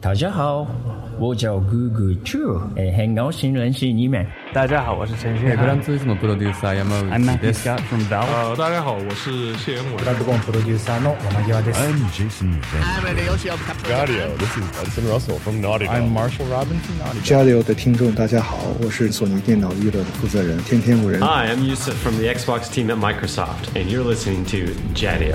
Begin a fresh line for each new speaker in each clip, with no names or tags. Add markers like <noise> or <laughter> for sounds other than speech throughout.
大家好，我叫 Google Chu，哎，很高兴认识你们。
大家好，我是陈
美
轩
国男子いつもプロデューサー山
，I'm Matt
内
i
で
s
す。
c o from Valve。
呃，大家好，我是谢元伟。
I'm Jason Van.
Jaleo 的听众，大家好，我是索尼电脑娱乐的负责人天天五人。
Hi, I'm Yusuf from the Xbox team at Microsoft, and you're listening to Jadio.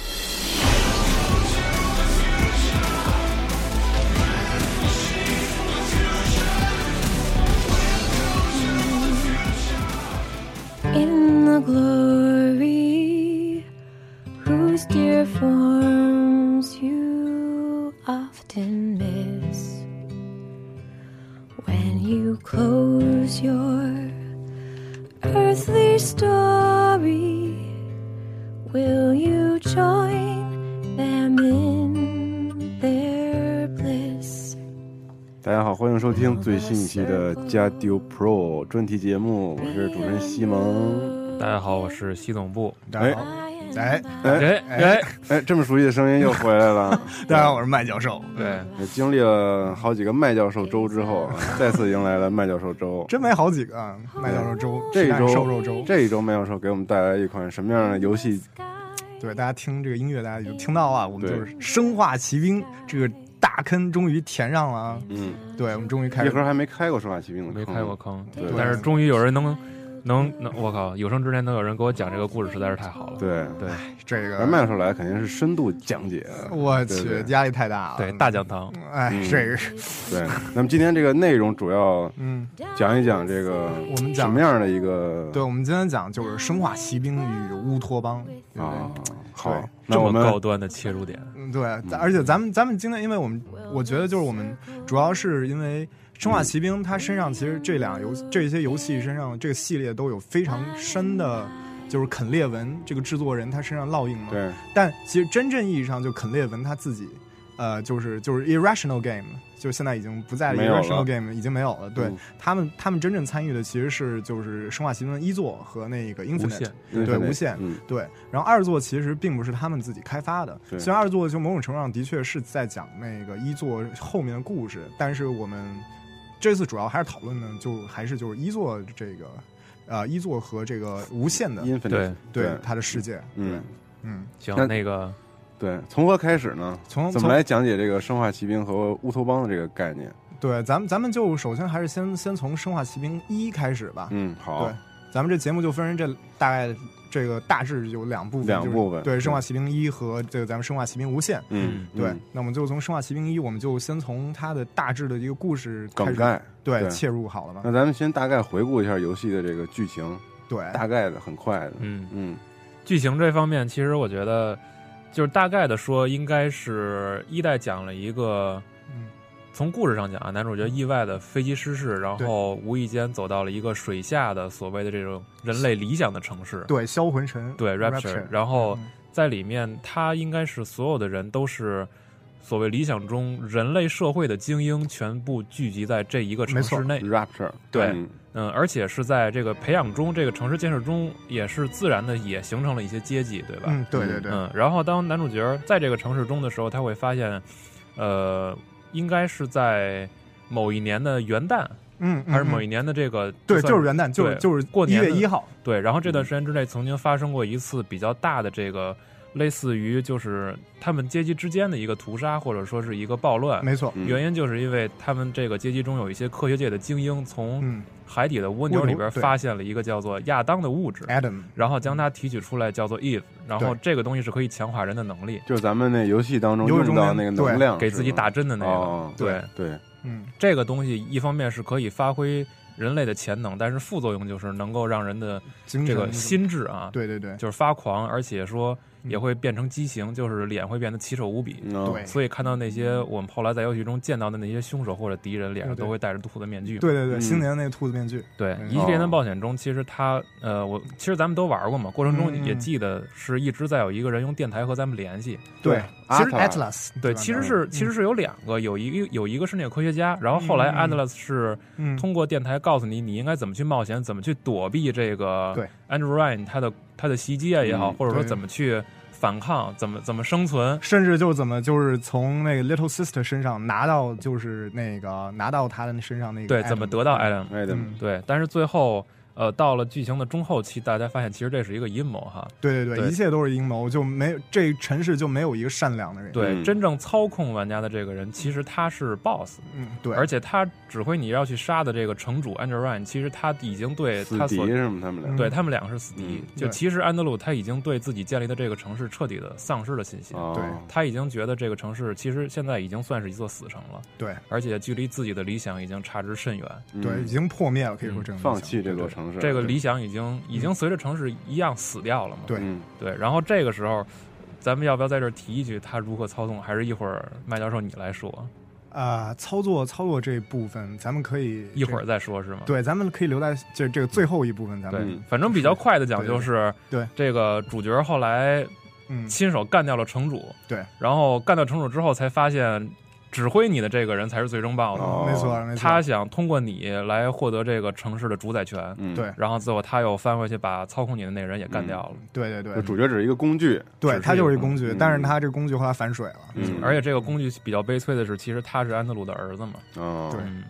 In the glory, whose dear forms you often miss. When you close your earthly story, will you join them in their bliss?
大家好，欢迎收听最新一期的《加丢 Pro》专题节目，我是主持人西蒙。
大家好，我是西总部。
哎
<laughs>
哎
哎
哎哎，
哎，这么熟悉的声音又回来
<laughs>
了！
大家好，我是麦教授。
对，
也经历了好几个麦教授周之后，再次迎来了麦教授周。
真没好几个啊，麦教授周，
这一
实
周
战瘦肉周。
这一周麦教授给我们带来一款什么样的游戏？
对，大家听这个音乐，大家就听到啊，我们
对
就是《生化奇兵》这个大坑终于填上了啊。
嗯，
对，我们终于开
一
始
盒还没开过《生化奇兵》的
没
坑，
开过坑，
对
但是终于有人能能能，我靠，有生之年能有人给我讲这个故事，实在是太好了。
对，
对
这
而麦
个，
教授来肯定是深度讲解。啊
我
对对
去，压力太大了。
对，大讲堂，
哎，
嗯
这个，
对，那么今天这个内容主要
嗯，
讲一讲这个
我们
什
讲
么样的一个
对，我们今天讲就是《生化奇兵与乌托邦》对不对
啊？好
对，
那
这
我
么
们
高端的切入点，
嗯，对，而且咱们咱们今天，因为我们我觉得就是我们主要是因为《生化奇兵》它身上其实这两游这些游戏身上这个系列都有非常深的，就是肯列文这个制作人他身上烙印嘛。。
对，
但其实真正意义上，就肯列文他自己，呃，就是就是 Irrational Game，就是现在已经不在
没有了
Irrational Game 已经没有了。对、
嗯
他们，他们真正参与的其实是就是《生化奇兵》一作和那个
无
Infinite
限。
对无限
嗯，
对，然后二作其实并不是他们自己开发的，
对
虽然二作就某种程度上的确是在讲那个一作后面的故事，但是我们这次主要还是讨论呢，就还是就是一作这个，呃，一作和这个无限的
音分
对
对它的世界，
嗯
嗯，
行
那，
那个
对，从何开始呢？
从
怎么
从
来讲解这个生化奇兵和乌托邦的这个概念？
对，咱们咱们就首先还是先先从《生化奇兵一》开始吧，
嗯，好
对，，咱们这节目就分成这大概这个大致有两部分，
两
就是
部分
对，《生化
嗯
奇兵一》和这个咱们《生化奇兵无限》，
嗯，
对，
嗯
那我们就从《生化奇兵一》，我们就先从它的大致的一个故事开
梗
始啊
概。
对
对嗯
切入好了吗
那？咱们先大概回顾一下游戏的这个剧情，
对，
大概的，很快的。
嗯，
嗯，
剧情这方面，其实我觉得就是大概的说，应该是一代讲了一个
嗯，
从故事上讲啊，男主角意外的飞机失事，然
对
后无意间走到了一个水下的所谓的这种人类理想的城市，
对，销魂尘，
对 Rapture，然后
嗯
在里面他应该是所有的人都是。所谓理想中人类社会的精英全部聚集在这一个城市
没错
内，
Rapture，
对
嗯
嗯，而且是在这个培养中，这个城市建设中也是自然的也形成了一些阶级，对吧？
嗯，对对对，
嗯，然后当男主角在这个城市中的时候，他会发现，呃，应该是在某一年的元旦，
嗯，嗯
还是某
嗯
一年的这个，
对，
算
就是元旦，就是
对
就是
过
一
年
月
的
一号，
对。然后这
嗯
段时间之内，曾经发生过一次比较大的这个，类似于就是他们阶级之间的一个屠杀，或者说是一个暴乱。
没错，
嗯
原因就是因为他们这个阶级中有一些科学界的精英，从
嗯
海底的蜗牛
蜗牛
里边
对
发现了一个叫做亚当的物质，
，Adam，
然后将它提取出来叫做 Eve，然后
对
这个东西是可以强化人的能力。
就是咱们那游戏当中
游
用
戏中
到
间
那个
对
能量，
给自己
是吧
打针的那个。
哦
对，
对，
嗯，
这个东西一方面是可以发挥人类的潜能，但是副作用就是能够让人的
精
这个
神
心智啊，
对对对，
就是发狂，而且说也
嗯
会变成畸形，就是脸会变得奇丑无比。
哦
对
所以看到那些我们后来在游戏中见到的那些凶手或者敌人脸上都会戴着兔子面具嘛。
嗯对对
嗯
对，新年那兔子面具，
对
嗯
《一系列的冒险》中，其实他呃，我其实咱们都玩过嘛，过程中
嗯
也记得是一直在有一个人用电台和咱们联系。
对，其实
Atlas
Atlas
对，
嗯吧嗯
其实是其实是有两个，有一个有一个是那个科学家，然后后来
嗯
Atlas 是
嗯
通过电台告诉你你应该怎么去冒险，怎么去躲避这个
对
Andrew Ryan 他的他的袭击啊也好，
嗯
或者说
对
怎么去反抗，怎么怎么生存。
甚至就是怎么就是从那个 Little Sister 身上拿到就是那个拿到他的身上那个
对，
item
怎么得到 Adam？
艾德，
嗯
对，但是最后呃，到了剧情的中后期，大家发现其实这是一个阴谋哈。
对对
对
对，一切都是阴谋，就没有这尘世就没有一个善良的人。
对，
嗯
真正操控玩家的这个人，其实他是 BOSS，
嗯，对，
而且他指挥你要去杀的这个城主 Andrew Ryan，其实他已经对
死
他
敌
所嗯
什么他们俩
对他们两个是死敌。
嗯
就
对
其实安德鲁他已经对自己建立的这个城市彻底的丧失了信心。
哦
对
他已经觉得这个城市其实现在已经算是一座死城了，
对
而且距离自己的理想已经差之甚远。
嗯
对，已经破灭了，可以说这种
放弃这座城市，
这个理想已经已经随着城市一样死掉了嘛？
对
嗯
对。然后这个时候，咱们要不要在这儿提一句他如何操纵？还是一会儿麦教授你来说？
啊、操作操作这部分，咱们可以
一会儿
这
再说，是吗？
对，咱们可以留在这这个最后一部分，咱
对
们，
反正比较快的讲就是，
对对
这个主角后来
嗯
亲手干掉了城主，
对，
然后干掉城主之后才发现，指挥你的这个人才是最终 BOSS，、
哦
没错没错，
他想通过你来获得这个城市的主宰权，
嗯
对
然后最后他又翻回去把操控你的那个人也干掉了，
对对
就
对，
主角只是一个工具，
对他就是一工
嗯
具，但是他这个工具后来反水了，
嗯，
而且这个工具比较悲催的是，其实他是安德鲁的儿子嘛，
哦
对
嗯，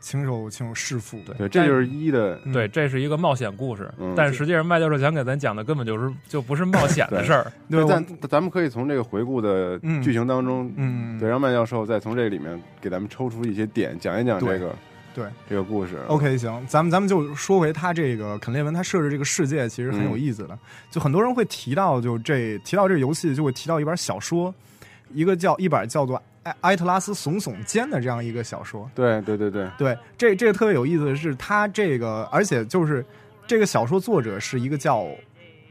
亲手亲手弑父，
对
对，这就是一的
嗯
对，这是一个冒险故事，
嗯
但实际上麦教授想给咱讲的根本就是就不是冒险的事儿，
对，我
但咱们可以从这个回顾的
嗯
剧情当中，
嗯
对，让麦教授再从这里面给咱们抽出一些点，讲一讲这个
对哦
这个故事。
OK，行，咱们咱们就说回他这个肯列文他设置这个世界，其实很
嗯
有意思的。就很多人会提到，就这提到这个游戏，就会提到一本小说，一个叫一本叫做《埃埃特拉斯耸耸肩》的这样一个小说。
对对对对，
对，这这个特别有意思的是，他这个而且就是这个小说作者是一个叫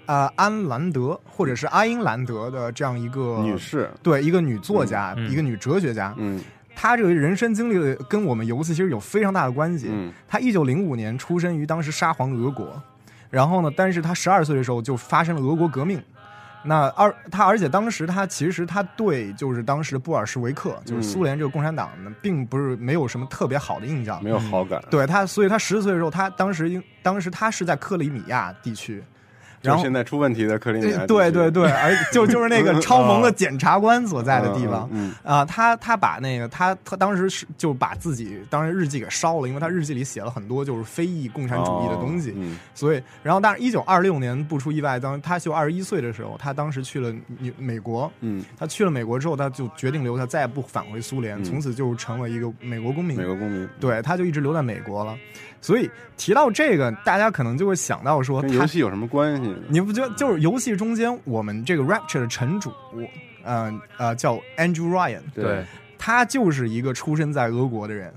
呃安兰德或者是阿英兰德的这样一个
女，士，
对，一个女作家，
嗯嗯
一个女哲学家。
嗯
她这个人生经历的跟我们游戏其实有非常大的关系。
嗯
他一九零五年出生于当时沙皇俄国，然后呢，但是他十二岁的时候就发生了俄国革命。那二他，而且当时他其实他对就是当时的布尔什维克，
嗯
就是苏联这个共产党呢，并不是没有什么特别好的印象
没。有好感，
对他，所以他十岁的时候，他当时应当时他是在克里米亚地区，
就
然
是
后
现在出问题的克林尼亚地区，
呃对对对，而就就是那个超萌的检察官所在的地方。
嗯，嗯
啊、他他把那个他他当时是就把自己当时日记给烧了，因为他日记里写了很多就是非裔共产主义的东西，
哦嗯
所以然后但是，一九二六年不出意外，当他就二十一岁的时候，他当时去了美美国，
嗯，
他去了美国之后，他就决定留下，再也不返回苏联，
嗯
从此就成为一个美国公民
美。国公民，
对，他就一直留在美国了。所以提到这个，大家可能就会想到说，
跟
他
游戏有什么关系？
你不觉得就是游戏中间我们这个 Rapture 的城主，嗯呃叫 Andrew Ryan，
对，
他就是一个出生在俄国的人，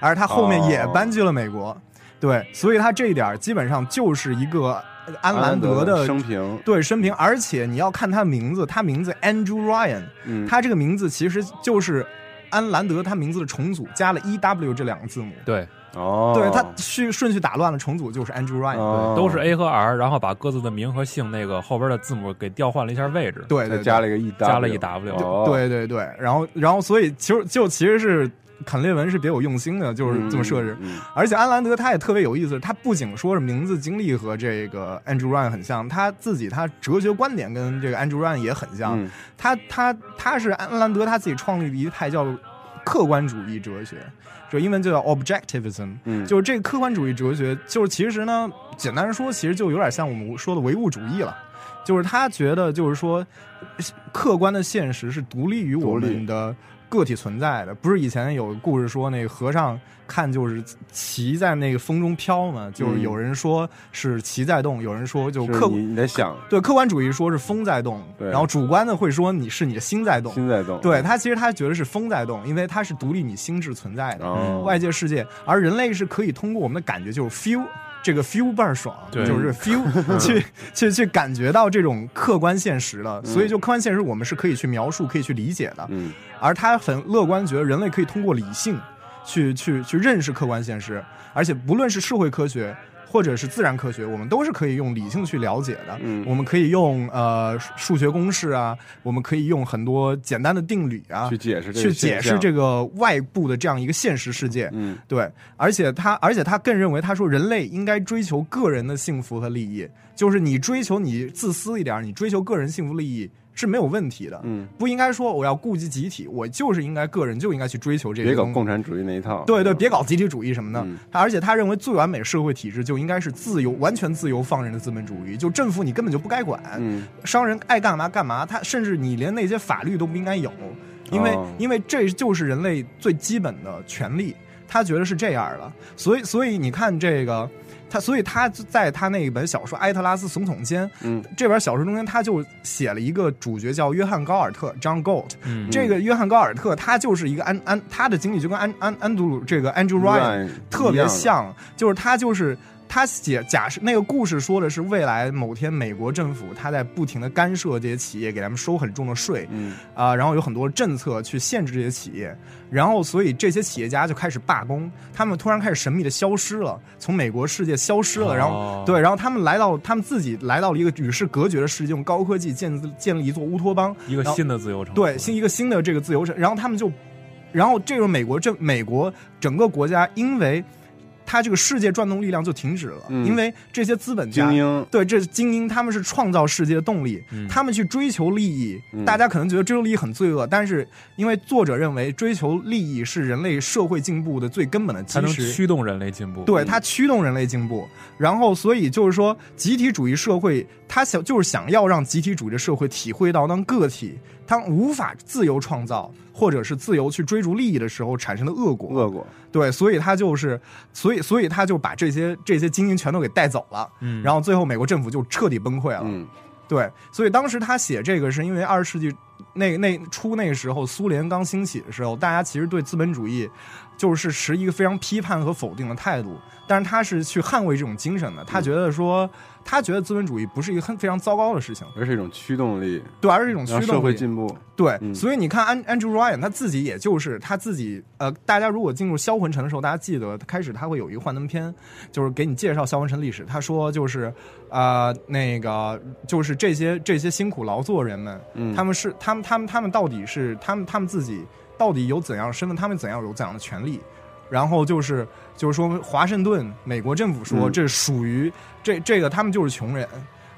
而他后面
哦
也搬去了美国，对，所以他这一点儿基本上就是一个安兰德的
生平，
对生平，而且你要看他名字，他名字 Andrew Ryan，、
嗯，
他这个名字其实就是安兰德他名字的重组加了 E W 这两个字母，
对，
哦，
对他顺顺序打乱了重组就是 Andrew Ryan，、
哦
都是 A 和 R，然后把各自的名和姓那个后边的字母给调换了一下位置，
对
再
对对
加了一个 E，
加了一 W，
哦，
对对对，然后然后所以其实就其实是肯列文是别有用心的，就是这么设置。
嗯，
而且安兰德他也特别有意思，他不仅说是名字经历和这个 Andrew Ryan 很像，他自己他哲学观点跟这个 Andrew Ryan 也很像。
嗯
他他他是安兰德他自己创立的一派叫客观主义哲学，就英文就叫 Objectivism。
嗯，
就是这个客观主义哲学，就是其实呢，简单说，其实就有点像我们说的唯物主义了。就是他觉得，就是说，客观的现实是独立于
独
我
立
们的个体存在的。不是以前有个故事说，那个和尚看就是旗在那个风中飘嘛，就是
嗯
有人说是旗在动，有人说就
就是
客
你你在想
对客观主义说是风在动，
对
然后主观的会说你是你的心在动。
心在动，
对他，其实他觉得是风在动，因为它是独立你心智存在的。
哦，
外界世界，而人类是可以通过我们的感觉，就是 feel，这个 feel 倍儿爽，
对
就是
<laughs>
feel
嗯
去 <laughs> 去去感觉到这种客观现实的，所以就客观现实我们是可以去描述、可以去理解的，
嗯，
而他很乐观，觉得人类可以通过理性去去去认识客观现实，而且不论是社会科学。或者是自然科学，我们都是可以用理性去了解的。
嗯
我们可以用呃数数学公式啊，我们可以用很多简单的定理啊，
去解释这个
去解释这
个，
个外部的这样一个现实世界。
嗯
对，而且他，而且他更认为，他说人类应该追求个人的幸福和利益，就是你追求你自私一点儿，你追求个人幸福利益是没有问题的，
嗯，
不应该说我要顾及集体，我就是应该个人就应该去追求这
别
些
搞
东西。
共产主义那一套，
对对，别搞集体主义什么的。
嗯
他而且他认为最完美社会体制就应该是自由、完全自由放任的资本主义，就政府你根本就不该管，
嗯，
商人爱干嘛干嘛，他甚至你连那些法律都不应该有，因为、
哦
因为这就是人类最基本的权利，他觉得是这样的，所以所以你看这个。他所以他在他那本小说《埃特拉斯总统间》
嗯
这本小说中间，他就写了一个主角叫约翰·高尔特 （John Galt）。
嗯
这个约翰·高尔特他就是一个安安，他的经历就跟安安安杜鲁这个 Andrew Ryan 特别像，就是他就是他写假设那个故事说的是未来某天美国政府他在不停的干涉这些企业，给他们收很重的税
嗯
啊、然后有很多政策去限制这些企业，然后所以这些企业家就开始罢工，他们突然开始神秘的消失了，从美国世界消失了，然后
哦
对，然后他们来到他们自己来到了一个与世隔绝的世界，用高科技建建立一座乌托邦，
一个
然后
新的自由城，
对，新一个新的这个自由城，然后他们就，然后这个美国政美国整个国家，因为它这个世界转动力量就停止了，
嗯
因为这些资本家
精英，
对，这精英他们是创造世界的动力，
嗯
他们去追求利益。
嗯
大家可能觉得追求利益很罪恶，但是因为作者认为追求利益是人类社会进步的最根本的基
才能
石。
驱动人类进步。
对，它驱动人类进步，然后所以就是说，集体主义社会，它想就是想要让集体主义的社会体会到，当个体它无法自由创造或者是自由去追逐利益的时候产生的恶果。
恶果，
对，所以他就是，所以所以他就把这些这些精英全都给带走了，
嗯
然后最后美国政府就彻底崩溃了。
嗯
对，所以当时他写这个是因为二十世纪那那初那个时候，苏联刚兴起的时候，大家其实对资本主义就是持一个非常批判和否定的态度，但是他是去捍卫这种精神的。
嗯
他觉得说，他觉得资本主义不是一个很非常糟糕的事情，
而是一种驱动力，
对，而是一嗯种驱
让
动
社会
力
进步，
对，
嗯
所以你看安 Andrew Ryan 他自己也就是他自己，呃，大家如果进入销魂城的时候，大家记得开始他会有一个幻灯片，就是给你介绍销魂城历史。他说就是，呃，那个就是这些这些辛苦劳作人们，
嗯
他们是他们他们他们到底是他们他们自己到底有怎样的身份，他们怎样有怎样的权利。然后就是就是说，华盛顿美国政府说
嗯
这属于、这这个他们就是穷人，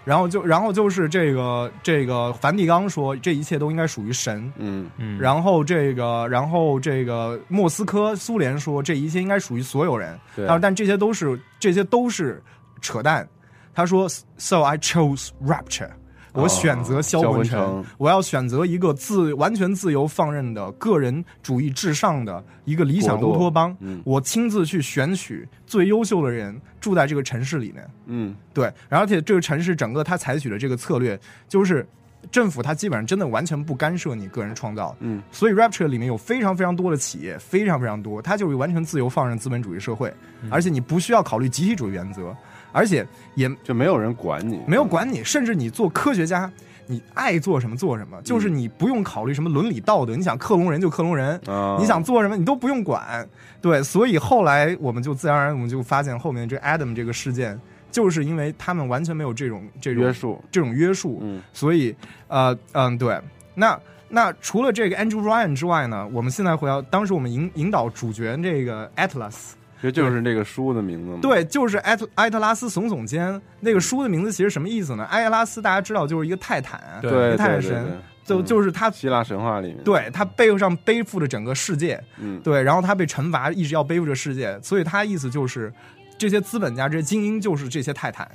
然后就然后就是这个这个梵蒂冈说这一切都应该属于神，
嗯
嗯，
然后这个然后这个莫斯科苏联说这一切应该属于所有人，
对
但但这些都是这些都是扯淡。他说，So I chose rapture。我选择销魂
哦销魂城
我要选择一个自完全自由放任的个人主义至上的一个理想
国
乌
度
托邦。
嗯
我亲自去选取最优秀的人住在这个城市里面。
嗯
对，然后而且这个城市整个它采取的这个策略，就是政府它基本上真的完全不干涉你个人创造，
嗯，
所以 Rapture 里面有非常非常多的企业，非常非常多，它就是完全自由放任资本主义社会，而且你不需要考虑集体主义原则，而且也
就没有人管你，
没有管你，甚至你做科学家。你爱做什么做什么，就是你不用考虑什么伦理道德，你想克隆人就克隆人，
啊，
你想做什么你都不用管。对，所以后来我们就自然而然我们就发现后面这 Adam 这个事件，就是因为他们完全没有这种这种
约束，
这种约束，
嗯
所以呃嗯对，那那除了这个 Andrew Ryan 之外呢，我们现在回到当时我们引引导主角这个 Atlas，
其实就是这个书的名字嘛，，
对，就是艾特艾特拉斯耸耸肩那个书的名字其实什么意思呢？艾特拉斯大家知道就是一个泰坦，
对
对
一个泰
对
坦
对
神，
对
就
嗯
就是他。
希腊神话里面，，
对他背上背负着整个世界，
嗯
对，然后他被惩罚，一直要背负着世界，所以他意思就是，这些资本家、这些精英就是这些泰坦。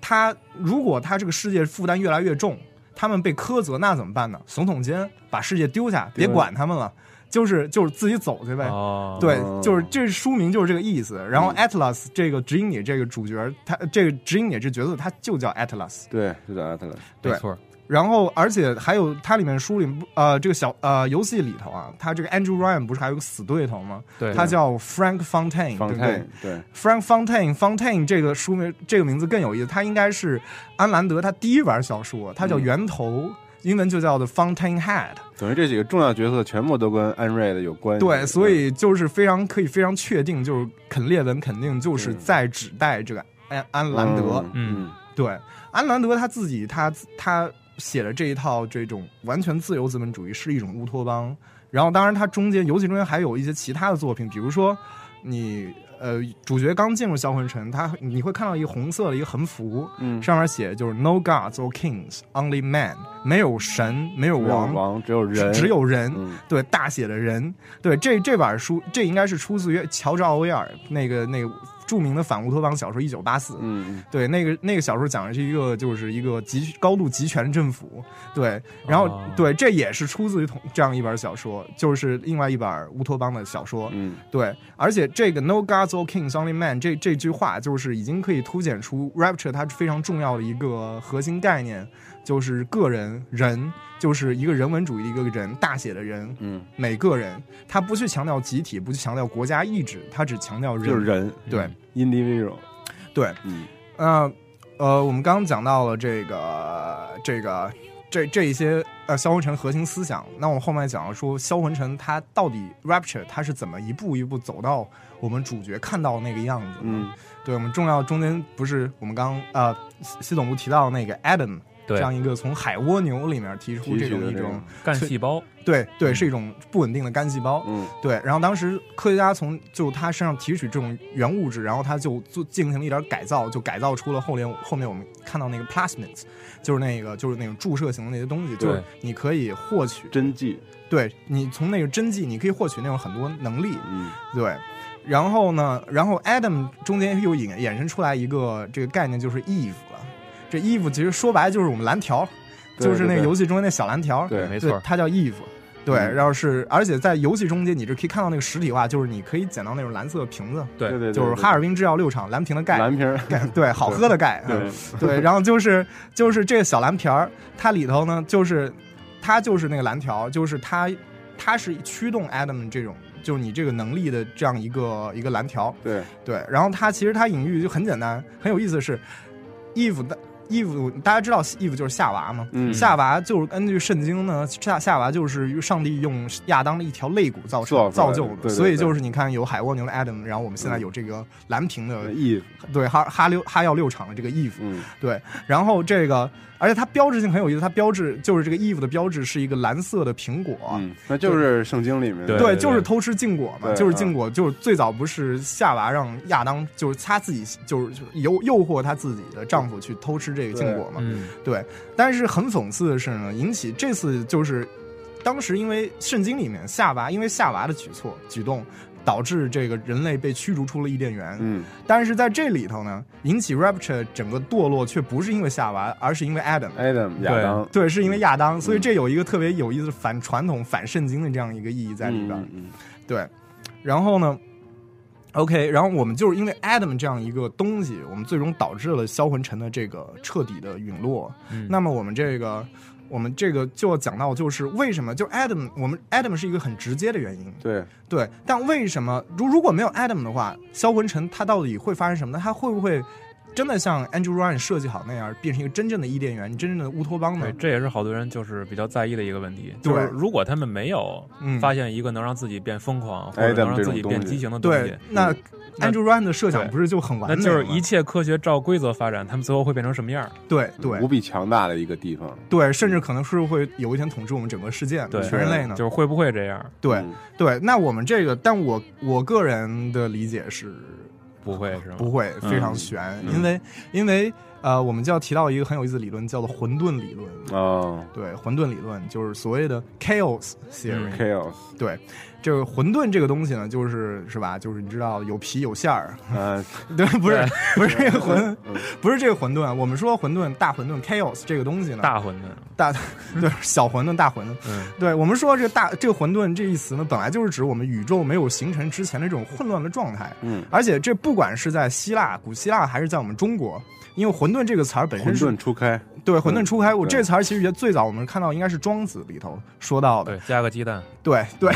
他如果他这个世界负担越来越重，他们被苛责，那怎么办呢？耸耸肩，把世界丢下，别
对
管他们了，就是就是自己走去呗。
哦，
对
哦，
就是这书名就是这个意思。然后
嗯
Atlas 这个指引你这个主角，他这个指引你这角色，他就叫 Atlas。
对，就叫阿特兰，
对
没错儿，
然后，而且还有它里面书里呃这个小呃游戏里头啊，它这个 Andrew Ryan 不是还有个死对头吗？
对
他叫 Frank Fontaine，对不对
Fontaine，对
？Frank Fontaine，Fontaine 这个书名这个名字更有意思，他应该是安兰德他第一本小说，他叫
嗯
源头，英文就叫做 Fontaine Head。
等于这几个重要角色全部都跟安瑞的有关系。
对，所以就是非常可以非常确定，就是肯列文肯定就是在指代这个安安兰德。
嗯，
对，安兰德他自己他他写的这一套这种完全自由资本主义是一种乌托邦。然后，当然他中间，尤其中间还有一些其他的作品，比如说你呃，主角刚进入销魂城，他你会看到一个红色的一个横幅，
嗯
上面写就是 “No gods or kings, only man”，没有神，没有
没有
王，
王只有人
只有人，
嗯
对，大写的人，对，这这本书，这应该是出自于乔治奥威尔那个那个著名的反乌托邦小说《一九八四》，
嗯，
对，那个那个小说讲的是一个就是一个集高度集权政府，对，然
哦
后、对，这也是出自于同这样一本小说，就是另外一本乌托邦的小说，
嗯，
对，而且这个 “No gods or kings, only man” 这这句话就是已经可以凸显出 Rapture 它非常重要的一个核心概念，就是个人人就是一个人文主义的一个人大写的人，
嗯，
每个人，他不去强调集体，不去强调国家意志，他只强调人，
就是人，
对。
，individual，
对，
嗯，
那呃，我们刚刚讲到了这个这个这这一些呃销魂城核心思想，那我们后面讲说销魂城它到底 Rapture 它是怎么一步一步走到我们主角看到那个样子。
嗯，
对，我们重要中间不是我们刚呃西西总部提到那个 Adam
对
这样一个从海蜗牛里面提出
提
这
取
种
的
一
这
种
种
干细胞，
对对，是一种不稳定的干细胞。
嗯，
对，然后当时科学家从就他身上提取这种原物质，然后他就做进行了一点改造，就改造出了后面后面我们看到那个 plasmids，就是那个就是那种注射型的那些东西，
对
就是你可以获取，
真迹，
对你从那个针剂你可以获取那种很多能力，
嗯，
对。然后呢，然后 Adam 中间又引衍生出来一个这个概念，就是 Eve 了。这 Eve 其实说白了就是我们蓝条，
对
就是那
对
个
对
游戏中间那小蓝条，
对
没
对
错，
它叫 Eve。对，
嗯
然后是，而且在游戏中间，你是可以看到那个实体化，就是你可以捡到那种蓝色的瓶子，
对
对对，
就是
对
哈尔滨制药六厂蓝瓶的盖，
蓝瓶
<laughs>
儿，
盖
<laughs>
对，好喝的盖，
对， <laughs>
对，然后就是就是这个小蓝瓶儿，它里头呢，就是它就是那个蓝条，就是它它是驱动 Adam 这种，就是你这个能力的这样一个一个蓝条，
对，
对，然后它其实它隐喻就很简单，很有意思的是，Eve 的 Eve，大家知道 Eve 就是夏娃嘛，
嗯
夏娃就是根据圣经呢，夏夏娃就是上帝用亚当的一条肋骨
造
造成
出来
造
的
就的，
对对
所
对
以
嗯
就是你看有海蜗牛的 Adam，然后我们现在有这个蓝屏的、
意，
对哈哈六哈药六厂的这个 Eve，
，，E，嗯，
对，然后这个而且它标志性很有意思，它标志就是这个 Eve 的标志是一个蓝色的苹果，
嗯，那就是圣经里面
对
的，
对，就是偷吃禁果嘛，
对
就是禁果，就是最早不是夏娃让亚当，就是他自己就是诱诱惑他自己的丈夫去偷吃这个禁果嘛，
嗯，
对。但是很讽刺的是呢，引起这次就是当时因为圣经里面夏娃因为夏娃的举措举动。导致这个人类被驱逐出了伊甸园，
嗯，
但是在这里头呢，引起 Rapture 整个堕落却不是因为夏娃，而是因为 Adam。
，Adam 亚当，
对，是因为亚当，所以这有一个特别有意思的反传统、反圣经的这样一个意义在里边。
嗯，嗯
对，然后呢，OK，然后我们就是因为 Adam 这样一个东西，我们最终导致了销魂尘的这个彻底的陨落。
嗯
那么我们这个，我们这个就要讲到，就是为什么，就是 Adam，我们 Adam 是一个很直接的原因，
对，
对。但为什么，如如果没有 Adam 的话，销魂尘它到底会发生什么呢？它会不会？真的像 Andrew Ryan 设计好那样，变成一个真正的伊甸园、真正的乌托邦呢
对，？这也是好多人就是比较在意的一个问题，就
对
是如果他们没有
嗯
发现一个能让自己变疯狂或
哎
者
咱
能
们
让
这
自己
种
变
东西
畸形的东西嗯
对，，那
那
Andrew Ryan 的设想
对
不是就很完
那
美吗？
就是一切科学照规则发展，他们最后会变成什么样儿？
对对
无比强大的一个地方，
对，甚至可能是会有一天统治我们整个世界呢，
对，
全人类呢。
就是会不会这样？
对
嗯
对，那我们这个，但我我个人的理解是
不会是吗？
不会非常悬，
嗯
因为因为呃，我们就要提到一个很有意思的理论，叫做混沌理论。
啊
哦
对，混沌理论就是所谓的 chaos
嗯
theory、
，chaos，
<laughs> 对，这个混沌这个东西呢，就是是吧？就是你知道有皮有馅儿， <laughs>
啊，
对，不是不是这个混，
嗯
不是这个混沌。啊我们说混沌大混沌 chaos 这个东西呢，
<laughs> 大混沌，
大 <laughs> 对小混沌大混沌，
嗯，
对我们说这个大这个混沌这一词呢，本来就是指我们宇宙没有形成之前的这种混乱的状态。
嗯
而且这不管是在希腊、古希腊，还是在我们中国，因为混沌这个词儿本身
混
是
沌初开，
对，混沌初开，我
对
这词儿其实也最早我们看到应该是《庄子》里头说到
<laughs>
的
对，，加个鸡蛋，
对对，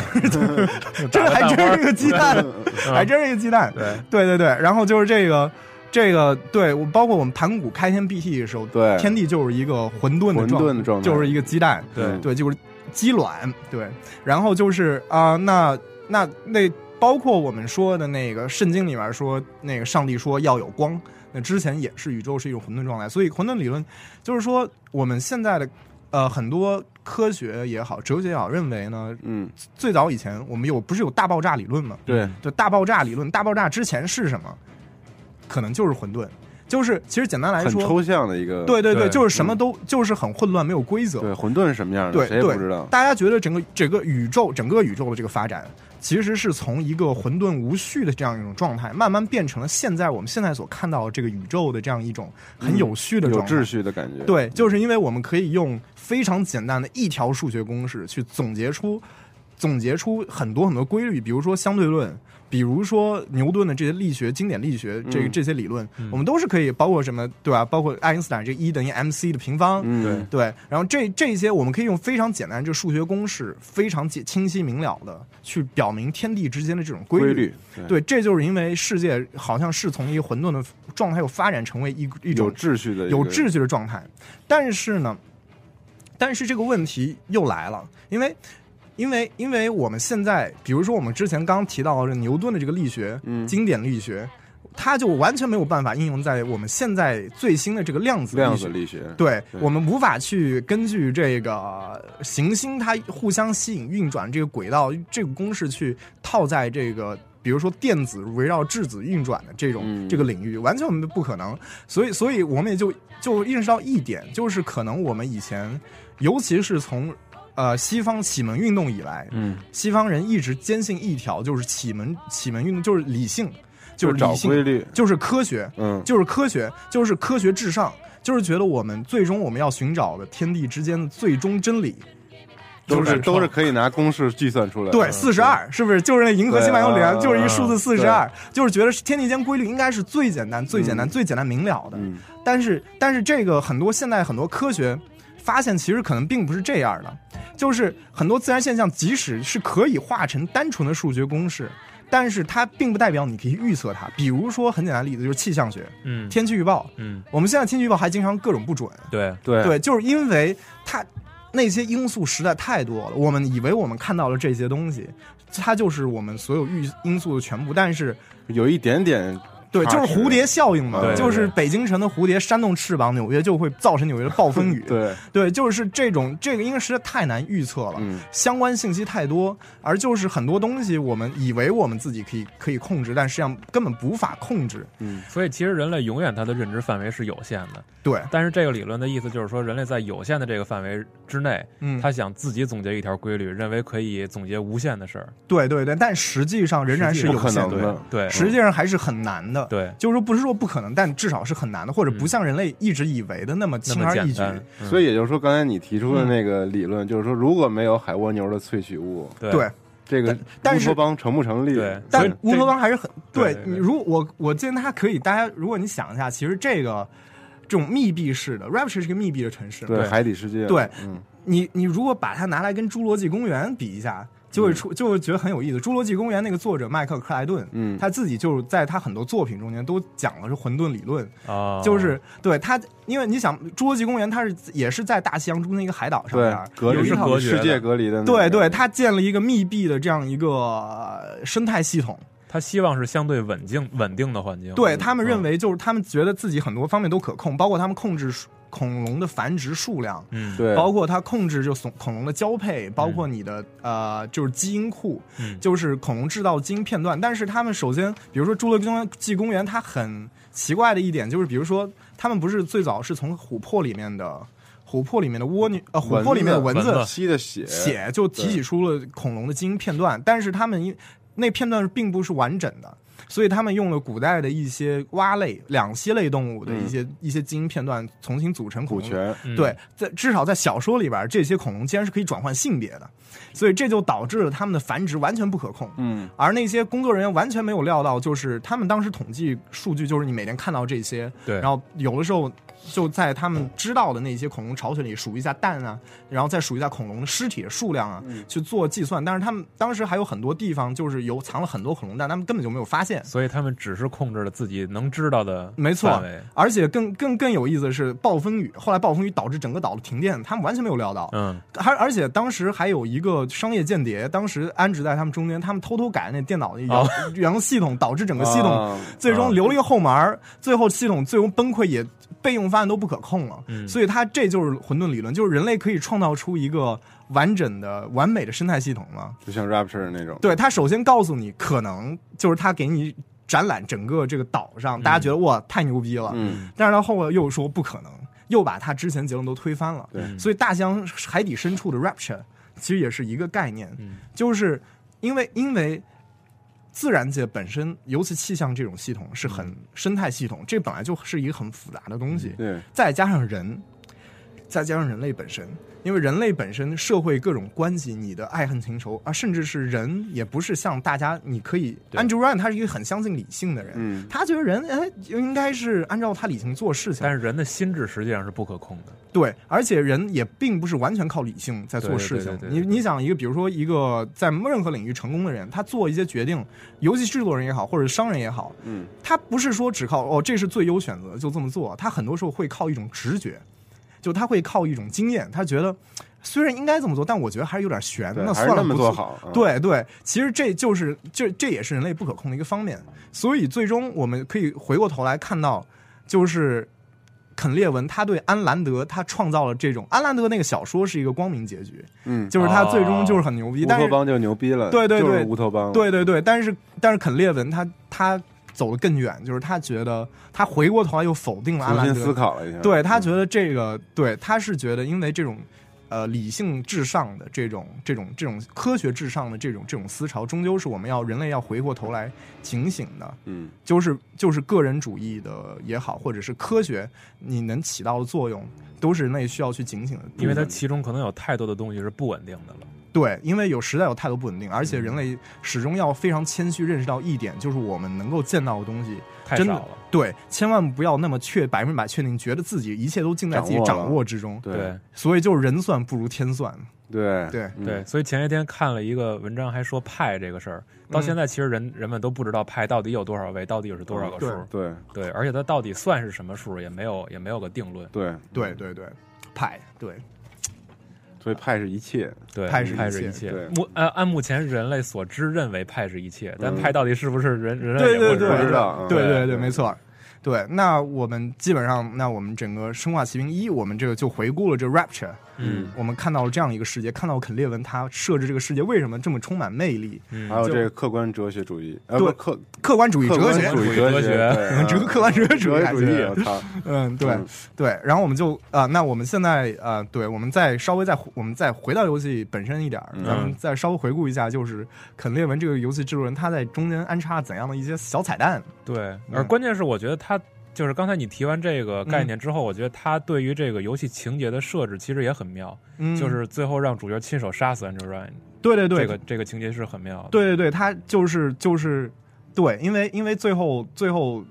<laughs>
这还真是个鸡蛋， <laughs> 还真是一个鸡
嗯
蛋，
对
<laughs> 对对对。然后就是这个这个，对我包括我们盘古开天辟地的时候，
对
天地就是一个混沌的
混
状
沌的状态
就是一个鸡蛋，
对
对，就是鸡卵，对。然后就是啊、那那那包括我们说的那个圣经里面说，那个上帝说要有光，那之前也是宇宙是一种混沌状态，所以混沌理论就是说我们现在的呃很多科学也好，哲学也好，认为呢，
嗯，
最早以前我们有不是有大爆炸理论吗？
对，
就大爆炸理论，大爆炸之前是什么？可能就是混沌，就是其实简单来
很
说，
抽象嗯的一个，
对对对，
对
就是什么都、就是很混乱，没有规则。
对，混沌是什么样的，
对
谁也不知
对
道，。
大家觉得整个整个宇宙整个宇宙的这个发展，其实是从一个混沌无序的这样一种状态，慢慢变成了现在我们现在所看到的这个宇宙的这样一种很有序的
嗯有
状态。
秩序的感觉，
对，就是因为我们可以用非常简单的一条数学公式去总结出总结出很多很多规律，比如说相对论，比如说牛顿的这些力学经典力学这个
嗯
这些理论，我们都是可以包括什么对吧？包括爱因斯坦这 E 等于 mc 的平方，
嗯，
对
对，然后这这些我们可以用非常简单的这数学公式，非常解清晰明了的去表明天地之间的这种规
规律，
对，这就是因为世界好像是从一个混沌的状态又发展成为一一种
有秩序的一个，
有秩序的状态。但是呢，但是这个问题又来了，因为因为因为我们现在，比如说我们之前刚提到的牛顿的这个力学，
嗯
经典力学，它就完全没有办法应用在我们现在最新的这个量子
量
力
子
学。
力学，
对
对
我们无法去根据这个行星它互相吸引运转这个轨道这个公式去套在这个。比如说电子围绕质子运转的这种、
嗯
这个领域，完全我们不可能，所以所以我们也就就认识到一点，就是可能我们以前，尤其是从呃西方启蒙运动以来，
嗯，
西方人一直坚信一条，就是启蒙启蒙运动就是理性，就是
找
理
规
性，
律，
就是科学，
嗯，
就是科学，就是科学至上，就是觉得我们最终我们要寻找的天地之间的最终真理。
都
就是
是都是可以拿公式计算出来的，
对，四十二是不是就是那银河系漫游
对啊
联，就是一数字四
对
十二，就是觉得是天地间规律应该是最简单、最简单、最简单明了的。
嗯
但是，但是这个很多现在很多科学发现，其实可能并不是这样的，就是很多自然现象即使是可以化成单纯的数学公式。但是它并不代表你可以预测它，比如说很简单的例子就是气象学、
嗯
天气预报，
嗯，
我们现在天气预报还经常各种不准，
对，
对
对，就是因为它那些因素实在太多了。我们以为我们看到了这些东西，它就是我们所有预因素的全部，但是
有一点点
对，
差
就
池，。
是蝴蝶效应嘛，
对对
就是
对
北京城的蝴蝶扇动翅膀，纽约就会造成纽约的暴风雨
<laughs> 对，
对，就是这种这个，因为实在太难预测了，
嗯
相关信息太多，而就是很多东西我们以为我们自己可以可以控制，但实际上根本无法控制。
嗯，
所以其实人类永远它的认知范围是有限的，
对，
但是这个理论的意思就是说，人类在有限的这个范围之内，
嗯，
他想自己总结一条规律，认为可以总结无限的事儿。
对对对，但实际上仍然是
不
有
可
限
能的，
对，
实际上还是很难的。
嗯对
就是说不是说不可能，但至少是很难的，或者不
嗯
像人类一直以为的那么
那
轻
么
而
简
易举。
单。嗯
所以也就是说，刚才你提出
嗯
的那个理论，就是说，如果没有海蜗牛的萃取物，
对
对，
这个
但
乌
是
托邦成不成立？
对所以
但
这
乌托邦还是很
对
对
对。对
你如我我建议大家可以，大家如果你想一下，其实这个这种密闭式的 Rapture 是个密闭的城市，
对
对
海底世界，
对
嗯，
你你如果把它拿来跟《侏罗纪公园》比一下，就会
嗯
出就会觉得很有意思。《侏罗纪公园》那个作者迈克尔克莱顿，
嗯
他自己就是在他很多作品中间都讲了是混沌理论，
哦
啊，
就是对他，因为你想《侏罗纪公园》，它是也是在大西洋中的一个海岛上
对
边儿，，
隔
有
离
一套
隔
世界隔离的那
对
个，
对，它建了一个密闭的这样一个呃生态系统。
嗯
他希望是相对稳定稳定的环境。
对
嗯
他们认，为，就是他们觉得自己很多方面都可控，包括他们控制数恐龙的繁殖数量，
嗯，
对，
包括它控制就恐恐龙的交配，包括你的、呃就是基因库，
嗯
就是恐龙制造基因片段。但是他们首先，比如说《侏罗纪公园》，公园它很奇怪的一点就是，比如说他们不是最早是从琥珀里面的琥珀里面的蜗牛呃琥珀里面的蚊
蚊
子
子
吸的血
血就提取出了恐龙的基因片段，但是他们因那片段并不是完整的，所以他们用了古代的一些蛙类、两栖类动物的一些、一些基因片段，重新组成
虎
恐龙。
权，
嗯
对，在至少在小说里边，这些恐龙竟然是可以转换性别的，所以这就导致了它们的繁殖完全不可控。
嗯，
而那些工作人员完全没有料到，就是他们当时统计数据，就是你每天看到这些，
对
然后有的时候就在他们知道的那些恐龙巢穴里数一下蛋啊，然后再数一下恐龙的尸体的数量啊，
嗯
去做计算。但是他们当时还有很多地方就是有藏了很多恐龙蛋，他们根本就没有发现。
所以他们只是控制了自己能知道的
没错
范围，
而且更更更有意思的是暴风雨，后来暴风雨导致整个岛的停电，他们完全没有料到。
嗯，
还而且当时还有一个商业间谍，当时安置在他们中间，他们偷偷改那电脑的
哦
遥遥控系统，导致整个系统
啊
最
啊
终留了一个后门儿，最后系统最终崩溃，也备用方案都不可控了。
嗯
所以它这就是混沌理论，就是人类可以创造出一个完整的、完美的生态系统嘛。
就像 Rapture 那种，
对，它首先告诉你可能，就是它给你展览整个这个岛上，大家觉得哇太牛逼了，
嗯，
但是到后来又说不可能，又把他之前结论都推翻了。
对
所以大洋海底深处的 rapture 其实也是一个概念，
嗯
就是因为因为自然界本身，尤其气象这种系统是
嗯
很生态系统，这本来就是一个很复杂的东西，
对，
再加上人，再加上人类本身，因为人类本身社会各种关系，你的爱恨情仇啊，甚至是人也不是像大家你可以
对
，Andrew Ryan 他是一个很相信理性的人，
嗯
他觉得人哎就应该是按照他理性做事情
但，是人的心智实际上是不可控的。
对，而且人也并不是完全靠理性在做
对对
事情
对对。
你
对
你想一个，比如说一个在任何领域成功的人，他做一些决定，尤其是制作人也好，或者商人也好，
嗯，
他不是说只靠哦这是最优选择就这么做，他很多时候会靠一种直觉，就他会靠一种经验，他觉得虽然应该这么做，但我觉得还是有点悬，
对，
那
还
算
是那
了不
么
做
做。好，嗯，
对对，其实这就是这这也是人类不可控的一个方面，所以最终我们可以回过头来看到，就是肯列文他对安兰德他创造了这种安兰德那个小说是一个光明结局，
嗯，
就是他最终就是很牛逼，
乌
但
托
是
邦就嗯牛逼了，
对对
就是
对
乌托邦，
对对对，但是但是肯列文他他走得更远，就是他觉得他回过头来又否定了安
重
兰
新思
德，
考了一下，
对他
嗯
觉得这个对他是觉得因为这种。呃，理性至上的这种、这种、这种科学至上的这种、这种思潮，终究是我们要人类要回过头来警醒的。
嗯，
就是就是个人主义的也好，或者是科学你能起到的作用，都是人类需要去警醒的部分。
因为它其中可能有太多的东西是不稳定的了。
对，因为有时代有太多不稳定，而且
嗯
人类始终要非常谦虚，认识到一点，就是我们能够见到的东西
太
真
少
的
了。
对，千万不要那么确百分百确定，觉得自己一切都尽在自己
掌握了
掌握之中。
对
所以就是人算不如天算。
对
对
嗯
对，所以前些天看了一个文章，还说派这个事儿，到
嗯
现在其实人、人们都不知道派到底有多少位，到底是多少个数，
哦
对
对而且它到底算是什么数，也没有也没有个定论。
对，
对对对，派对
所以派是一切，
对，
派
派是
是一切
一切
对。
目按按目前人类所知认为派是一切，但
嗯
派到底是不是人人类
对
也不
对
知
对，
道
不知道嗯
对对
对
对，没错。对，那我们基本上，那我们整个《生化奇兵一》，我们这个就回顾了这 Rapture，
嗯
我们看到了这样一个世界，看到肯列文他设置这个世界为什么这么充满魅力，
还有
嗯就
这个客观哲学主义，呃，不
对
是客
客观主义
客
哲
观
学，
主义哲
哲
学
学，
对
哲客观哲学 <laughs> 主义还
主义，
行
我
<laughs>
操，
嗯，对
嗯
对，然后我们就啊、那我们现在啊，对，我们再稍微再我们再回到游戏本身一点儿，咱
嗯
们再稍微回顾一下，就是肯列文这个游戏制作人他在中间安插了怎样的一些小彩蛋，
对，
嗯
而关键是我觉得他就是刚才你提完这个概念之后，我觉得他对于这个游戏情节的设置其实也很妙，
嗯，
就是最后让主角亲手杀死 Andrew Ryan，
对对对，
这个这个情节是很妙的。
对对对，他就是就是对，因为因为最后最后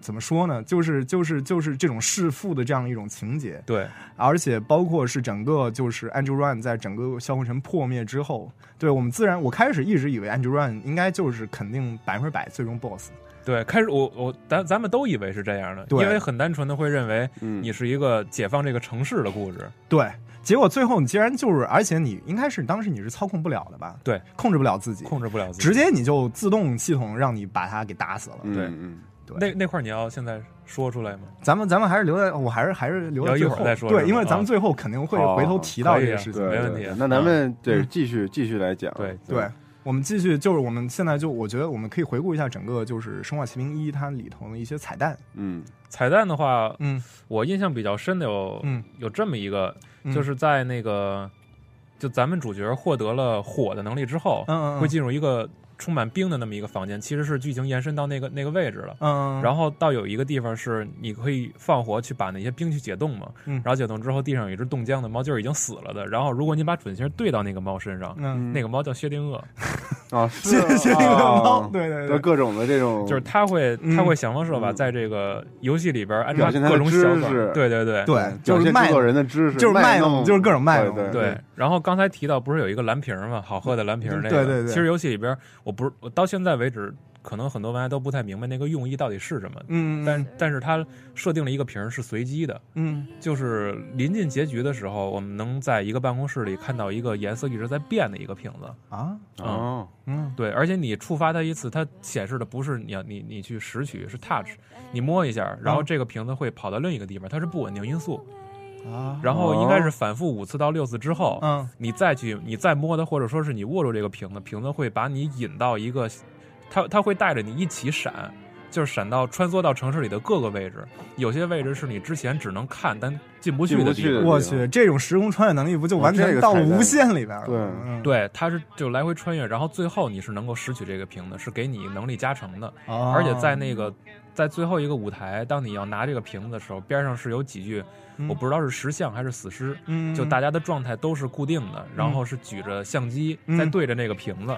怎么说呢，就是就是就是这种弑父的这样一种情节，
对
而且包括是整个就是 Andrew Ryan 在整个销魂城破灭之后，对我们自然我开始一直以为 Andrew Ryan 应该就是肯定百分之百最终 BOSS，
对，开始我我咱咱们都以为是这样的，
对
因为很单纯的会认为
嗯，
你是一个解放这个城市的故事，
对。结果最后你竟然就是，而且你应该是当时你是操控不了的吧？
对，
控制不了自己，
控制不了自己。
嗯直接你就自动系统让你把他给打死了。
嗯
对
嗯
那那块儿你要现在说出来吗？
咱们咱们还是留在，我还是还是留在
聊一
最
会儿
后
再说是
对，
吧
因为咱们
啊
最后肯定会
好
回头
好
提到
可
这
以
个
啊
对，
事情。
对
没问题
对那咱
<laughs>
们得
嗯
继续继续来讲，
对
哦对，我们继续就是我们现在就我觉得我们可以回顾一下整个就是《生化奇兵一》它里头的一些彩蛋。
嗯
彩蛋的话，
嗯
我印象比较深的有、
嗯
有这么一个，
嗯
就是在那个就咱们主角获得了火的能力之后，
嗯嗯嗯
会进入一个充满冰的那么一个房间，其实是剧情延伸到那个那个位置了。
嗯
然后到有一个地方是你可以放火去把那些冰去解冻嘛，
嗯
然后解冻之后地上有一只冻僵的猫，就是已经死了的。然后如果你把准星对到那个猫身上，
嗯
那个猫叫薛定谔，
啊，是啊
谢谢那个猫对对对
就各种的这种，
就是它会
嗯
它会想方设法在这个游戏里边按照
表现它的
各种小
知识
法，对对对
对，
表
就是
现
卖
制作人的知识，
就是卖弄
弄，
就是各种卖弄
对
对，然后刚才提到不是有一个蓝瓶儿嘛，好喝的蓝瓶儿那个，
对对对
其实游戏里边，我不是我到现在为止，可能很多玩家都不太明白那个用意到底是什么。
嗯，
但但是它设定了一个瓶儿是随机的，
嗯
就是临近结局的时候，我们能在一个办公室里看到一个颜色一直在变的一个瓶子。
啊
哦，
嗯
对，而且你触发它一次，它显示的不是你要你你去拾取，是 touch，你摸一下，然后这个瓶子会跑到另一个地方，它是不稳定因素。
啊
然后应该是反复五次到六次之后，
嗯
你再去你再摸它，或者说是你握住这个瓶子，瓶子会把你引到一个，它它会带着你一起闪，就是闪到穿梭到城市里的各个位置，有些位置是你之前只能看但进不去
进不
的
去
地
的
方。
地方
我去，这种时空穿越能力不就完
哦这
全
个
到了
彩蛋
无限里边了？
对
嗯，
对，它是就来回穿越，然后最后你是能够拾取这个瓶子，是给你能力加成的。
哦
而且在那个在最后一个舞台，当你要拿这个瓶子的时候，边上是有几具
嗯
我不知道是石像还是死尸，
嗯
就大家的状态都是固定的，然后是举着相机
嗯
在对着那个瓶
<laughs>
子，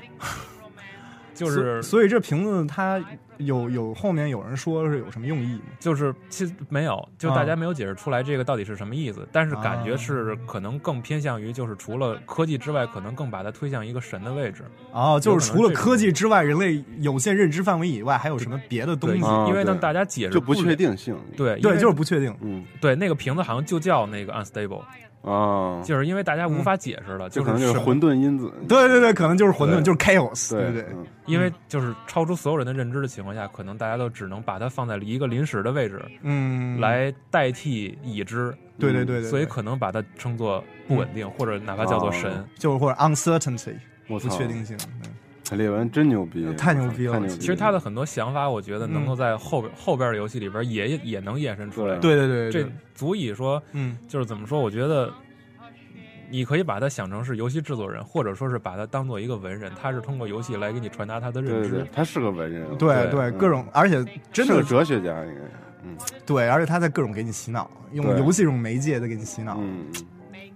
就是
所所以这瓶子它有有后面有人说是有什么用意吗？
就是其实没有，就大
哦
家没有解释出来这个到底是什么意思，但是感觉是可能更偏向于就是除了科技之外，可能更把它推向一个神的位置，
哦，就是
有可
除
能
了
这种
科技之外，人类有限认知范围以外，还有什么别的东
对
西？哦
啊，
因为呢
对
大家解释
就不
了
确，定性，
对因
对，
为
就是不确定。
嗯
对那个瓶子好像就叫那个 unstable，
啊，
就是因为大家无法解释了，
这
就
可能就是
什么
混沌因子，
对对对，可能就是混沌，
对
就是 chaos，对
对
不对？
嗯
因为就是超出所有人的认知的情况下，可能大家都只能把它放在了一个临时的位置
嗯，，
来代替已知，
对对对对，
所以
对
可能把它称作不稳定，或者哪怕叫做神
嗯哦。
就是或者 uncertainty
我
不
操，
确定性。对
列文真牛逼，
太牛逼了
太牛逼
其实他的很多想法，我觉得
嗯
能够在后边后边的游戏里边也也能衍生出来。
对
对对对，对
这足以说
嗯
就是怎么说？我觉得你可以把它想成是游戏制作人，或者说是把它当做一个文人，他是通过游戏来给你传达他的认
对对
知
对，。他是个文人，
对
对
对，
嗯
各种，而且真
是
的
个哲学家，应该是，嗯
对，而且他在各种给你洗脑，用
对
游戏这种媒介在给你洗脑。
嗯，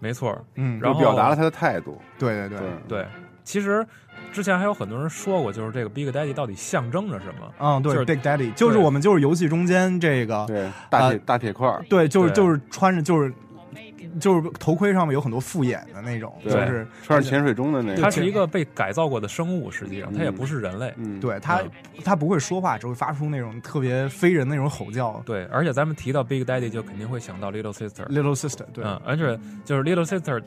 没错，
嗯，
然
就
后
表达了他的态度，
对对
对
对，
对。其实之前还有很多人说过，就是这个 Big Daddy 到底象征着什么？
嗯，对
就是
，Big Daddy 就是我们就是游戏中间这个，
对大铁大铁块儿，
对，就是
对
就是穿着就是就是头盔上面有很多复眼的那种，就
对
是
穿上潜水钟的那
它
个，
是一个被改造过的生物，实际上它也不是人类。
嗯，
对他他不会说话，只会发出那种特别非人的那种吼叫。
对，而且咱们提到 Big Daddy 就肯定会想到 Little Sister。
Little Sister，对，
嗯，而且就是 Little Sister，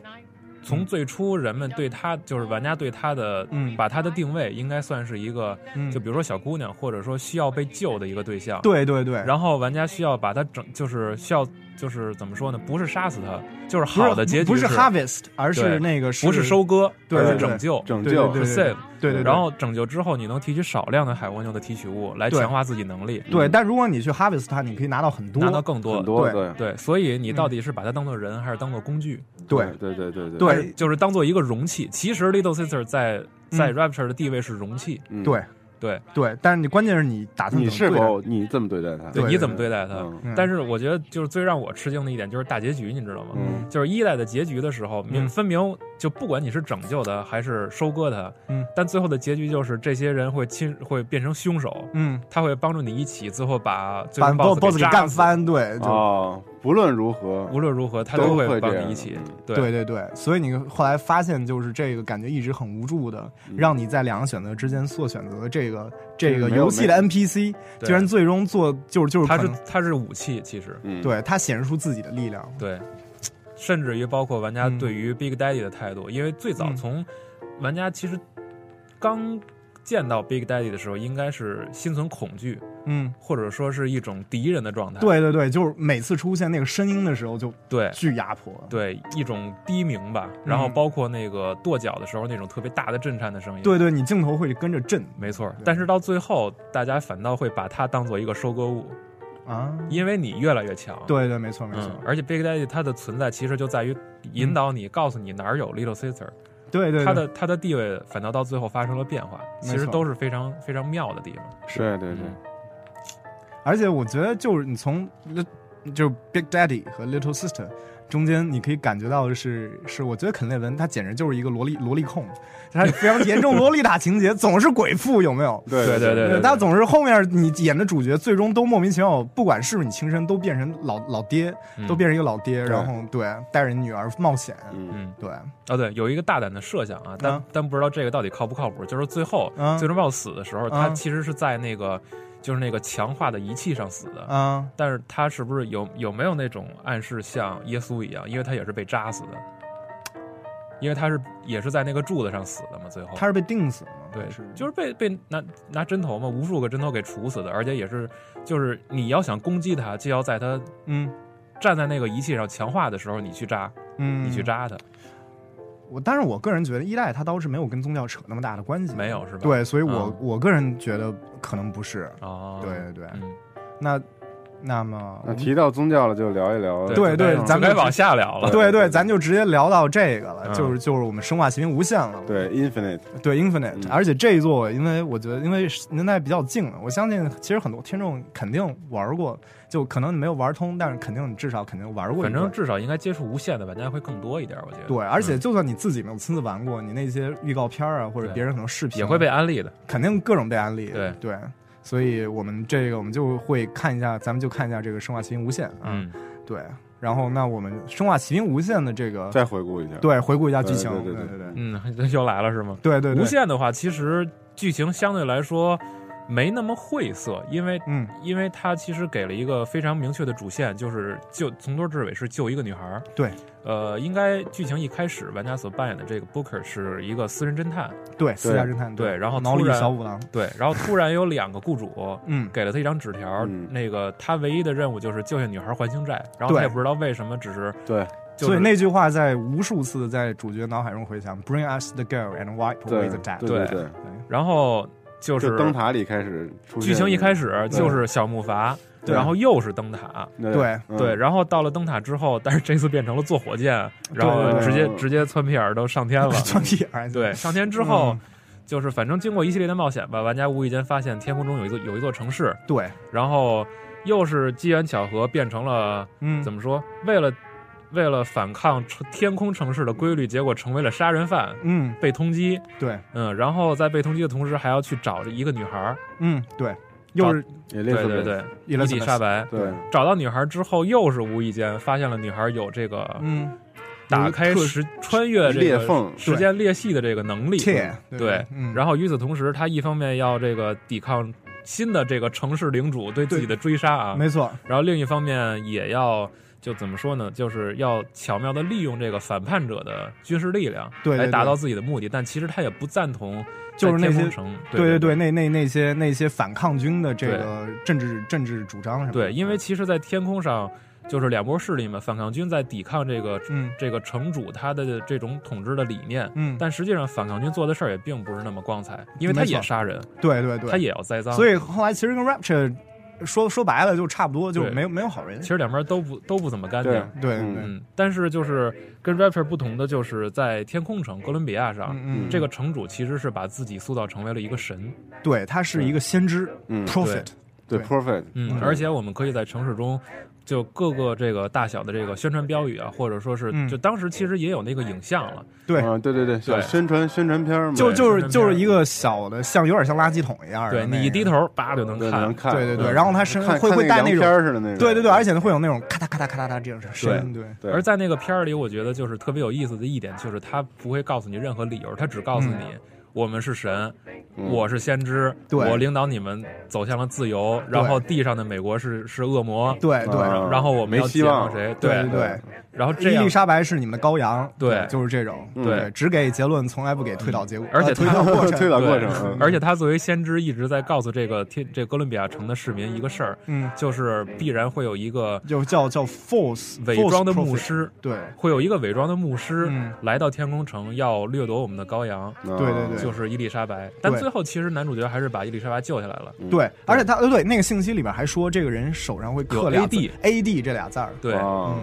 从最初人们对她，就是玩家对她的，
嗯
把她的定位应该算是一个，
嗯
就比如说小姑娘，或者说需要被救的一个对象。。
对对对，
然后玩家需要把她整，就是需要，就是怎么说呢？不是杀死她，就是
不是
好的结局
不
是
是 Harvest，而是
对
那个
不是收割，
对
而
对
是
对
拯救。
拯
对
救
对
是
对
save
对对，
然后拯救之后，你能提取少量的海蜗牛的提取物来
对
强化自己能力，
对，但如果你去 Harvest 它，你可以拿到很多，
拿到更多。
很多
对
对
对，所以你到底是把它当做人还是当做工具？
对
对对对对
对
就是当做一个容器。其实 Little Sister 在在
嗯
Rapture 的地位是容器，
嗯
对
对
对，但是你关键是你打算
你
怎么
是
对待
否你这么对待他？
对
你怎么对待它？
嗯
嗯
但是我觉得就是最让我吃惊的一点就是大结局，你知道吗？
嗯
就是一代的结局的时候，明
嗯
分明就不管你是拯救他还是收割他，
嗯
但最后的结局就是这些人会亲会变成凶手，
嗯，
他会帮助你一起，最后把最
把
终 boss
boss boss 给干
炸死。
翻，对，就
哦，不论如何，
无论如何，他
都
会
会
帮
这样
你一起
嗯。
对对对，所以你后来发现，就是这个感觉一直很无助的，
嗯
让你在两个选择之间做选择的这个这个
没有
游戏的 NPC，
对
居然最终做就是就是
他
可
是
能
他是武器，其实
嗯，
对他显示出自己的力量，
对，甚至于包括玩家
嗯
对于 Big Daddy 的态度，因为最早
嗯
从玩家其实刚见到 Big Daddy 的时候，应该是心存恐惧，
嗯，
或者说是一种敌人的状态，
对对对，就是每次出现那个声音的时候就
对
巨压迫，
对，一种低鸣吧。然后
嗯
包括那个跺脚的时候，那种特别大的震颤的声音，
对对，你镜头会跟着震
没错
对。
但是到最后，大家反倒会把它当做一个收割物，
啊，
因为你越来越强。。嗯
对对，没错没错
嗯，，而且 Big Daddy 它的存在其实就在于引导你，告诉你哪儿有 Little Sister，
对对，
他的他的地位反倒到最后发生了变化，其
没
实
错
都是非常非常妙的地方。
对对对，
而且我觉得就是你从 Lit- 就是 Big Daddy 和 Little Sister 中间，你可以感觉到的是是，我觉得肯列文他简直就是一个萝莉萝莉控，他非常严重萝莉塔情节，总是鬼父有没有？
对
对对对对
他总是后面你演的主角，最终都莫名其妙，不管是不是你亲生，都变成老老爹，
嗯
都变成一个老爹，然后对带着你女儿冒险，
嗯，
嗯，
对，
啊，对，有一个大胆的设想啊，但、
嗯
但不知道这个到底靠不靠谱。就是最后、
嗯
最终 BOSS 死的时候，他
嗯
其实是在那个就是那个强化的仪器上死的，
嗯，
但是他是不是有有没有那种暗示像耶稣一样，因为他也是被扎死的，因为他是也是在那个柱子上死的嘛，最后
他是被定死的吗？
对
是，
就是被被拿拿针头嘛，无数个针头给处死的，而且也是就是你要想攻击他，就要在他
嗯
站在那个仪器上强化的时候，你去扎，
嗯，
你去扎他，
我，但是我个人觉得一代他倒是没有跟宗教扯那么大的关系，
没有是吧？
对，所以我、
嗯
我个人觉得可能不是。
哦，
对对对，
嗯，
那那么
那提到宗教了，就聊一聊。
对对
就
咱们
该往下聊了。
对对，咱就直接聊到这个了，
嗯
就是就是我们《生化奇兵无限》了。
对，Infinite，
对 Infinite，、
嗯
而且这一座，因为我觉得因为年代比较近了，我相信其实很多听众肯定玩过，就可能你没有玩通，但是肯定你至少肯定玩过一
反
段。
正至少应该接触无限的玩家会更多一点，我觉得。
对，而且
嗯
就算你自己没有亲自玩过，你那些预告片啊，或者
对
别人可能视频
也会被安利的。
肯定各种被安利。
对
对，所以我们这个我们就会看一下，咱们就看一下这个《生化奇兵无限》啊，
嗯，
对。然后那我们《生化奇兵无限》的这个
再回顾一下。
啊对回顾一下剧
对
情，
对
对
对
对对
嗯， <laughs> 又来了是吗？
对对对
无限的话，其实剧情相对来说没那么晦涩，因为
嗯
因为它其实给了一个非常明确的主线，就是救从头至尾是救一个女孩儿。
对，
呃，应该剧情一开始玩家所扮演的这个 Booker 是一个私人侦探，
对私家侦探
对然后
毛利
突然
小五郎，
对，然后突然有两个雇主。
嗯
给了他一张纸条，
嗯
那个他唯一的任务就是救下女孩还清债，然后他
对
也不知道为什么，只是
对
就是
所以那句话在无数次在主角脑海中回响：“Bring us the girl and wipe
对
away the debt。”
对
对
对，
然后就
就是灯塔里开始出现
剧情一开始就是小木筏，
对
然后又是灯塔，
对
对。
嗯
对，然后到了灯塔之后，但是这次变成了坐火箭，然后
对
直接直接窜屁眼儿都上
<laughs>
天了
<laughs> 穿屁眼儿，
对，嗯上天之后，
嗯
就是反正经过一系列的冒险吧，玩家无意间发现天空中有一座有一座城市，
对，
然后又是机缘巧合变成了
嗯，
怎
么
么说？为了为了反抗城天空城市的规律，结果成为了杀人犯，
嗯
被通缉。
对
嗯，然后在被通缉的同时，还要去找一个女孩儿。
嗯对，又是
也类
对
似
对
于
对，
伊
伊丽莎白。
对
找到女孩之后，又是无意间发现了女孩有这个
嗯
打开时穿越这
裂
个
缝
时间裂隙的这个能力。
切
对，
嗯，
然后与此同时，他一方面要这个抵抗新的这个城市领主对自己的追杀啊，
没错，
然后另一方面也要。就怎么说呢？就是要巧妙的利用这个反叛者的军事力量，
对对对
来达到自己的目的。但其实他也不赞同
就是
在
那
天
些
空城，
对
对
对，那那那些那些反抗军的这个政治政治主张什么的，
对，因为其实，在天空上就是两波势力嘛，反抗军在抵抗这个、
嗯
这个城主他的这种统治的理念，
嗯，
但实际上反抗军做的事儿也并不是那么光彩，因为他
没错
也杀人，
对对对，
他也要栽赃，
所以后来其实跟 Rapture 说说白了就差不多，就是
对
没有没有好人
其。实两边都不都不怎么干净
对。
对对
嗯
对，
嗯，但是就是跟 Rapture 不同的，就是在天空城哥伦比亚上，
嗯嗯，
这个城主其实是把自己塑造成为了一个神，
对他是一个先知
嗯
prophet，
对
对
Prophet
嗯，而且我们可以在城市中，就各个这个大小的这个宣传标语啊，或者说是，
嗯
就当时其实也有那个影像了，
对
啊对对对小
对
宣传宣传片嘛
就就是
对
就是一个小的，像有点像垃圾桶一样的
对
嗯那个。
你一低头，叭就能
对
看
能。看
对对对
嗯
然后他身上
看
会
看
会带那
洋
种
片儿似的那种嗯
对对对，而且呢会有那种咔嗒咔嗒咔嗒嗒这种声音，对
对
而在那个片儿里，我觉得就是特别有意思的一点，就是他不会告诉你任何理由，他只告诉你。我们是神，
嗯
我是先知，
对
我领导你们走向了自由，然后地上的美国是是恶魔，
对对
啊
然后我们
没
要
希
解放
望
谁？
对对
然后
对，
这
伊
样
丽，莎白是你们的羔羊，
对
就是这种，
嗯
对
只给结论，从来不给推导结果，
嗯而且
呃推
他
<laughs>
导过
推
程，
导
对
过程，嗯
而且他作为先知一直在告诉这个天这哥伦比亚城的市民一个事儿，
嗯，
就是必然会有一个
就叫叫 false
伪装的牧，师，
对
会有一个伪装的牧师
嗯
来到天空城，要掠夺我们的羔羊，
对
<laughs> 对对对
就是伊丽莎白。但最后其实男主角还是把伊丽莎白救下来了。
嗯
对，而且他呃对那个信息里边还说这个人手上会刻
有
俩字
AD
AD 这俩字儿，
对，
啊
嗯，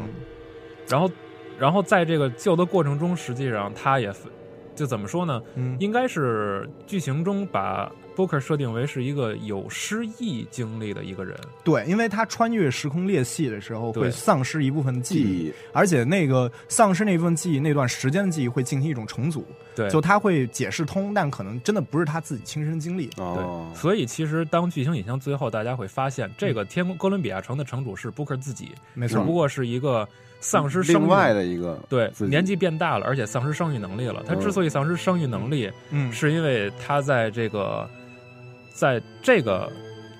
然后，然后在这个救的过程中，实际上他也分就怎么说
嗯
呢？
嗯
应该是剧情中把 Booker 设定为是一个有失忆经历的一个人。
对，因为他穿越时空裂隙的时候
对
会丧失一部分记
记
忆
忆，
而且那个丧失那部分记忆那段时间的记忆会进行一种重组，
对，
就他会解释通，但可能真的不是他自己亲身经历。
哦，
所以其实当剧情引向最后，大家会发现，这个天空哥伦比亚城的城主是 Booker 自己，
没
只
错
不过是一个丧失生
另
育
外的一个
对
自己嗯
年纪变大了，而且丧失生育能力了。他之所以丧失生育能力，
嗯，
是因为他在这个在这个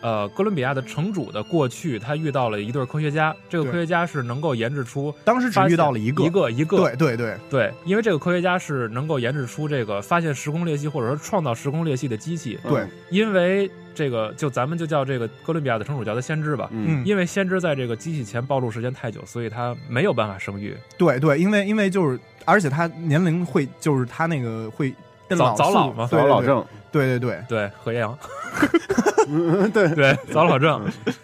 呃哥伦比亚的城主的过去，他遇到了一对科学家，这个
对
科学家是能够研制出
当时只
发现
遇到了一个
一个一个
对对对，
对，因为这个科学家是能够研制出这个发现时空裂隙或者说创造时空裂隙的机器，
嗯
对，
因为这个就咱们就叫这个哥伦比亚的城主叫他先知吧。
嗯
因为先知在这个机器前暴露时间太久，所以他没有办法生育，
对对，因为因为就是，而且他年龄会就是他那个会变
早
老
早
速
老
度
嘛
对
老
对
老
对
郑，
对对对，
对何爷
<laughs>
阳，
嗯对，
对早老症，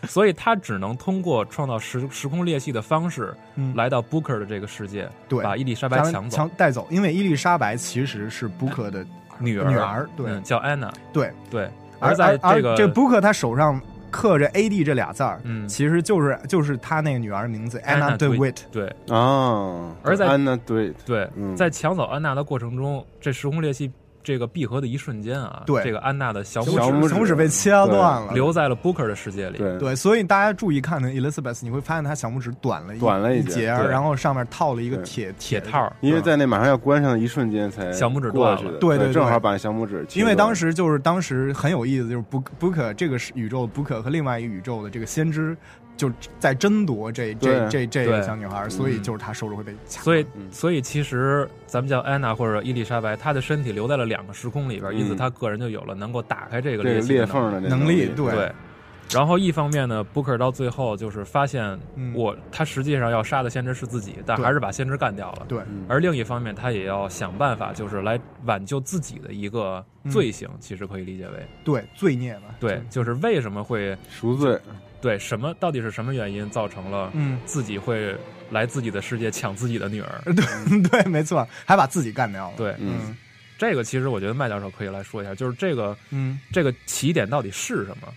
所以他只能通过创造时时空裂隙的方式
嗯
来到 Booker 的这个世界，
对
把伊丽莎白
咱们
抢走
强，带走，因为伊丽莎白其实是布克的
女儿
女儿，对
嗯，叫安娜，
对，
对，
而
在
而
个
而这布克他手上刻着 AD 这俩字儿，
嗯
其实就是就是他那个女儿的名字
Anna
Anna DeWitt，
对
啊，
而在
安娜对，
对，
嗯
在抢走安娜的过程中，这时空裂隙这个闭合的一瞬间啊，
对
这个安娜的小
小
拇
拇
指
指
手指被切断了，
留在了 Booker 的世界里，
对，
对，所以大家注意看那 Elizabeth，你会发现她小拇指短了一
短了一
一
截
截
对
儿，然后上面套了一个
对
铁
铁套儿，
因为在那马上要关上的一瞬间才
小拇指
过
断
去
了
的，
对对对
正好把小拇指切断，
因为当时就是当时很有意思，就是 Book Book 这个是宇宙 Book 和另外一个宇宙的这个先知就在争夺这这
对
这这个
对
小女孩，所以就是她手指会被掐。
所以，
嗯
所以其实咱们叫安娜或者伊丽莎白，她的身体留在了两个时空里边，
嗯
因此她个人就有了能够打开这个
这个
隙的
裂缝的那
能力
力，
对
能力。对。然后一方面呢，Booker 到最后就是发现
嗯
我、他实际上要杀的先知是自己，但
对
还是把先知干掉了。
对
嗯
而另一方面，他也要想办法，就是来挽救自己的一个罪行，其实可以理解为，
对罪孽嘛，
对，
嗯
就是为什么会
赎罪，
对什么到底是什么原因造成了
嗯，
自己会来自己的世界抢自己的女儿？
<laughs> 对对，没错，还把自己干掉了。，
对，
嗯
嗯
这个其实我觉得麦教授可以来说一下，就是这个
嗯，
这个起点到底是什么？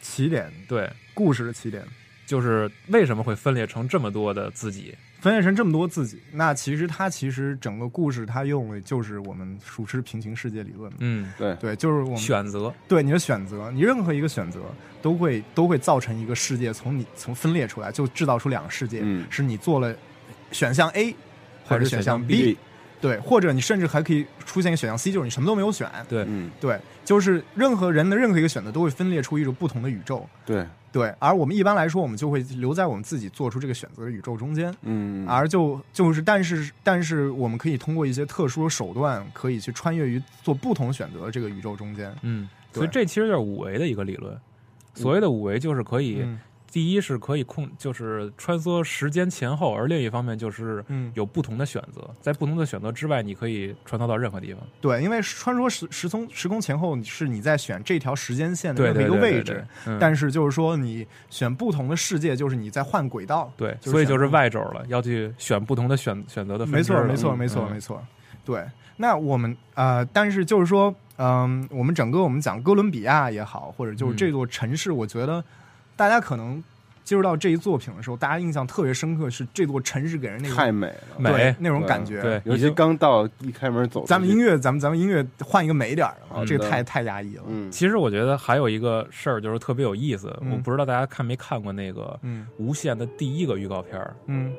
起点
对，
故事的起点，
就是为什么会分裂成这么多的自己？
分裂成这么多自己，那其实它其实整个故事它用的就是我们熟知平行世界理论嘛。
嗯，
对，
对，就是我们
选择，
对你的选择，你任何一个选择都会都会造成一个世界从你从分裂出来，就制造出两个世界，
嗯
是你做了选项 A
还
或
是
者选项
选项
B，对，或者你甚至还可以出现一个选项 C，就是你什么都没有选，
对，
嗯，
对，就是任何人的任何一个选择都会分裂出一种不同的宇宙，
对，
对，而我们一般来说，我们就会留在我们自己做出这个选择的宇宙中间。
嗯，
而就就是，但是但是，我们可以通过一些特殊的手段，可以去穿越于做不同选择的这个宇宙中间。
嗯，
对
所以这其实就是五维的一个理论。所谓的五维就是可以，
嗯
第一是可以控，就是穿梭时间前后，而另一方面就是
嗯
有不同的选择，在不同的选择之外，你可以穿梭到任何地方。
对，因为穿梭时时空时空前后是你在选这条时间线的
对
任
对
何
对
一个
对对
位置，
嗯
但是就是说你选不同的世界，就是你在换轨道。
对，
就是
所以就是
选
外轴了，要去选不同的选选择的分
没
支
错，
了。
没错，没错，
嗯
没错。对，那我们呃，但是就是说，嗯、我们整个我们讲哥伦比亚也好，或者就是
嗯
这座城市，我觉得大家可能接触到这一作品的时候，大家印象特别深刻是这座城市给人那种
太美了，
美
对那种
对
感觉。
对
尤
已
其
经
刚到一开门走，
咱们音，乐，咱们咱们音乐换一个美一点儿的啊，
嗯
这个太太压抑了。
嗯，
其实我觉得还有一个事儿就是特别有意思，
嗯
我不知道大家看没看过那个《
嗯
无限》的第一个预告片儿。
嗯，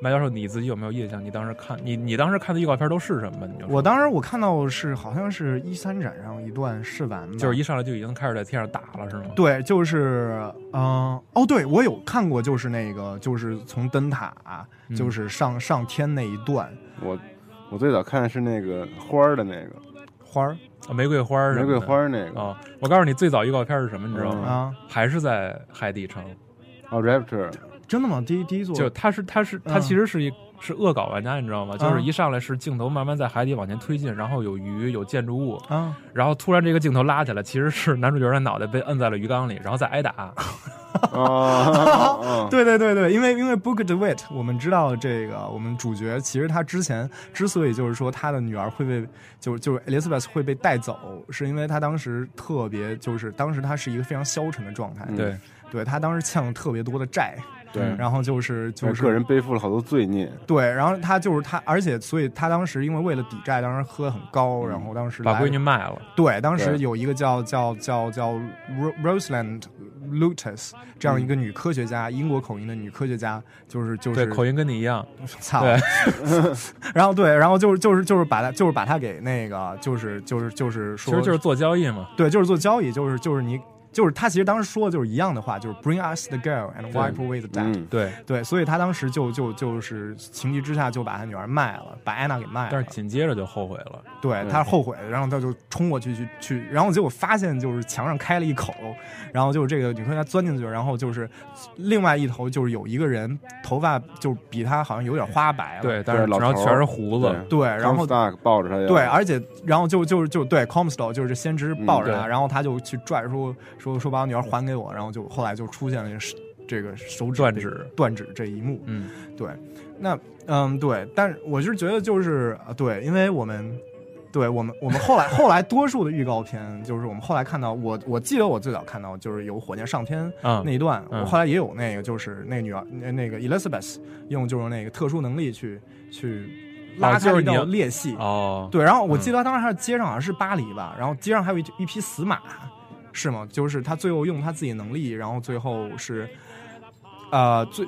麦教授，你自己有没有印象？你当时看你你当时看的预告片都是什么？你就说
我当时我看到是好像是一三展上一段试玩吧，
就是一上来就已经开始在天上打了，是吗？
对，就是嗯、呃哦，对我有看过，就是那个就是从灯塔、
嗯
就是上上天那一段
我我最早看的是那个花儿的那个
花儿
啊玫瑰花儿什
玫
么的，
瑰花儿那个
啊！我告诉你，最早预告片是什么，你知道
嗯
吗？
啊，
还是在海底城，
哦 Raptor，
<laughs> 真的吗？第一第一座
就它是它是它
嗯
其实是一是恶搞玩家，你知道吗？就是一上来是镜头慢慢在海底往前推进，然后有鱼有建筑物，
啊，
然后突然这个镜头拉起来，其实是男主角的脑袋被摁在了鱼缸里，然后再挨打。
哦
对对对对，因为因为 Book DeWitt，我们知道这个，我们主角其实他之前之所以就是说他的女儿会被，就是就是 Elizabeth 会被带走，是因为他当时特别就是当时他是一个非常消沉的状态，
对
对他当时欠了特别多的债，
对
然后就是就是
个人背负了好多罪孽，
对，然后他就是他，而且所以他当时因为为了抵债，当时喝得很高，然后当时
嗯把
来
闺女卖了。
对，当时有一个叫叫叫叫 Ro- Rosalind Lucas 这样一个女科学家，英国口音的女科学家，就是就
嗯
是
对，口音跟你一样。
操
对，
<laughs> 然后对，然后就是就是就是把她就是把她给那个就是就是就是
其
说，
实就是做交易嘛。
对，就是做交易，就是就是你就是他其实当时说的就是一样的话，就是 Bring us the girl and wipe away the debt。
嗯，
对，
对，所以他当时就就就是情急之下就把他女儿卖了，把安娜给卖了。
但是紧接着就后悔了。
对他后悔，然后他就冲过去去去，然后结果发现就是墙上开了一口，然后就是这个女科学家钻进去，然后就是另外一头就是有一个人头发就是比他好像有点花白了，
对，但是
老
然后
头儿
全是胡子。
对
对，然后
Comstock 抱着他，
对，，而且然后就就就对 Comstock 就是先知抱着
嗯
他，
对
然后他就去拽说说说把我女儿还给我，然后就后来就出现了这个手这个手指
断
被
指
断指这一幕，
嗯，
对，那嗯对，但是我是觉得就是呃对，因为我们。对我们，我们后来后来多数的预告片，就是我们后来看到，我我记得我最早看到就是有火箭上天
嗯
那一段，
嗯
我后来也有那个就是那个女儿那那个 Elizabeth 用就是那个特殊能力去去拉
哦就
开
是
一
你要
道裂隙，
哦，
对，然后我记
嗯
得他当时还是街上好像是巴黎吧，然后街上还有一一匹死马，是吗？就是他最后用他自己能力，然后最后是，呃，最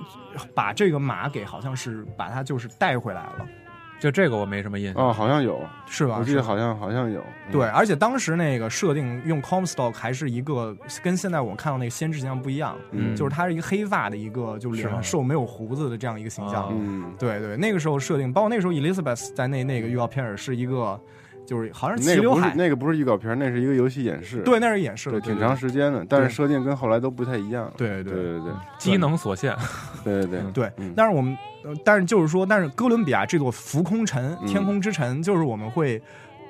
把这个马给好像是把它就是带回来了，
就这个我没什么印象。
哦，好像有，
是吧？
我记
是
得
吧
好像好像有，嗯
对，，而且当时那个设定用 Comstock 还是一个跟现在我看到那个先知形象不一样，
嗯
就是他是一个黑发的一个，就是脸
是吗
上瘦没有胡子的这样一个形象，
哦
嗯，
对对，那个时候设定，包括那时候 Elizabeth 在那那个预告片儿是一个，就是好像是齐
那个
刘
不
海，
是那个不是预告片，那是一个游戏演示，
对，那是演示
对，
的，
挺
对
长。时间的，但是
对
设定跟后来都不太一样，
对
对
对
对对
机能所限，
对对对
对对
嗯
但是我们，呃但是就是说，但是哥伦比亚这座浮空城、
嗯
天空之城，就是我们会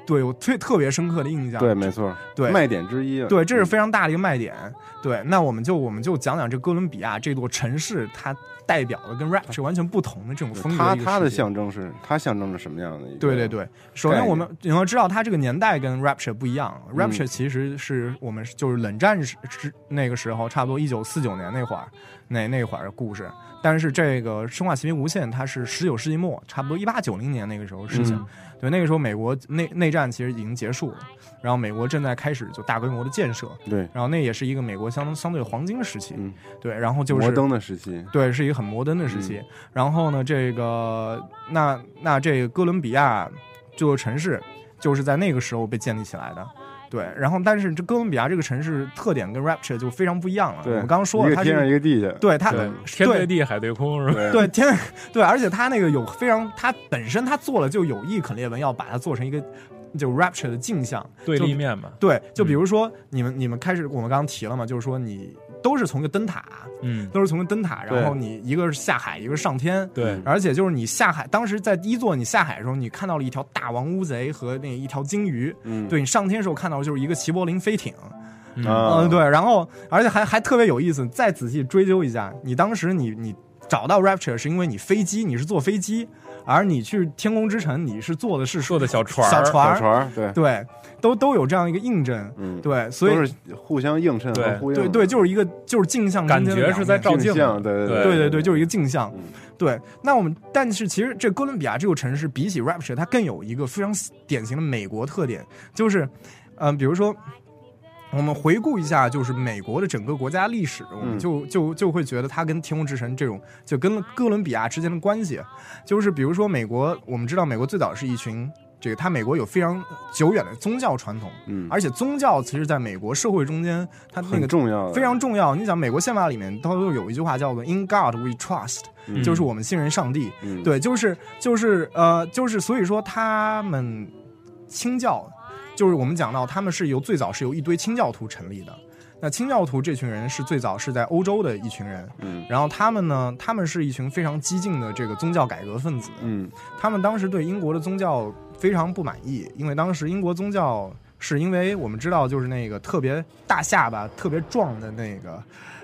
对有特特别深刻的印象。
对，没错，
对
卖点之一啊，
对，这是
嗯
非常大的一个卖点。对，那我们就我们就讲讲这哥伦比亚这座城市，它代表的跟 rap 是完全不同的这种风格
它
一个
它的
世界
象征是它象征着什么样的一个？
对对，对，首
概
先
念
我们你要知道，它这个年代跟 Rapture 不一样
嗯
，Rapture 其实是我们就是冷战时之那个时候，差不多一九四九年那会儿，那那会儿的故事。但是这个《生化奇兵：无限》它是十九世纪末，差不多一八九零年那个时候事情。
嗯
对，那个时候美国内内战其实已经结束了，然后美国正在开始就大规模的建设，
对，
然后那也是一个美国相当相对黄金时期。
嗯，
对，然后就是
摩登的时期，
对，是一个很摩登的时期。然后呢，这个那那这个哥伦比亚这座城市就是在那个时候被建立起来的。对，然后但是这哥伦比亚这个城市特点跟 Rapture 就非常不一样了。我
对，
们刚刚说
一
了，
个
它
天上一
是
个地下，
对它
对
对
天对地，海对空是吧？
对
对天对，而且它那个有非常，它本身它做了就有意可列文要把它做成一个就 Rapture 的镜像，
对
就
立面嘛。
对，就比如说你们你们开始我们刚刚提了嘛，就是说你都是从一个灯塔，
嗯，
都是从一个灯塔，然后你一个是下海，一个是上天。
对，
而且就是你下海，当时在一座你下海的时候，你看到了一条大王乌贼和那一条鲸鱼。
嗯，
对你上天的时候看到的就是一个齐柏林飞艇，
嗯
啊，
嗯，对，然后而且还还特别有意思。再仔细追究一下，你当时你你找到 Rapture 是因为你飞机，你是坐飞机，而你去天空之城，你是坐的是
坐的小船儿
小船
小
儿，
船儿，对，
对，都都有这样一个印证，
嗯，
对，所以
都是互相映衬
对
和呼应，
对对，就是一个就是镜像
感
中间的
觉
两
是在
面
照
镜
镜
像，
嘛。
对
对
对对对，就是一个镜像。
嗯
对，那我们但是其实这哥伦比亚这座城市比起 Rapture，它更有一个非常典型的美国特点，就是，嗯、比如说。我们回顾一下，就是美国的整个国家历史，我
嗯
们就就就会觉得它跟天空之城这种，就跟哥伦比亚之间的关系，就是比如说美国，我们知道美国最早是一群这个，它美国有非常久远的宗教传统，
嗯
而且宗教其实在美国社会中间，它那
很
个
重要的，
非常重要。你想，美国宪法里面它都有一句话叫做 “In God We Trust”，、
嗯
就是我们信任上帝。
嗯
对，就是就是呃，就是所以说他们清教，就是我们讲到他们是由最早是由一堆清教徒成立的。那清教徒这群人是最早是在欧洲的一群人，
嗯
然后他们呢，他们是一群非常激进的这个宗教改革分子，
嗯
他们当时对英国的宗教非常不满意，因为当时英国宗教是因为我们知道就是那个特别大下巴、特别壮的那个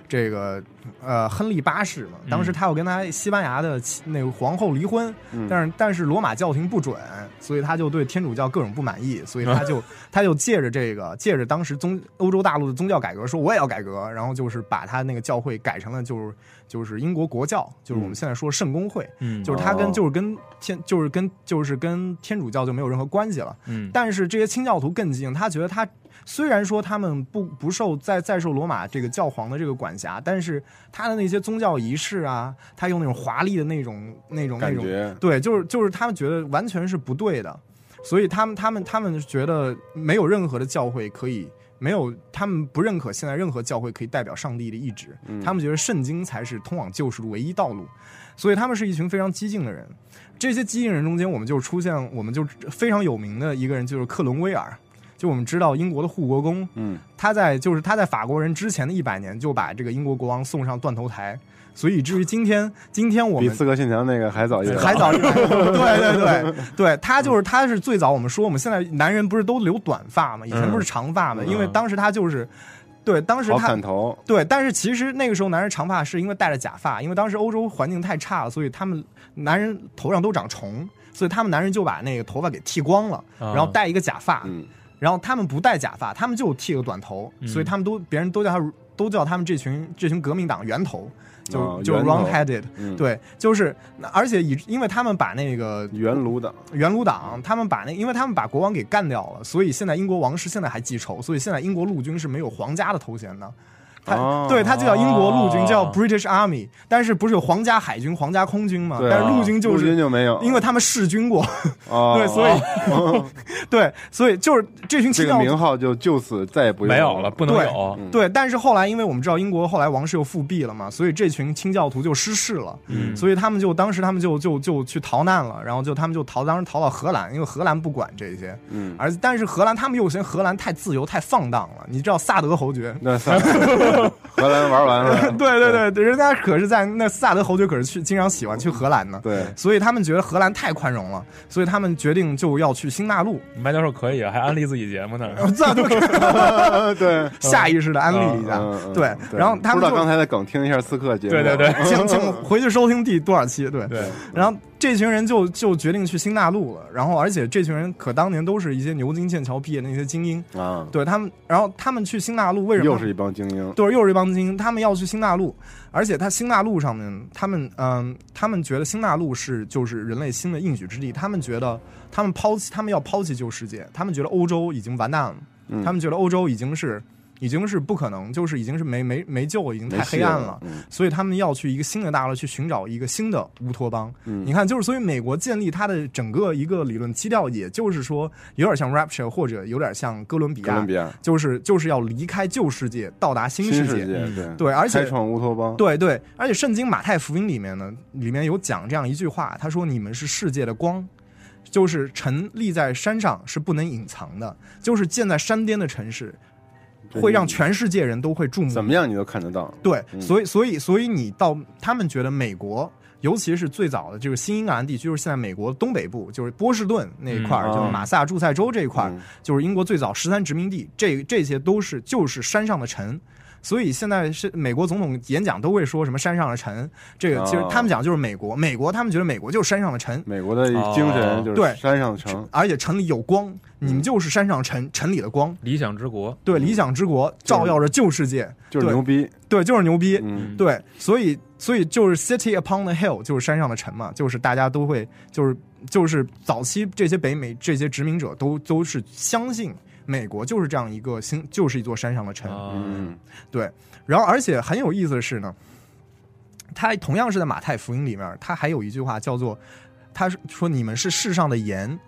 这个呃亨利八世嘛，当时他要跟他西班牙的妻那个皇后离婚，
嗯
但是但是罗马教廷不准，所以他就对天主教各种不满意，所以他就、他就借着这个借着当时宗欧洲大陆的宗教改革，说我也要改革，然后就是把他那个教会改成了就是就是英国国教，就是我们现在说圣公会，
嗯
就是他跟
哦
就是跟天就是跟就是跟天主教就没有任何关系了。
嗯，
但是这些清教徒更激进，他觉得他虽然说他们不不受再再受罗马这个教皇的这个管辖，但是他的那些宗教仪式啊，他用那种华丽的那种那种那
感
种，
觉
对，就是就是他们觉得完全是不对的，所以他们他们他们觉得没有任何的教会可以。没有，他们不认可现在任何教会可以代表上帝的意志，他们觉得圣经才是通往救赎的唯一道路，所以他们是一群非常激进的人。这些激进人中间，我们就出现，我们就非常有名的一个人就是克伦威尔，就我们知道英国的护国公，
嗯，
他在就是他在法国人之前的一百年就把这个英国国王送上断头台，所以以至于今天，今天我
比
们
《刺客信条》那个还早一点。
还早一百年，
<laughs>
对对对对，他就是他是最早我们说我们现在男人不是都留短发嘛，以前不是长发嘛，因为当时他就是。对，当
嗯
时
好
他
砍头，
对，但是其实那个时候男人长发是因为戴着假发，因为当时欧洲环境太差了，所以他们男人头上都长虫，所以他们男人就把那个头发给剃光了，
啊
然后戴一个假发，
嗯，
然后他们不戴假发，他们就剃个短头，所以他们都别人都叫他都叫他们这群这群革命党源头，就、
哦
就
源头
wrong headed，、
嗯
对，就是而且以因为他们把那个
原炉党，
元鲁党，他们把那，因为他们把国王给干掉了，所以现在英国王室现在还记仇，所以现在英国陆军是没有皇家的头衔的。他、
哦
对他就叫英国陆军，
哦
叫 British Army，但是不是有皇家海军、皇家空军吗？
对啊
但是陆军 <laughs> 就
陆军
是，
就没有，
因为他们弑军过，
哦
<laughs> 对，所以、
哦
<laughs> 对，所以就是这群
这
清
个
教
名号就就此再也不用
没有了，不能有。
嗯
对，但是后来因为我们知道英国后来王室又复辟了嘛，所以这群清教徒就失势了，
嗯
所以他们就当时他们就就就去逃难了，然后就他们就逃，当时逃到荷兰，因为荷兰不管这些，
嗯
而但是荷兰他们又嫌荷兰太自由太放荡了，你知道萨德侯爵。
那算了 <laughs> 荷兰玩完了，
<laughs> 对对对，人家可是在那萨德侯爵可是去经常喜欢去荷兰呢，
对
所以他们觉得荷兰太宽容了，所以他们决定就要去新大 <laughs> 陆，
麦教授可以啊，还安利自己节目呢。
<laughs>
这就
<laughs> 对，
下意识的安利一下
嗯，嗯
对，然后他
不知
们
道
就
刚才的梗，听一下刺客节目，
对对对，
<laughs> 请
嗯
请回去收听第多少期？对
对。
然后这群人就就决定去新大陆了，然后而且这群人可当年都是一些牛津、剑桥毕业的那些精英，
啊，
对他们，然后他们去新大陆为什么？嗯
又是一帮精英，
对，又是一帮精英，他们要去新大陆，而且他新大陆上面，他们嗯、他们觉得新大陆是就是人类新的应许之地，他们觉得他们抛弃，他们要抛弃旧世界，他们觉得欧洲已经完蛋了，
嗯
他们觉得欧洲已经是已经是不可能，就是已经是没没没救，已经
没
太
戏
黑暗
了
了，
嗯
所以他们要去一个新的大陆去寻找一个新的乌托邦。
嗯
你看，就是所以美国建立它的整个一个理论基调，也就是说有点像 Rapture 或者有点像哥伦比
哥
亚，
伦比亚
就是就是要离开旧世界，到达新
世
世界。嗯
对
对，而
开
且
创乌托邦，
对对，而且圣经马太福音里面呢，里面有讲这样一句话，他说：“你们是世界的光。”就是城立在山上是不能隐藏的，就是建在山巅的城市，
对
会让全世界人都会注目。
怎么样你都看得到，
对，
嗯
所以所以所以你到他们觉得美国，尤其是最早的这个新英格兰地区，就是现在美国东北部，就是波士顿那一块儿，
嗯
就是马萨诸塞州这一块儿，
嗯
就是英国最早十三殖民地，这这些都是就是山上的城。所以现在是美国总统演讲都会说什么山上的城，这个其实
哦
他们讲就是美国，美国他们觉得美国就是山上的城，
美国的精
哦
神就是
对
山上城，
而且城里有光，你
嗯
们就是山上城，城里的光，
理想之国，
对，理想之国照耀着旧世界，
就是
对
牛逼，
对，就是牛逼，
嗯，
对，所以所以就是 city upon the hill，就是山上的城嘛，就是大家都会，就是就是早期这些北美这些殖民者都都是相信美国就是这样一个新，就是一座山上的城。
啊
嗯，
对，然后而且很有意思的是呢，他同样是在马太福音里面，他还有一句话叫做，他说你们是世上的盐，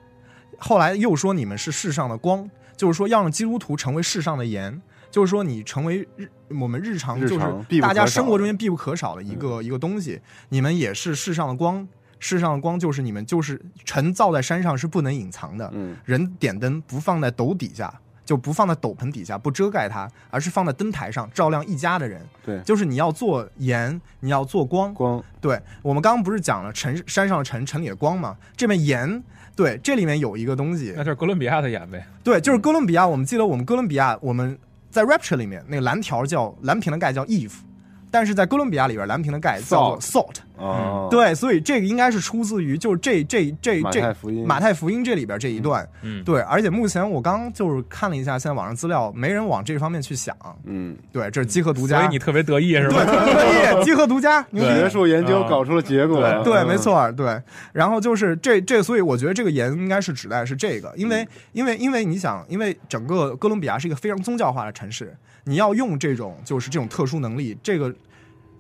后来又说你们是世上的光，就是说要让基督徒成为世上的盐。就是说，你成为日我们日常
日
就
常必
是
不可
大家
少
生活
的嗯
中间必不可少的一个、一个东西。你们也是世上的光，世上的光就是你们就是尘造在山上是不能隐藏的。
嗯
人点灯不放在斗底下，就不放在斗篷底下，不遮盖它，而是放在灯台上，照亮一家的人。
对
就是你要做盐，你要做光。
嗯光
对我们刚刚不是讲了城山上的城，城里的光嘛？这边盐，对，这里面有一个东西
那，就是哥伦比亚的眼呗。
对，就是哥伦比亚。我们记得我们哥伦比亚，我们在 Rapture 里面那个蓝条叫蓝瓶的盖叫 Eve。但是在哥伦比亚里边，蓝瓶的钙叫做 salt。
哦，
嗯对，所以这个应该是出自于就是这这这
马
这
太福音
马太福音这里边这一段。
嗯，
对，而且目前我刚就是看了一下现在网上资料，没人往这方面去想。
嗯，
对，这是机核独
所
家，
以你特别得意是
对，
吧？
可以机核独家， <laughs> 牛逼。
学术研究
嗯
搞出了结果，
啊对，
嗯
没，错儿，对。然后就是这这，所以我觉得这个盐应该是指代是这个，因为因为因为你想，因为整个哥伦比亚是一个非常宗教化的城市，你要用这种就是这种特殊能力，这个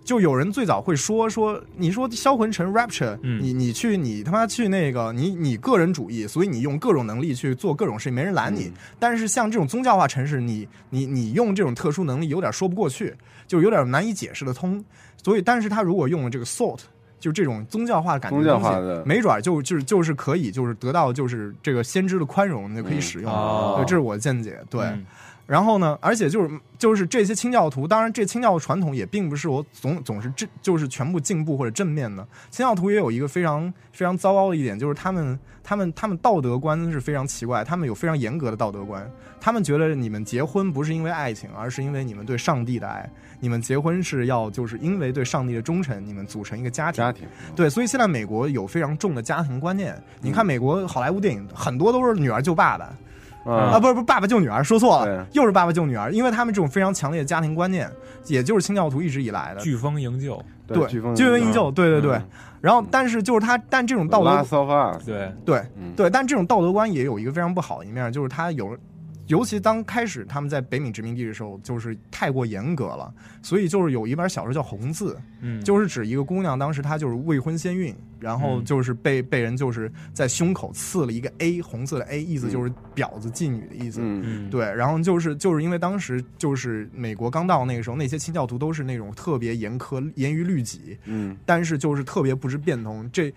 就有人最早会说说，你说销魂城 Rapture，、
嗯
你你去你他妈去那个你你个人主义，所以你用各种能力去做各种事情，没人拦你。但是像这种宗教化城市，你你你用这种特殊能力有点说不过去，就有点难以解释的通。所以，但是他如果用了这个 salt，就这种宗教化的感觉的东西，
宗教化的
没准儿就就是就是可以就是得到就是这个先知的宽容，你就可以
嗯
使用。
哦
对，这是我的见解。对。
嗯
然后呢，而且就是就是这些清教徒，当然这清教传统也并不是我总总是正就是全部进步或者正面的。清教徒也有一个非常非常糟糕的一点，就是他们他们他们道德观是非常奇怪，他们有非常严格的道德观。他们觉得你们结婚不是因为爱情，而是因为你们对上帝的爱。你们结婚是要就是因为对上帝的忠诚，你们组成一个家庭。
家庭，嗯
对，所以现在美国有非常重的家庭观念。你看美国好莱坞电影很多都是女儿救爸爸，啊，
啊，
不是不是，爸爸救女儿，说错了
对，
又是爸爸救女儿，因为他们这种非常强烈的家庭观念，也就是清教徒一直以来的，
飓风营救，
对，
飓风
飓风营救，对对对。
嗯
然后，但是就是他，但这种道
拉
德，
骚发，
对，
对
嗯
对，但这种道德观也有一个非常不好的一面，就是他有。尤其当开始他们在北美殖民地的时候，就是太过严格了，所以就是有一本小说叫《红字》，
嗯，
就是指一个姑娘，当时她就是未婚先孕，然后
嗯
就是被被人就是在胸口刺了一个 A 红色的 A，意思就是婊子妓女的意思。
嗯，
嗯，
对，然后就是就是因为当时就是美国刚到那个时候，那些清教徒都是那种特别严苛、严于律己，
嗯，
但是就是特别不知变通，这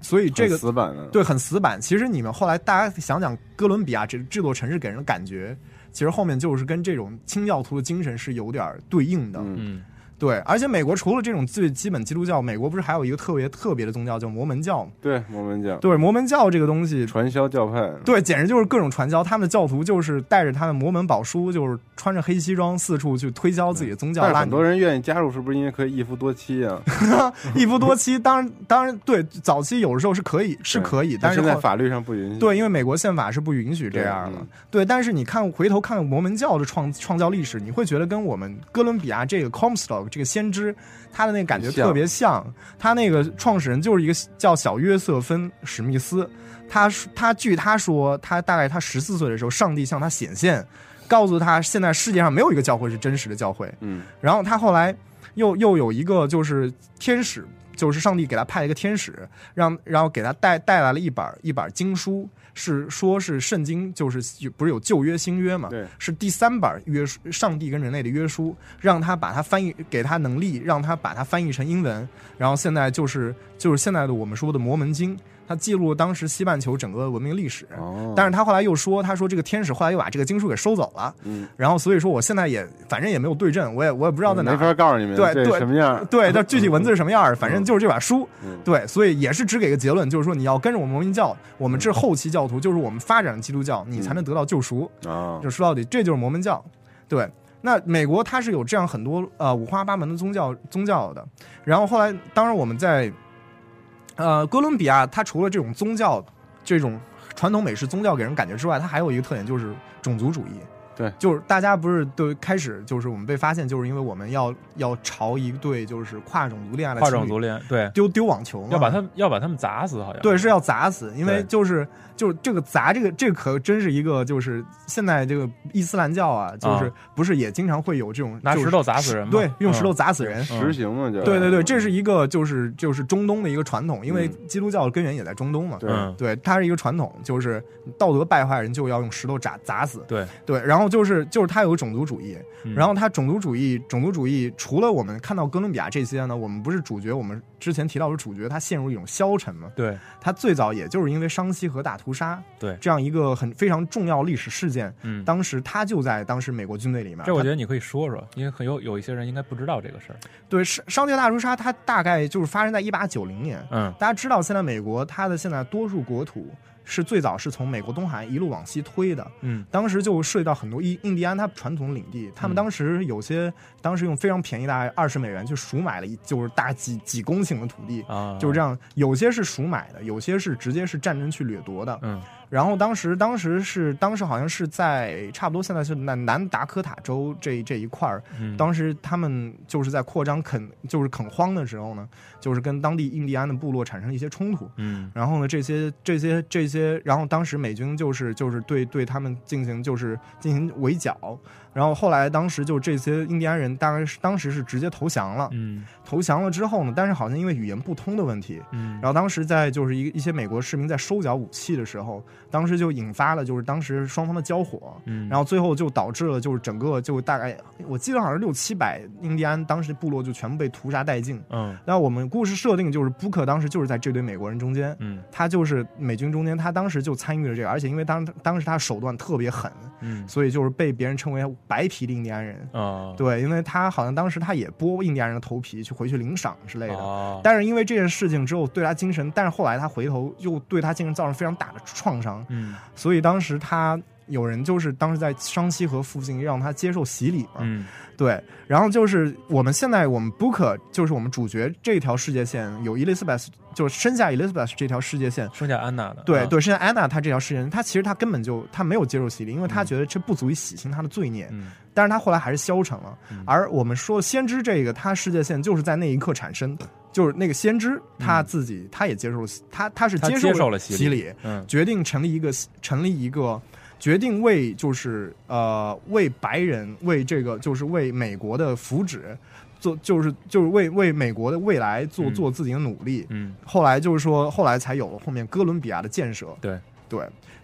所以这
很
个
死板的，
对很死板。其实你们后来大家想想哥伦比亚这这座城市给人的感觉，其实后面就是跟这种清教徒的精神是有点儿对应的。
嗯
嗯，
对，而且美国除了这种最基本基督教，美国不是还有一个特别特别的宗教叫摩门教吗？
对，我们讲
对，摩门教这个东西，
传销教派，
对，简直就是各种传销。他们的教徒就是带着他们摩门宝书，就是穿着黑西装四处去推销自己的宗教，
嗯但是
拉
很
你
多人愿意加入，是不是因为可以一夫多妻啊？
一夫多妻。当然，当然，对，早期有的时候是可以，是可以， <laughs> 但是
现在
后
法律上不允许。
对，因为美国宪法是不允许这样的
对嗯。
对，但是你看回头看摩门教的创创教历史，你会觉得跟我们哥伦比亚这个 Comstock 这个先知，他的那个感觉
很像
特别像。他那个创始人就是一个叫小约瑟芬史密斯，他他据他说，他大概他十四岁的时候，上帝向他显现，告诉他现在世界上没有一个教会是真实的教会。
嗯，
然后他后来又又有一个就是天使，就是上帝给他派了一个天使，让然后给他带带来了一本一本经书，是说是圣经，就是不是有旧约新约嘛？
对，
是第三本约书，上帝跟人类的约书，让他把它翻译，给他能力，让他把它翻译成英文，然后现在就是就是现在的我们说的摩门经，它记录了当时西半球整个文明历史。
哦，
但是他后来又说，他说这个天使后来又把这个经书给收走了，
嗯，
然后所以说我现在也反正也没有对证，我也我也不知道在哪
没
儿
法告诉你们
对
这
对
什么样儿，
对，但具体文字是什么样儿，反正就是这把书。
<laughs> 嗯
对，所以也是只给个结论，就是说你要跟着我们摩门教，我们这后期教徒，就是我们发展的基督教，你才
嗯
能得到救赎。
啊
就，说到底，这就是摩门教。对，那美国它是有这样很多呃五花八门的宗教宗教的。然后后来，当然我们在呃哥伦比亚，它除了这种宗教这种传统美式宗教给人感觉之外，它还有一个特点就是种族主义。
对
就是大家不是都开始就是我们被发现，就是因为我们要要朝一对就是跨种族恋爱的
跨
情
种
侣
族恋，对，
丢丢网球嘛，
要把他们要把他们砸死，好像
对，是要砸死，因
对
为就是就是这个砸这个这个可真是一个就是现在这个伊斯兰教啊，就是
啊
不是也经常会有这种
拿
就是
石头砸死人吗
对，用
嗯
石头砸死人。
实行嘛，就
嗯对对对，这是一个就是就是中东的一个传统，因为
嗯
基督教的根源也在中东嘛。
对
嗯，
对，它是一个传统，就是道德败坏人就要用石头砸砸死。
对
对，然后就是就是它有种族主义，
嗯
然后它种族主义，种族主义除了我们看到哥伦比亚这些呢，我们不是主角，我们之前提到的主角，他陷入一种消沉嘛。
对
它最早也就是因为商西河大屠杀
对，
这样一个很非常重要历史事件，
嗯，
当时他就在当时美国军队里面。
这我觉
它
得你可以说说，因为很有有一些人应该不知道这个事儿，
对商商界大屠杀，它大概就是发生在一八九零年。
嗯
大家知道，现在美国它的现在多数国土是最早是从美国东海岸一路往西推的，
嗯，
当时就涉及到很多印印第安它传统领地，他们当时有些当时用非常便宜的二十美元去赎买了一就是大几几公顷的土地，
啊，
就是这样，有些是赎买的，有些是直接是战争去掠夺的，
嗯
然后当时当时是当时好像是在差不多现在是南南达科塔州这这一块儿，
嗯
当时他们就是在扩张垦就是垦荒的时候呢，就是跟当地印第安的部落产生了一些冲突。
嗯
然后呢，这些这些这些，然后当时美军就是就是对对他们进行就是进行围剿，然后后来当时就这些印第安人大概是当时是直接投降了，
嗯
投降了之后呢，但是好像因为语言不通的问题，
嗯
然后当时在就是一一些美国市民在收缴武器的时候，当时就引发了就是当时双方的交火，
嗯
然后最后就导致了就是整个就大概我记得好像六七百印第安当时部落就全部被屠杀殆尽。
嗯
那我们故事设定就是布克当时就是在这堆美国人中间，
嗯
他就是美军中间，他当时就参与了这个，而且因为当当时他手段特别狠，
嗯
所以就是被别人称为白皮的印第安人。
啊，
对，因为他好像当时他也剥印第安人的头皮去回去领赏之类的，
哦，
但是因为这件事情之后对他精神，但是后来他回头又对他精神造成非常大的创伤，
嗯
所以当时他有人就是当时在双溪河附近让他接受洗礼嘛，
嗯
对，然后就是我们现在我们 Booker 就是我们主角这条世界线有 Elizabeth 就是生下 Elizabeth 这条世界线。
剩下安娜的，
对
啊，
对，生下安娜她这条世界线，她其实她根本就她没有接受洗礼，因为她
嗯
觉得这不足以洗清她的罪孽。
嗯
但是他后来还是消沉了。
嗯
而我们说先知这个，他世界线就是在那一刻产生，就是那个先知他自己，他也接受了，他他是
嗯他
受
接受了
了
洗
礼，
礼嗯
决定成立一个成立一个。决定为就是呃为白人为这个就是为美国的福祉做就是就是为为美国的未来做
嗯
做自己的努力，
嗯
后来就是说后来才有了后面哥伦比亚的建设，
对
对，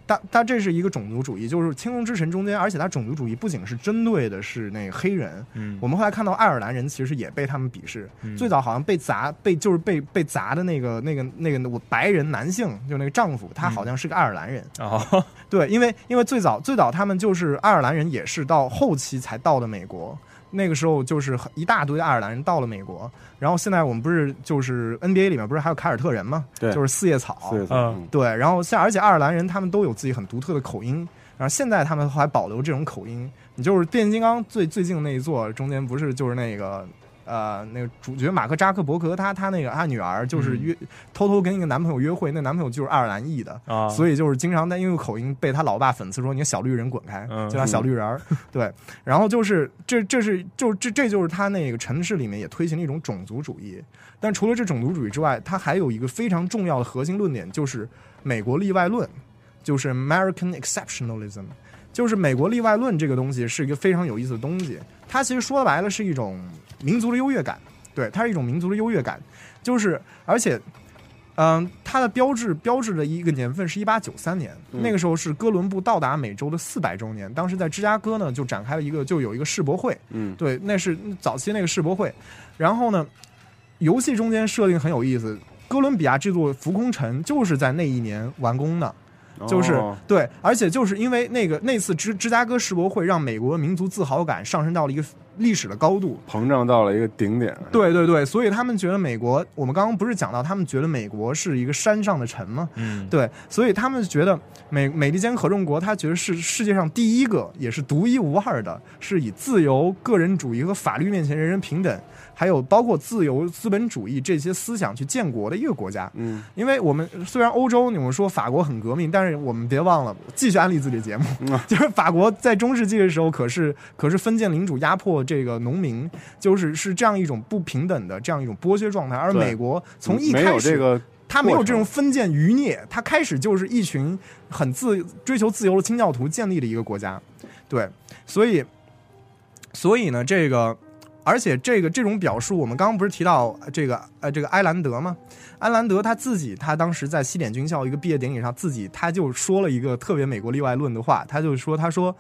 它它这是一个种族主义，就是青龙之城中间，而且它种族主义不仅是针对的是那个黑人，
嗯
我们后来看到爱尔兰人其实也被他们鄙视，
嗯
最早好像被砸被就是被被砸的那个那个那个我白人男性就那个丈夫，
嗯
他好像是个爱尔兰人，
哦
对，因为因为最早最早他们就是爱尔兰人，也是到后期才到的美国。那个时候就是很一大堆爱尔兰人到了美国，然后现在我们不是就是 NBA 里面不是还有凯尔特人吗？
对
就是四叶草，
四月份，
嗯
嗯
对，然后像而且爱尔兰人他们都有自己很独特的口音，然后现在他们还保留这种口音。你就是变形金刚最最近那一座中间不是就是那个呃那个主角马克扎克伯格他他那个他女儿就是约、偷偷跟一个男朋友约会，那男朋友就是爱尔兰裔的。
啊，
所以就是经常在因为口音被他老爸讽刺说：“你个小绿人滚开！”
嗯
就他小绿
<laughs>
人儿。对，然后就是这，这是就这，这就是他那个城市里面也推行了一种种族主义。但除了这种族主义之外，他还有一个非常重要的核心论点，就是美国例外论，就是 American exceptionalism。就是美国例外论这个东西是一个非常有意思的东西，它其实说白了是一种民族的优越感，对，它是一种民族的优越感，就是而且嗯，它的标志标志的一个年份是一八九三年，
嗯
那个时候是哥伦布到达美洲的四百周年。当时在芝加哥呢，就展开了一个就有一个世博会，
嗯，
对，那是早期那个世博会。然后呢，游戏中间设定很有意思，哥伦比亚这座浮空城就是在那一年完工的，就是、
哦
对，而且就是因为那个那次芝芝加哥世博会，让美国民族自豪感上升到了一个历史的高度。
膨胀到了一个顶点，
对对对，所以他们觉得美国，我们刚刚不是讲到他们觉得美国是一个山上的城吗？
嗯
对，所以他们觉得美美利坚合众国，他觉得是世界上第一个，也是独一无二的，是以自由、个人主义和法律面前人人平等，还有包括自由、资本主义这些思想去建国的一个国家。
嗯，
因为我们虽然欧洲你们说法国很革命，但是我们别忘了继续安利自己的节目，
嗯
<laughs> 就是法国在中世纪的时候可是可是封建领主压迫这个农民，就是是这样一种不平等的这样一种剥削状态，而
对
美国从一
没有
开
这
始。
个，
他没有这
过
种
程
封建余孽，他开始就是一群很自追求自由的清教徒建立的一个国家，对，所以，所以呢，这个，而且这个这种表述，我们刚刚不是提到呃这个呃这个埃兰德吗？埃兰德他自己，他当时在西点军校一个毕业典礼上，自己他就说了一个特别美国例外论的话，他就说，他说，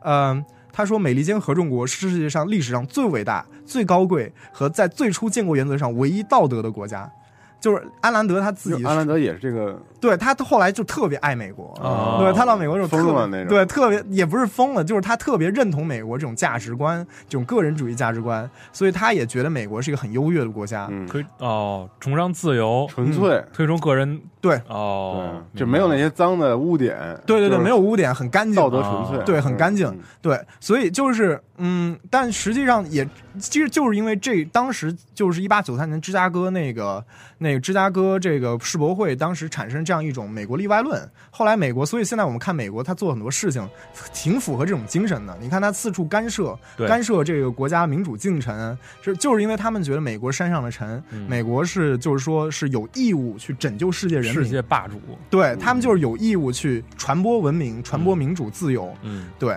嗯、他说：“美利坚合众国是世界上历史上最伟大、最高贵和在最初建国原则上唯一道德的国家。”就是安兰德他自己
就安兰德也是这个
对他后来就特别爱美国，
哦
对他到美国就特
疯
别
了那种
对，特别也不是疯了，就是他特别认同美国这种价值观，这种个人主义价值观，所以他也觉得美国是一个很优越的国家。
嗯，
推哦，崇尚自由，
纯粹，
嗯
推崇个人
对
哦，
就没有那些脏的污点，
对对
就
对，
是
没有污点，很干净，啊
道德纯粹，
对，很干净
嗯。
对，所以就是，嗯，但实际上也，其实就是因为这，当时就是一八九三年芝加哥那个那个芝加哥这个世博会，当时产生这样一种美国例外论。后来美国，所以现在我们看美国，他做很多事情挺符合这种精神的。你看他四处干涉，
对
干涉这个国家民主进程，是就是因为他们觉得美国山上的尘，
嗯
美国是就是说是有义务去拯救世界人
世
民
界。嗯霸主，
对他们就是有义务去传播文明、传播民主、自由，
嗯
对，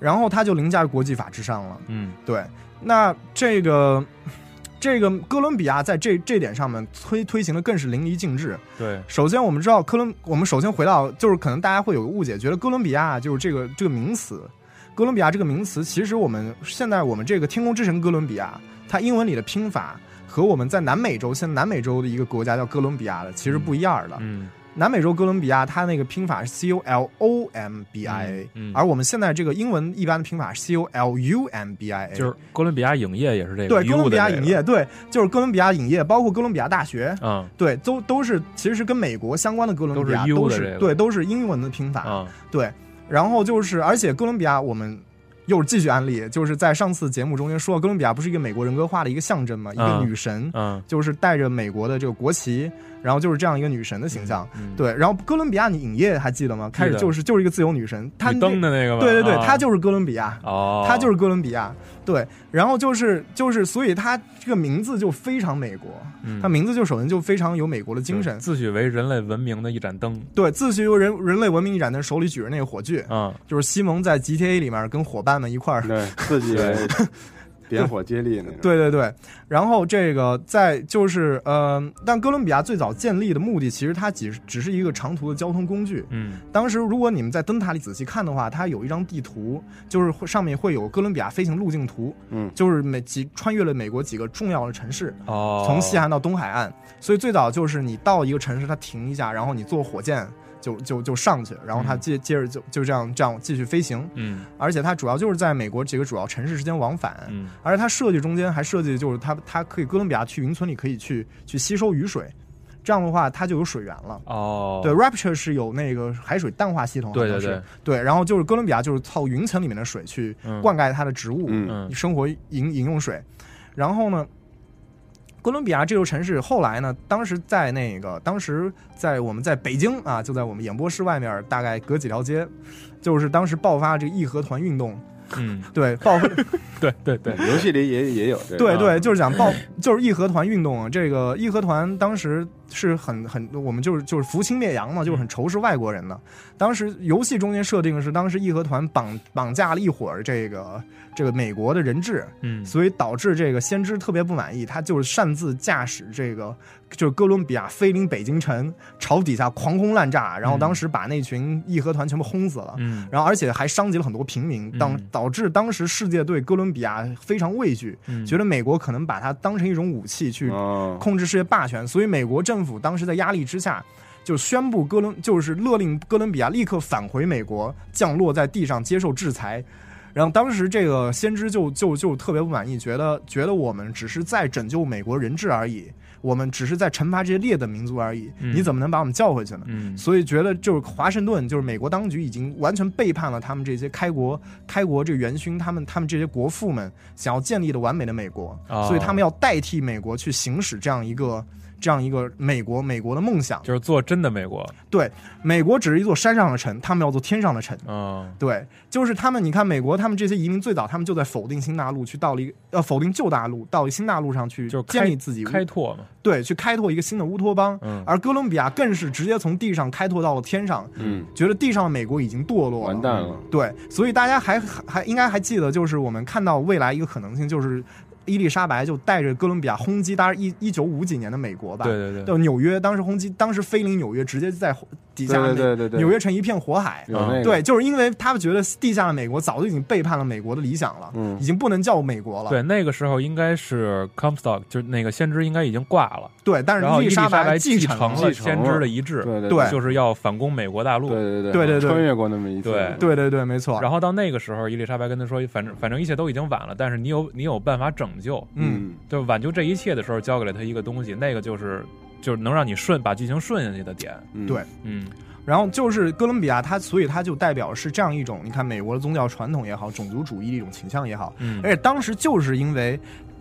然后他就凌驾于国际法之上了。
嗯
对，那这个这个哥伦比亚在这这点上面推推行的更是淋漓尽致。
对，
首先，我们知道哥伦，我们首先回到就是可能大家会有个误解，觉得哥伦比亚就是这个这个名词。哥伦比亚这个名词，其实我们现在我们这个天空之城哥伦比亚，它英文里的拼法和我们在南美洲现在南美洲的一个国家叫哥伦比亚的其实不一样的。
嗯
南美洲哥伦比亚，它那个拼法是 C O L O M B I A，、
嗯嗯
而我们现在这个英文一般的拼法是 C O L U M B I A，
就是哥伦比亚影业也是这个，
哎对
遗
哥伦
物
比
的
亚
这
影
个
业，，对，就是哥伦比亚影业，包括哥伦比亚大学，
嗯
对，都都是其实是跟美国相关的哥伦比
都是
亚
U
都
的
是
这个
对都是英文的拼法，
嗯
对，然后就是而且哥伦比亚我们。又是继续案例，就是在上次节目中间说，哥伦比亚不是一个美国人格化的一个象征嘛，一个
嗯
女神，
嗯，
就是带着美国的这个国旗，然后就是这样一个女神的形象。
嗯
对，然后哥伦比亚影业还记得吗？开始就是就是一个自由女神，她
你登的那个吗？
对对对，
啊
她就是哥伦比亚，
哦，
她就是哥伦比亚。对，然后就是就是，所以她这个名字就非常美国，
嗯
她名字就首先就非常有美国的精
就
神。
自诩为人类文明的一盏灯，
对，自诩为人人类文明一盏灯，手里举着那个火炬，
嗯，
就是西蒙在 GTA 里面跟伙伴们一块儿
嗯对，自
<laughs>
己
对
点火接力那种，，
对对对，然后这个在就是呃，但哥伦比亚最早建立的目的，其实它只是只是一个长途的交通工具。
嗯
当时如果你们在灯塔里仔细看的话，它有一张地图，就是会上面会有哥伦比亚飞行路径图，
嗯
就是美几穿越了美国几个重要的城市，
哦，
从西海岸到东海岸。所以最早就是你到一个城市，它停一下，然后你坐火箭就就就上去，然后它
嗯
接接着就就这样这样继续飞行。
嗯
而且它主要就是在美国几个主要城市之间往返，
嗯
而且它设计中间还设计就是它它可以哥伦比亚去云村里可以去去吸收雨水，这样的话它就有水源了。
哦，
对，Rapture 是有那个海水淡化系统，
对
好像
对
是对，然后就是哥伦比亚就是靠云层里面的水去
嗯
灌溉它的植物，
嗯
嗯
生活饮饮用水。然后呢，哥伦比亚这座城市后来呢，当时在那个当时在我们在北京啊，就在我们演播室外面大概隔几条街，就是当时爆发这个义和团运动，
嗯，
对，爆发。
对对对，
游戏里也也有这个，
对
啊
对，就是讲报， <coughs> 就是义和团运动啊。这个义和团当时是很很，我们就是就是扶清灭洋嘛，就是很仇视外国人的。当时游戏中间设定的是，当时义和团绑绑架了一伙儿这个这个美国的人质，
嗯
所以导致这个先知特别不满意，他就是擅自驾驶这个就是哥伦比亚飞临北京城，朝底下狂轰滥炸，然后当时把那群义和团全部轰死了。
嗯
然后，而且还伤及了很多平民，当
嗯
导致当时世界对哥伦比亚非常畏惧，
嗯
觉得美国可能把它当成一种武器去
哦，
控制世界霸权，所以美国政府当时在压力之下，就宣布哥伦就是勒令哥伦比亚立刻返回美国，降落在地上接受制裁。然后当时这个先知就就就特别不满意，觉得觉得我们只是在拯救美国人质而已，我们只是在惩罚这些劣等民族而已，
嗯
你怎么能把我们叫回去呢？
嗯
所以觉得就是华盛顿，就是美国当局已经完全背叛了他们这些开国开国这个元勋，他们他们这些国父们想要建立的完美的美国，
哦
所以他们要代替美国去行使这样一个这样一个美国美国的梦想。
就是做真的美国，
对，美国只是一座山上的城，他们要做天上的城。
嗯
对，就是他们，你看美国，他们这些移民最早，他们就在否定新大陆，去到了一个呃否定旧大陆，到了新大陆上去
就是开
建立自己
开拓嘛，
对，去开拓一个新的乌托邦。
嗯
而哥伦比亚更是直接从地上开拓到了天上，
嗯，
觉得地上的美国已经堕落了，
完
嗯
蛋了，
对，所以大家还还还应该还记得，就是我们看到未来一个可能性，就是伊丽莎白就带着哥伦比亚轰击，大概一一九五几年的美国吧，
对对对
就纽约当时轰击，当时飞临纽约，直接在底下
对对对对对
纽约城一片火海，
有那个
对，就是因为他们觉得地下的美国早就已经背叛了美国的理想了，
嗯
已经不能叫美国了，
对，那个时候应该是 Comstock，就是那个先知应该已经挂了，
对但是
然后
伊
伊
丽
丽
莎
莎
白
继
承
承
了
了先知的遗志，
对对
对
就是要反攻美国大陆。
对对
对对对
穿越过那么一次，
对
对对对，没错，
然后到那个时候，伊丽莎白跟他说：“反正反正一切都已经晚了，但是你有你有办法拯救，
嗯，
就挽救这一切的时候，交给了他一个东西，那个就是就是能让你顺把剧情顺下去的点。
嗯
对
嗯，
然后就是哥伦比亚，它所以它就代表是这样一种，你看美国的宗教传统也好，种族主义的一种倾向也好，
嗯
而且当时就是因为。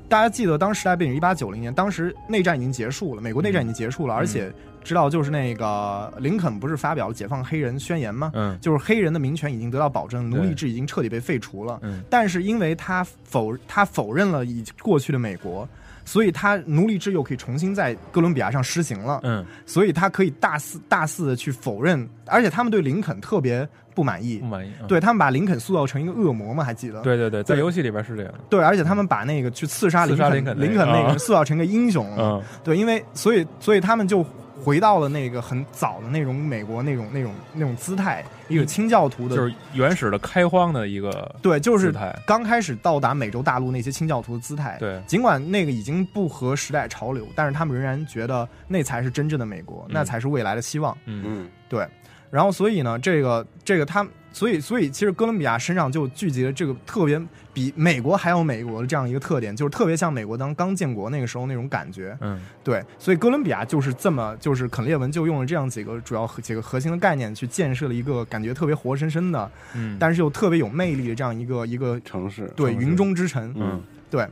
大家记得当时时代背景一八九零年，当时内战已经结束了，美国内战已经结
嗯
束了，而且知道就是那个林肯不是发表了《解放黑人宣言》吗？
嗯
就是黑人的民权已经得到保证，奴
对
隶制已经彻底被废除了。
嗯
但是因为他否他否认了以过去的美国，所以他奴隶制又可以重新在哥伦比亚上施行了。
嗯，
所以他可以大肆大肆的去否认，而且他们对林肯特别不满意
不，满意。嗯
对他们把林肯塑造成一个恶魔嘛，还记得？
对对对，在
对
游戏里边是这样的。
对而且他们把那个去刺杀林
刺杀
肯
林肯那个
林肯那个
啊
人塑造成个英雄，
嗯，
对，因为所以所以他们就回到了那个很早的那种美国那种那种那种姿态，一个清教
嗯
徒的，
嗯就是原始的开荒的一个
对，就是
姿态
刚开始到达美洲大陆那些清教徒的姿态，
对
尽管那个已经不合时代潮流，但是他们仍然觉得那才是真正的美国，那
嗯
才是未来的希望。
嗯
对，然后所以呢，这个这个他，所以所以其实哥伦比亚身上就聚集了这个特别比美国还要美国的这样一个特点，就是特别像美国当刚建国那个时候那种感觉。
嗯
对，所以哥伦比亚就是这么，就是肯列文就用了这样几个主要核几个核心的概念去建设了一个感觉特别活生生的，
嗯，
但是又特别有魅力的这样一个一个
城市，
对
城市
云，中之城。
嗯，
对。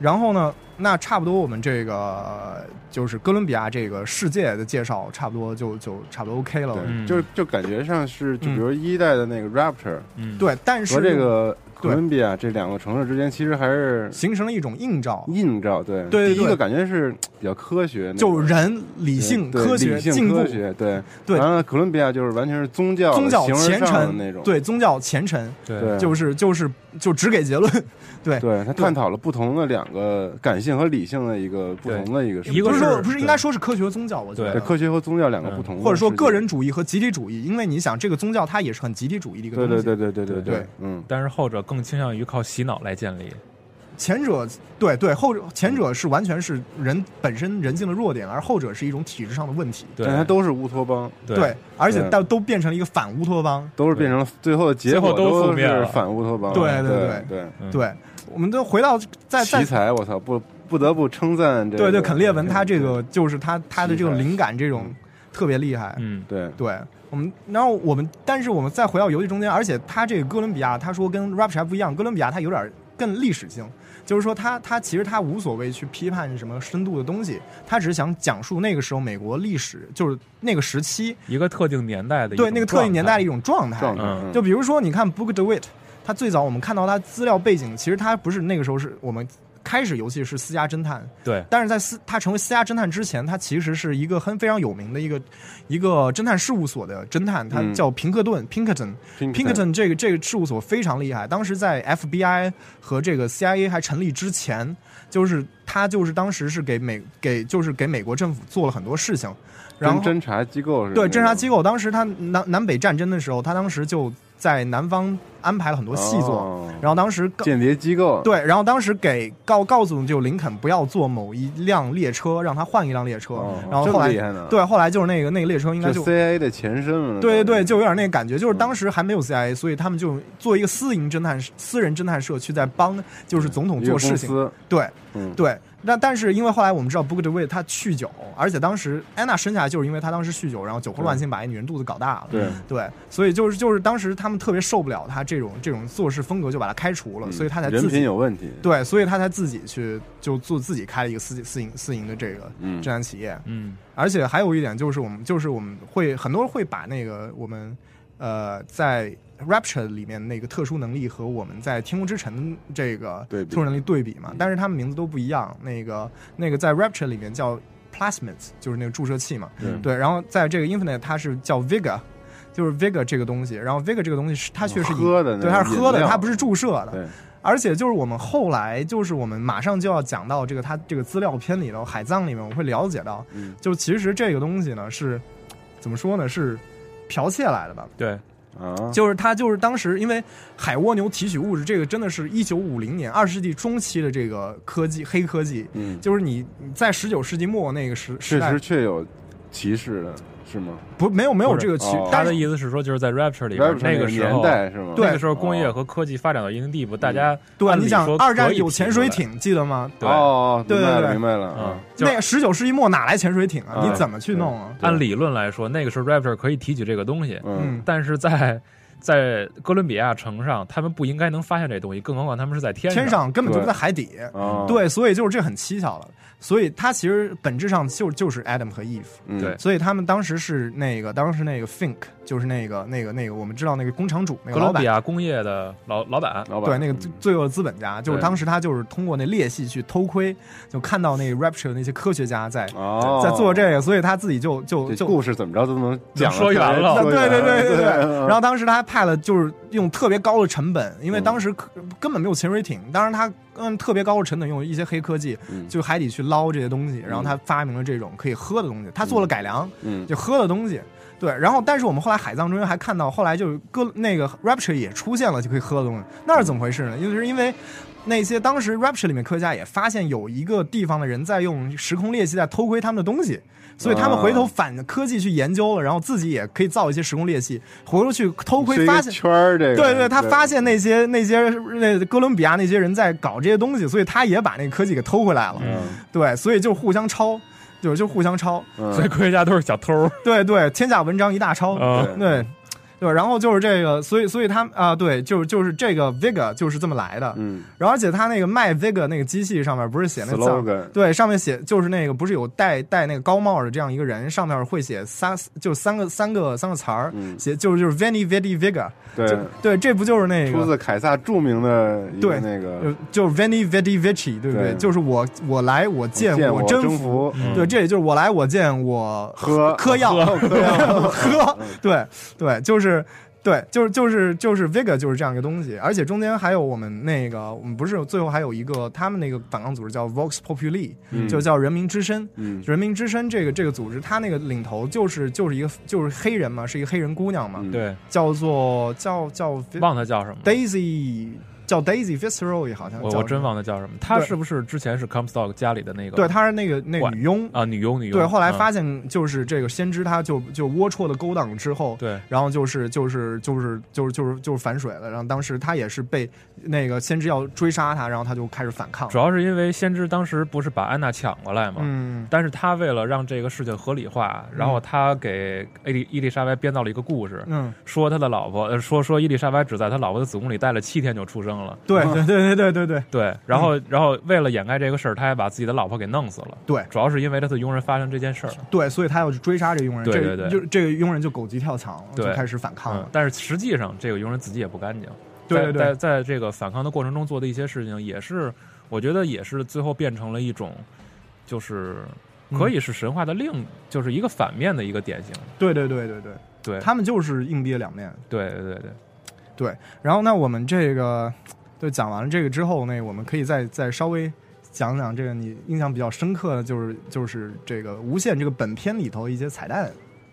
然后呢，那差不多我们这个就是哥伦比亚这个世界的介绍，差不多就就差不多 OK 了。
对，
嗯
就就感觉上是，就
嗯
比如一代的那个 Rapture
嗯
对，但是
和这个哥
对
伦比亚这两个城市之间，其实还是
形成了一种映照，
映照，对，
对对
第一
对
个感觉是比较科学，
就是
是
人理性、科学、
理性
进步
科、学，对
对
然后哥伦比亚就是完全是宗教的
宗教
形而
虔
上的
诚
那种，
对宗教虔诚，
对
对，
就是就是就只给结论，对，
对他探讨了不同的两个感性和理性的一个不同的一个世界，
一个
不是
是
说不是应
对
该说是科学和宗教，我觉
对
得
对科学和宗教两个不同的世界，
嗯或者说个人主义和集体主义，因为你想这个宗教它也是很集体主义的一个
对
东
对
西，
对对对对
对，
嗯，
但是后者更倾向于靠洗脑来建立。
前者对对后者前者是完全是人本身人性的弱点，而后者是一种体制上的问题，
对，
但它都是乌托邦，
对
而且
对
到都变成了一个反乌托邦，
都是变成了最后的结
最
果
后都覆
都
灭
是
了
反乌托邦，
对对
对
对
对。
嗯
对，我们都回到再再
奇才，我操，不不得不称赞这个，
对对肯列文他这个就是他他的这种灵感这种特别厉害，
嗯，
对
对我们，然后我们，但是我们再回到游戏中间，而且它这个哥伦比亚，他说跟 Rapture 还不一样，哥伦比亚它有点更历史性，就是说它它其实它无所谓去批判什么深度的东西，它只是想讲述那个时候美国历史，就是那个时期
一个特定年代的一
对
种
那个特定年代的一
状
种状态。
状态，
嗯
就比如说，你看 Book DeWitt，他最早我们看到他资料背景，其实他不是那个时候是我们。开始游戏是私家侦探，
态对
但是在私他成为私家侦探之前，他其实是一个很非常有名的一个一个侦探事务所的侦探，他
嗯
叫平克顿 （Pinkerton）。
嗯
Pinkerton 这个这个事务所非常厉害，当时在 FBI 和这个 CIA 还成立之前，就是他就是当时是给美给就是给美国政府做了很多事情，然后
跟侦查机构是
对侦查机
构
构，当时他南南北战争的时候，他当时就在南方安排了很多细作，然后当时告
间谍机构，
对，然后当时给告告诉就林肯不要坐某一辆列车，让他换一辆列车。
哦
然后
这
后
么
来
厉害呢
对，后来就是那个那个列车应该
就嗯
就
CIA 的前身了，
对对对，就有
是
点那个感觉，就是当时还没有 CIA，所以他们就做一个私营侦探私人侦探社去在帮就是总统
一个
做事
公
情。
司，
对
嗯，
对，那但是因为后来我们知道 Book DeWitt 他酗酒，而且当时安娜生下来就是因为他当时酗酒，然后酒后乱性把一女人肚子搞大了。
对
对，所以就是就是当时他们特别受不了他这种这种做事风格，就把他开除了，
嗯
所以他才自己
人品有问题，
对，所以他才自己去就做自己开了一个私私营私营的这个
嗯
侦探企业，
嗯
而且还有一点就是我们就是我们会很多人会把那个我们呃在 Rapture 里面那个特殊能力和我们在天空之城这个
对比嗯
特殊能力对比嘛，但是他们名字都不一样。那个那个在 Rapture 里面叫 Plasmids，就是那个注射器嘛，
对
对，然后在这个 Infinite 它是叫 Vega。就是 Vega 这个东西，然后 Vega 这个东西是它确实
喝的那
对，它是
种饮
喝的，
料
它不是注射的。
对
而且就是我们后来，就是我们马上就要讲到这个它这个资料片里头，海葬里面，我会了解到，
嗯
就其实这个东西呢是怎么说呢，是剽窃来的吧？
对，
啊，
就是它就是当时因为海蜗牛提取物质这个真的是一九五零年二十世纪中期的这个科技黑科技，
嗯，
就是你你在十九世纪末那个时时
确
代
实确有歧视的，是吗？
不没有没有这个
不
其
是哦，
但
他
是
的意思是说，就是在 Rapture 里边
Rapture
那
那个
时候
年代是吗
对嗯
那个时候工业和科技发展到一定地步，大家
对，
按理
你想
说
二战
可以
有潜水
评
艇，记得吗？
对
哦，
对
明白了
对
明白了
论，
啊
嗯，，就哎
那个十九世纪末哪来潜水艇啊？
啊
你怎么去弄啊？
按理论来说，那个时候 Rapture 可以提取这个东西，
嗯
嗯
但是在在哥伦比亚城上，他们不应该能发现这东西，更何况他们是在天
天
上。
上根本就不在海底，
嗯
啊，
对，所以就是这很蹊跷了。所以它其实本质上就就是 Adam 和 Eve，
嗯
对
所以他们当时是那个当时那个 Fink，就是那个那个那个我们知道那个工厂主那个
哥
老
伦比
板。
亚工业的老老板，
老
对，
板
那个罪罪恶资本家，就是
对
当时他就是通过那裂隙去偷窥，就看到那个 Rapture 那些科学家在
哦，
在做这个，所以他自己就就
这
就
故事怎么着都能讲得
说
出来
圆了
说
对
圆
对对对对。
嗯
然后当时他还派了，就是用特别高的成本，因为
嗯
当时可根本没有潜水艇，当时他嗯特别高的成本用一些黑科技，
嗯
就海底去捞这些东西，然后他发明了这种可以喝的东西，他做了改良，
嗯
就喝的东西。对，然后但是我们后来海葬中心还看到，后来就是哥那个 Rapture 也出现了就可以喝的东西，那是怎么回事呢？
嗯
因为是因为那些当时 Rapture 里面科学家也发现有一个地方的人在用时空裂隙在偷窥他们的东西，所以他们回头反科技去研究了，然后自己也可以造一些时空裂隙，回头去偷
是
窥
一
发
个
现。
圈儿这个，
对对，他发现那些那些那哥伦比亚那些人在搞这些东西，所以他也把那个科技给偷回来了。对，所以就互相抄，就就互相抄。
嗯
所以科学家都是小偷儿
对对，天下文章一大抄。
啊。
对
对对，然后就是这个，所以所以他啊、对，就是就是这个 Vega 就是这么来的。
嗯
然后而且他那个卖 Vega 那个机器上面不是写那字儿
Slogan
对，上面写就是那个不是有戴戴那个高帽的这样一个人，上面会写三就三个三个三个词儿，
嗯
写就是就是 Veni Vidi Vega，
对
就对，这不就是那
出
个
自凯撒著名的一个
对
那
就
个
就是 Veni Vidi Vici，对不对？
对
就是我我来我见
见我
征
征服
嗯
对，这也就是我来我见我
喝
嗑药 <laughs>
嗑药
喝，对对，就是对，就是就是就是 Vega 就是这样一个东西，而且中间还有我们那个，我们不是最后还有一个他们那个反抗组织叫 Vox Populi，、
嗯
就叫人民之声。
嗯
人民之声这个这个组织，它那个领头就是就是一个就是黑人嘛，是一个黑人姑娘嘛，
嗯
对，
叫做叫叫
忘他叫什么了，
Daisy，叫 Daisy Fitzroy 好像
我
叫
我真忘他叫什么。他
对
是不是之前是 Comstock 家里的那个？
对，她是那个那个
管
女佣，
啊，女佣女佣。
对，后来
嗯
发现就是这个先知，他就就龌龊的勾当之后，
对
然后就是就是就是就是就是就是反水了。然后当时他也是被那个先知要追杀他，然后他就开始反抗
主。要是因为先知当时不是把安娜抢过来嘛，
嗯，
但是他为了让这个事情合理化，然后他给伊丽伊丽莎白编造了一个故事，
嗯，
说他的老婆，呃说说伊丽莎白只在他老婆的子宫里待了七天就出生了， <laughs>
对对对对对对对
对，然后、然后为了掩盖这个事儿，他还把自己的老婆给弄死了，
嗯对
主要是因为他的佣人发生这件事儿，
对，所以他要去追杀这佣人，
对
这
对对
就这个佣人就狗急跳墙了，就
对
开始反抗
嗯
了，。
但是实际上这个佣人自己也不干净，
对
在
啊对对
在在这个反抗的过程中做的一些事情，也是我觉得也是最后变成了一种，就是
嗯
可以是神话的另、就是一个反面的一个典型，
对对对对对，
对，
他们就是硬币两面。
对对对对。
对，然后那我们这个就讲完了这个之后呢，我们可以再再稍微讲讲这个你印象比较深刻的就是就是这个《无限》这个本片里头一些彩蛋。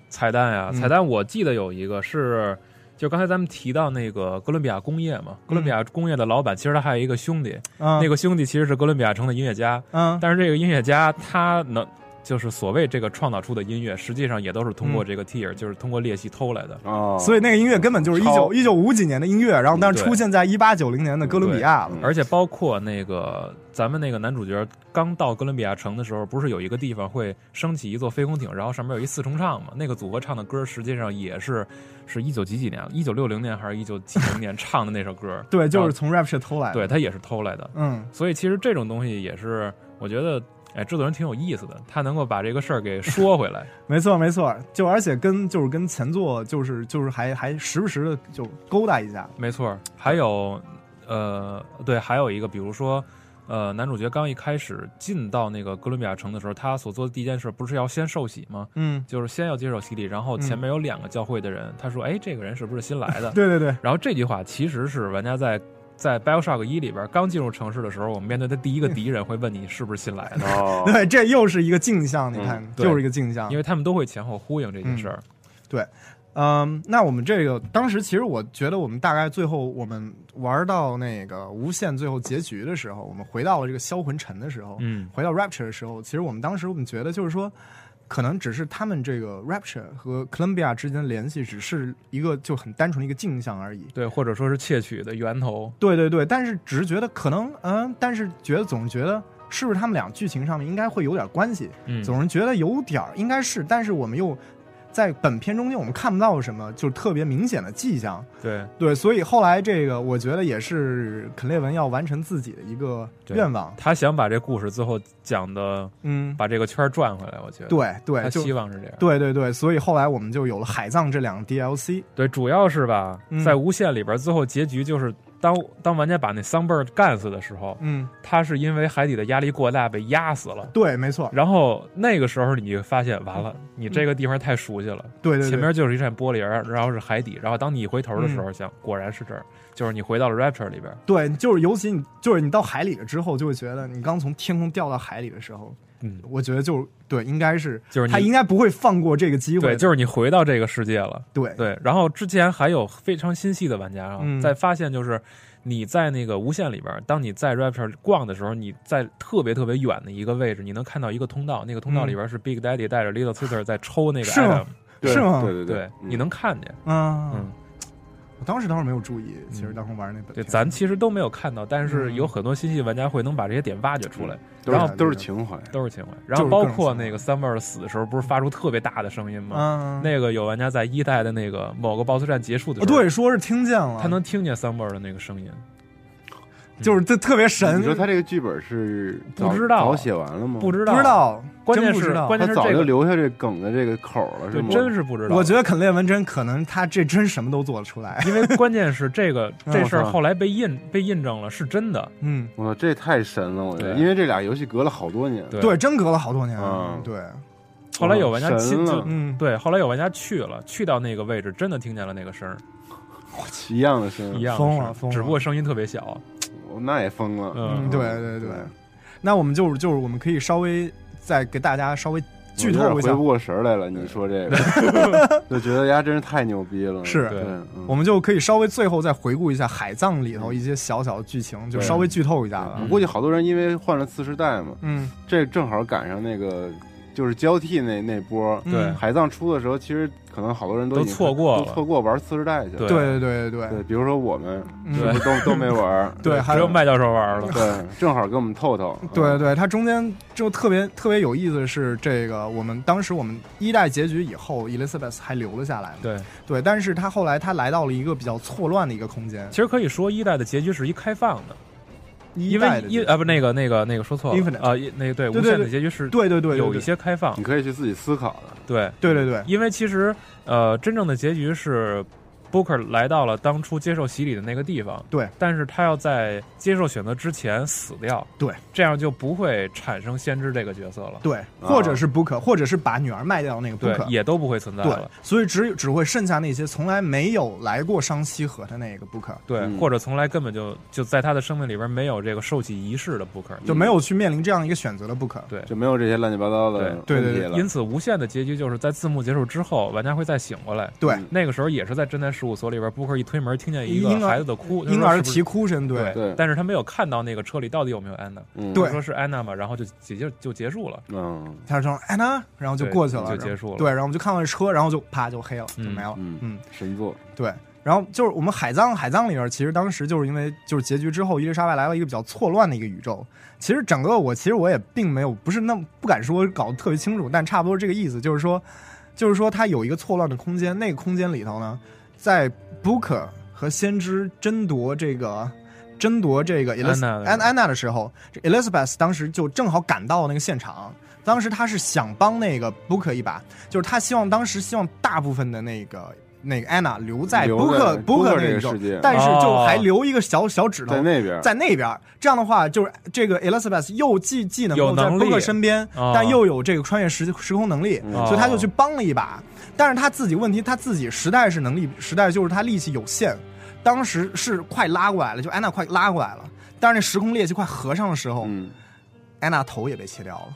彩蛋呀、
嗯
彩蛋我记得有一个是，就刚才咱们提到那个哥伦比亚工业嘛，哥伦比亚工业的老板其实他还有一个兄弟，
嗯，
那个兄弟其实是哥伦比亚城的音乐家，
嗯，
但是这个音乐家他能就是所谓这个创造出的音乐，实际上也都是通过这个 tier，、就是通过裂隙偷来的。
哦，
所以那个音乐根本就是一
超
九一九五几年的音乐，然后但是
对
出现在一八九零年的哥伦比亚了。
而且包括那个咱们那个男主角刚到哥伦比亚城的时候，不是有一个地方会升起一座飞空艇，然后上面有一四重唱嘛？那个组合唱的歌实际上也是是一九几几年，一九六零年还是一九几零年唱的那首歌？
对，就
然
是
后
从 Rapture 偷来的。
对，他也是偷来的。
嗯，
所以其实这种东西也是，我觉得哎，制作人挺有意思的，他能够把这个事儿给说回来。
没错没错，就而且跟就是跟前作就是就是还还时不时的就勾搭一下。
没错儿，还有，呃，对，还有一个，比如说，呃，男主角刚一开始进到那个哥伦比亚城的时候，他所做的第一件事不是要先受洗吗？
嗯，？”
就是先要接受洗礼，然后前面有两个教会的人，他说：“哎，这个人是不是新来的
对对对，
然后这句话其实是玩家在在 BioShock 一里边刚进入城市的时候，我们面对的第一个敌人会问你是不是新 <laughs> 来的。
哦
对，这又是一个镜像，你看
哦嗯，对
又是一个镜像
因。为他们都会前后呼应这件事儿。
对，嗯，那我们这个当时其实我觉得我们大概最后我们玩到那个无限最后结局的时候，我们回到了这个销魂尘的时候，
嗯
回到 Rapture 的时候，其实我们当时我们觉得就是说。可能只是他们这个 Rapture 和 Columbia 之间的联系，只是一个就很单纯的一个镜像而已。
对，或者说是窃取的源头。
对对对，但是只是觉得可能，嗯，但是觉得总觉得是不是他们俩剧情上面应该会有点关系，
嗯
总是觉得有点儿应该是，但是我们又在本片中间我们看不到什么就是特别明显的迹象，
对，
对，所以后来这个我觉得也是肯列文要完成自己的一个
对
愿望，
他想把这故事最后讲的，
嗯
把这个圈儿转回来。我觉得，
对对
他
就
希望是这样。
对对对，所以后来我们就有了海葬这两个 DLC，
对，主要是吧，
嗯
在无限里边，最后结局就是当当玩家把那 Sunbird 干死的时候，
嗯，
他是因为海底的压力过大被压死了。
对，没错，
然后那个时候你就发现，完了，你这个地方太熟悉了。
嗯对对对嗯
前面就是一扇玻璃，然后然后是海底，然后当你一回头的时候，想果然是这儿，就是你回到了 Rapture 里边。
对，就是尤其你就是你到海里了之后，就会觉得你刚从天空掉到海里的时候，
嗯，
我觉得就对，应该是
就是你
他应该不会放过这个机会
对，
的，
就是你回到这个世界了。
对
对，然后之前还有非常心细的玩家啊，
嗯
在发现就是你在那个无限里边儿，当你在 Rapture 逛的时候，你在特别特别远的一个位置，你能看到一个通道，那个通道里边是 Big Daddy 带着 Little Sister 在抽那个
嗯是吗
Adam，
对是吗对
对
对
对
对
你能看见。
嗯
嗯
我当时倒是没有注意，其实当时玩那本
对，咱其实都没有看到，但是
嗯
有很多新戏玩家会能把这些点挖掘出来，
都是
然后
都是情怀
都是情怀。然后包括那个 Summer 死的时候，不是发出特别大的声音吗
嗯？
那个有玩家在一代的那个某个 BOSS 战结束的
哦
时候，
对，说是听见了，
他能嗯听见 Summer 的那个声音。
就是这特别神。
你说他这个剧本是早
不知道
早写完了吗？
不知道
嗯不知道
关键
真不
是
知道
关键是
他早
这
就
个
留下这梗的这个口了，是
对
吗？
真是不知道。
我觉得肯列文真可能他这真什么都做得出来，
因为关键是这
<laughs>
个
嗯
这事
我
儿
操
后来被印被印证了是真的。
嗯，
我操，这太神了！我觉得，
对
因为这俩游戏隔了好多年，
对
对，真隔了好多年，
嗯
对，
后来有玩家
神
亲
了
就
嗯
对，后来有玩家去了，去到那个位置，真的听见了那个声儿，
一样的声，
一样的
嗯疯
声
了
儿
疯
只
了
不过声音特别小。
那也疯了。
嗯
对对对。那我们就是就是我们可以稍微再给大家稍微剧
我有
透
点
一
回
下
不，过神儿来了，你
<laughs>
说这个，就觉得呀，真是太牛逼了。
是
对，嗯
我们就可以稍微最后再回顾一下海葬里头一些小小的剧情，就
对
稍微剧透一下吧
啊
嗯
我。估计好多人因为换了次世代嘛，
嗯，
这正好赶上那个就是交替那那波。
对
海葬出的时候，其实可能好多人都
都
已经
错过了
都错过玩次世代去了。
对
对对对
对，
对
比如说我们
嗯
是不是都都没玩儿？
<laughs> 对，还
只有
有
麦教授玩
<laughs>
了。
对，正好给我们透透。嗯
对对，它中间就特别特别有意思的是，这个我们当时我们一代结局以后，Elizabeth 还留了下来嘛。
对，
对，但是她后来她来到了一个比较错乱的一个空间
其，实可以说一代的结局是一开放的，因
代
为
的
一
结
啊不那个那个那个说错了
Infinite
啊一那个对
对
无
对
限的
对
结局是
对对对对
有一
对
些开放
你，可以去自己思考的。
对
对对对，
因为其实呃，真正的结局是 Booker 来到了当初接受洗礼的那个地方，
对，
但是他要在接受选择之前死掉，
对，
这样就不会产生先知这个角色了，
对，或者是 Booker，或者是把女儿卖掉那个
对，
Booker，
也都不会存在
对
了，，
所以只有只会剩下那些从来没有来过商西河的那个 Booker，
对，
嗯
或者从来根本就就在他的生命里边没有这个受洗仪式的 Booker，
就没有去面临这样一个选择的 Booker。
对。
就没有这些乱七八糟
对
的
对
问题
对对
了。嗯
因此，无限的结局就是在字幕结束之后，玩家会再醒过来。
对
嗯，
那个时候也是在侦探事务所里边，Booker 一推门，听见一
婴
个
儿
孩子的哭，他说
婴儿
是
的
不是
啼哭声，
对，
对
但是他没有看到那个车里到底有没有安娜，
嗯
对
他说是安娜嘛，然后就结就就结束了。
嗯
他说哎呢，然后就
对
过去了，
就
然后
结束了
对，然后我们就看到这车，然后就啪就黑了，就没了。
嗯
嗯，
神作。
对。然后就是我们海葬，海葬里边其实当时就是因为就是结局之后，伊丽莎白来了一个比较错乱的一个宇宙。其实整个我其实我也并没有不是那么不敢说搞得特别清楚，但差不多这个意思，就是说，就是说它有一个错乱的空间，那个空间里头呢，在 Booker 和先知争夺这个争夺这个 Elis-
安娜的时候
安安娜的时候，这 Elizabeth 当时就正好赶到那个现场，当时他是想帮那个 Booker 一把，就是他希望当时希望大部分的那个那个安娜留在
留在
Booker
Booker 这
那个
个
宇宙
世界，
但是就
哦
还留一个小小指头
在那边
在那边儿，这样的话就是哎这个 Elizabeth 又既既能
有
够在
能
Booker
力
身边，
哦
但又有这个穿越时时空能力，
哦
所以他就去帮了一把。但是他自己问题，他自己实在是能力实在就是他力气有限。当时是快拉过来了，就安娜快拉过来了，但是那时空裂隙快合上的时候，
嗯
安娜头也被切掉了。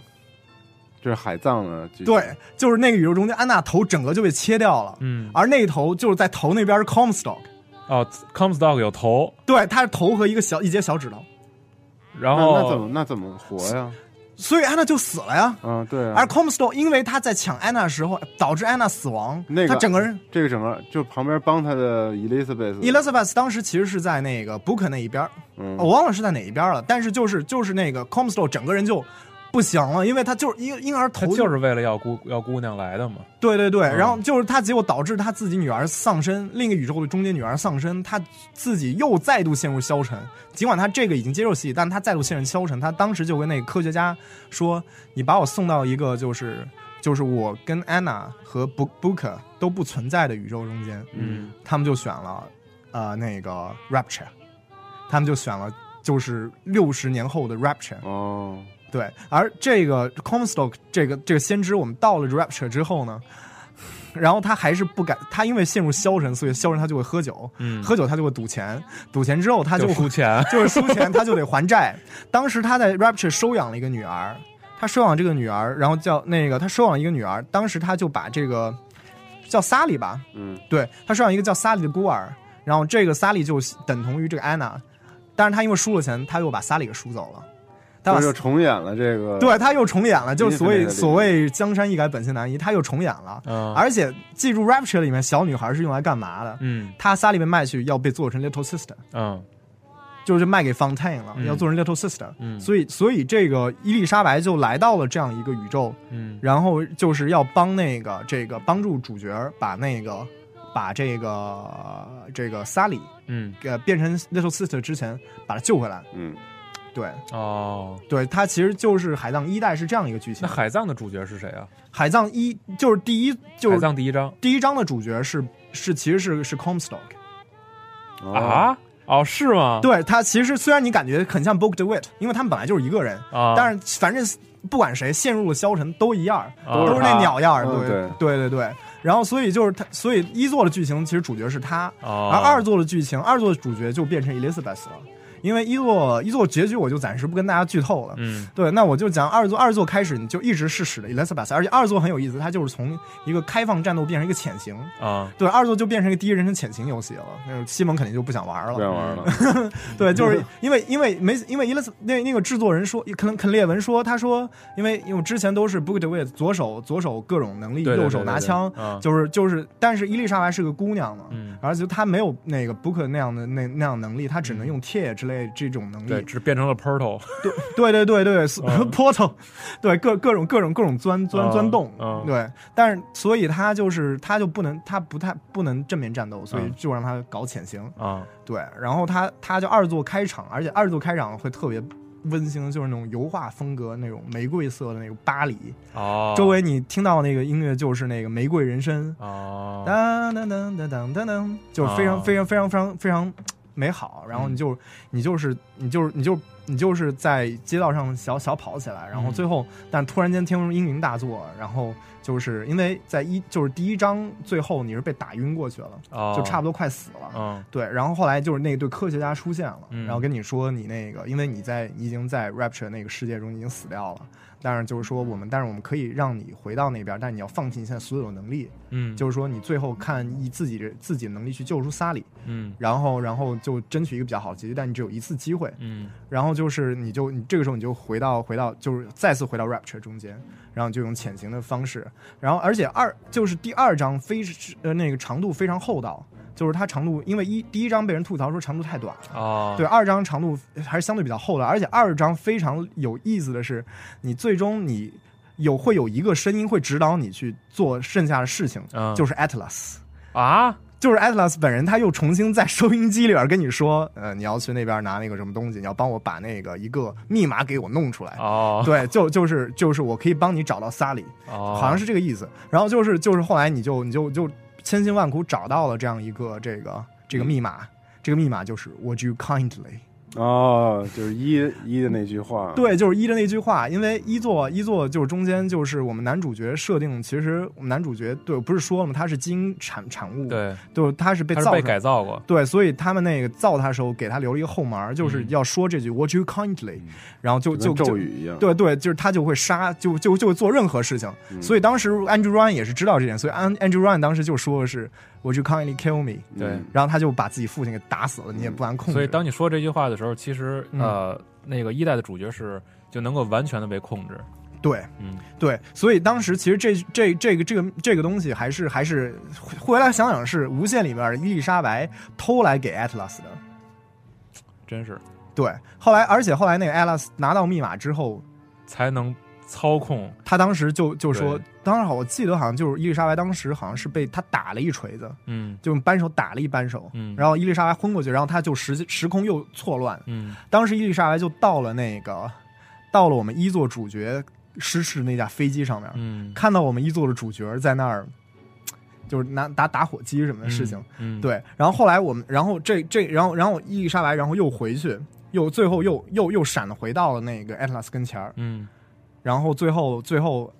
就是海葬的剧情，
对，就是那个宇宙中间，安娜头整个就被切掉了，
嗯，
而那头就是在头那边是 Comstock，
哦，Comstock 有头，
对，它是头和一个小一截小指头，
然
那那怎
后
么那怎么活呀？
所以安娜就死了呀。
嗯，对啊
而 Comstock 因为他在抢安娜的时候导致安娜死亡，
那个
他整个人
这个整个就旁边帮他的 Elizabeth 啊
Elizabeth 哦当时其实是在那个 Booker 那一边儿，
嗯
我忘了是在哪一边了，但是就是就是那个 Comstock 整个人就不行了，因为他就是因因而
他
头
就是为了要姑要姑娘来的嘛，
对对对，然后就是他，结果导致他自己女儿丧生，另一个宇宙的中间女儿丧生，他自己又再度陷入消沉。尽管他这个已经接受洗礼，但他再度陷入消沉。他当时就跟那个科学家说：“你把我送到一个就是就是我跟安娜和 Book Booker 都不存在的宇宙中间。”
嗯，
他们就选了呃那个 Rapture，他们就选了就是六十年后的 Rapture。
哦，
对，而这个 Comstock 这个这个先知，我们到了 Rapture 之后呢，然后他还是不敢，他因为陷入消沉，所以消沉他就会喝酒，
嗯
喝酒他就会赌钱，赌钱之后他就
就输钱
就是输钱，他就得还债。当时他在 Rapture 收养了一个女儿，他收养这个女儿，然后叫那个他收养一个女儿，当时他就把这个叫萨里吧，
嗯，
对他收养一个叫萨里的孤儿，然后这个萨里就等同于这个安娜，但是他因为输了钱，他又把萨里给赎走了。他把
就是重演了这个，
嗯
对，他又重演了，就是所
那
谓
个
所谓江山易改，本性难移，他又重演了。
嗯
而且记住，Rapture 里面小女孩是用来干嘛的？
嗯
她仨里面卖去要被做成 Little Sister，
嗯
就是卖给 Fontaine 了，
嗯
要做成 Little Sister。
嗯
所以，所以这个伊丽莎白就来到了这样一个宇宙，
嗯
然后就是要帮那个这个帮助主角把那个把这个这个萨里
嗯，
呃变成 Little Sister 之前把她救回来。
嗯，
对，
哦，
对，它其实就是海葬一代是这样一个剧情
那。海葬的主角是谁啊？
海葬一就是第一就
海
是
葬第一章
第一章的主角是是其实是是 Comstock，
哦，
啊？哦，是吗？
对他其实虽然你感觉很像 Book DeWitt，因为他们本来就是一个人，
啊，
但是反正不管谁陷入了消沉都一样，
啊
都是那鸟样儿，
嗯
对
对
对对对。然后所以就是他，所以一作的剧情其实主角是他，
哦
而二作的剧情二作的主角就变成 Elizabeth 了，因为一作一作结局我就暂时不跟大家剧透了，
嗯
对，那我就讲二座，二座开始你就一直是使的 Elizabeth，而且二座很有意思，它就是从一个开放战斗变成一个潜行，
啊，
对，二座就变成一个第一人称潜行游戏了，那种西蒙肯定就不想玩
不
啊
了。
想玩了，
<laughs> 对，就是因为因为没因为 Eliz 那那个制作人说，可能肯列文说，他说因为因为我之前都是 Book d e w i t 左手左手各种能力，
对对对
右手拿枪
对对对，嗯
就是就是，但是伊丽莎白是个姑娘嘛。
嗯，
而且她没有那个 Book 那样的那那样能力，她只能用铁之类这种能力。
嗯对，只变成了 Portal， <laughs>
对对对
嗯
对所 <laughs> ，portal，对各各种各种各种钻钻
嗯
钻洞
嗯，
对，但是所以他就是他就不能他不太不能正面战斗，所以
嗯
就让他搞潜行，
啊，
对，然后他他就二作开场，而且二作开场会特别温馨，就是那种油画风格那种玫瑰色的那种巴黎，
哦，
周围你听到那个音乐就是那个玫瑰人参，
哦，
当当当当当当当，就是非常
啊
非常非常非常非常美好。然后
嗯
你就你就是你就是你就你就是在街道上小小跑起来，然后
嗯
最后但突然间天空英明大作，然后就是因为在一就是第一章最后你是被打晕过去了，
哦
就差不多快死了。
嗯
对，然后后来就是那对科学家出现了，
嗯
然后跟你说你那个，因为你在你已经在 Rapture 那个世界中已经死掉了，但是就是说我们，但是我们可以让你回到那边，但你要放弃你现在所有的能力，
嗯，
就是说你最后看以自己的自己的能力去救出萨里，
嗯
然后然后就争取一个比较好的结局，但你只有一次机会，
嗯
然后就是你就你这个时候你就回到回到就是再次回到 Rapture 中间，然后就用潜行的方式，然后而且二就是第二章非呃那个长度非常厚道，就是它长度因为一第一章被人吐槽说长度太短了。
哦，
对，二章长度还是相对比较厚的，而且二章非常有意思的是，你最终你有会有一个声音会指导你去做剩下的事情，
嗯
就是 Atlas。
啊，
就是 Atlas 本人，他又重新在收音机里边跟你说， <laughs> 呃，你要去那边拿那个什么东西，你要帮我把那个一个密码给我弄出来。
哦，
对，就就是就是我可以帮你找到萨里，
哦，
好像是这个意思。然后就是就是后来你就你就就千辛万苦找到了这样一个这个这个密码，这个密码就是 Would you kindly？
哦，就是一一的那句
哦
话，
对，就是依着那句话，因为一作一作就是中间就是我们男主角设定，其实我们男主角对不是说了吗？他是基因产产物，
对，
就是他是被
他
造
是被
出
改造过，
对，所以他们那个造他的时候给他留了一个后门儿，
嗯
就是要说这句 “What you kindly”，、然后就
就
就
跟
就
咒语一样
对对，就是他就会杀，就就就会做任何事情。
嗯
所以当时 Andrew Ryan 也是知道这点，所以 An- Andrew Ryan 当时就说的是 “Would you kindly kill me”，
对嗯
然后他就把自己父亲给打死了，你也不按控制。
所以当你说这句话的时候，其实
嗯
呃，那个一代的主角是就能够完全的被控制，
对，
嗯，
对，所以当时其实这这这个这个这个东西还是还是回回来想想是《无限》里面伊丽莎白偷来给 Atlas 的。
真是
对，后来而且后来那个 Atlas 拿到密码之后，
才能操控，
他当时就就说
对，
当时好我记得好像就是伊丽莎白当时好像是被他打了一锤子，
嗯
就用扳手打了一扳手，
嗯
然后伊丽莎白昏过去，然后他就时时空又错乱，
嗯，
当时伊丽莎白就到了那个，到了我们一座主角失事那架飞机上面，
嗯
看到我们一座的主角在那儿，就是拿打打火机什么的事情，
嗯嗯
对。然后后来我们，然后这这，然后然后伊丽莎白，然后又回去，又最后又又又闪的回到了那个 Atlas 跟前儿，
嗯，
然后最后最后，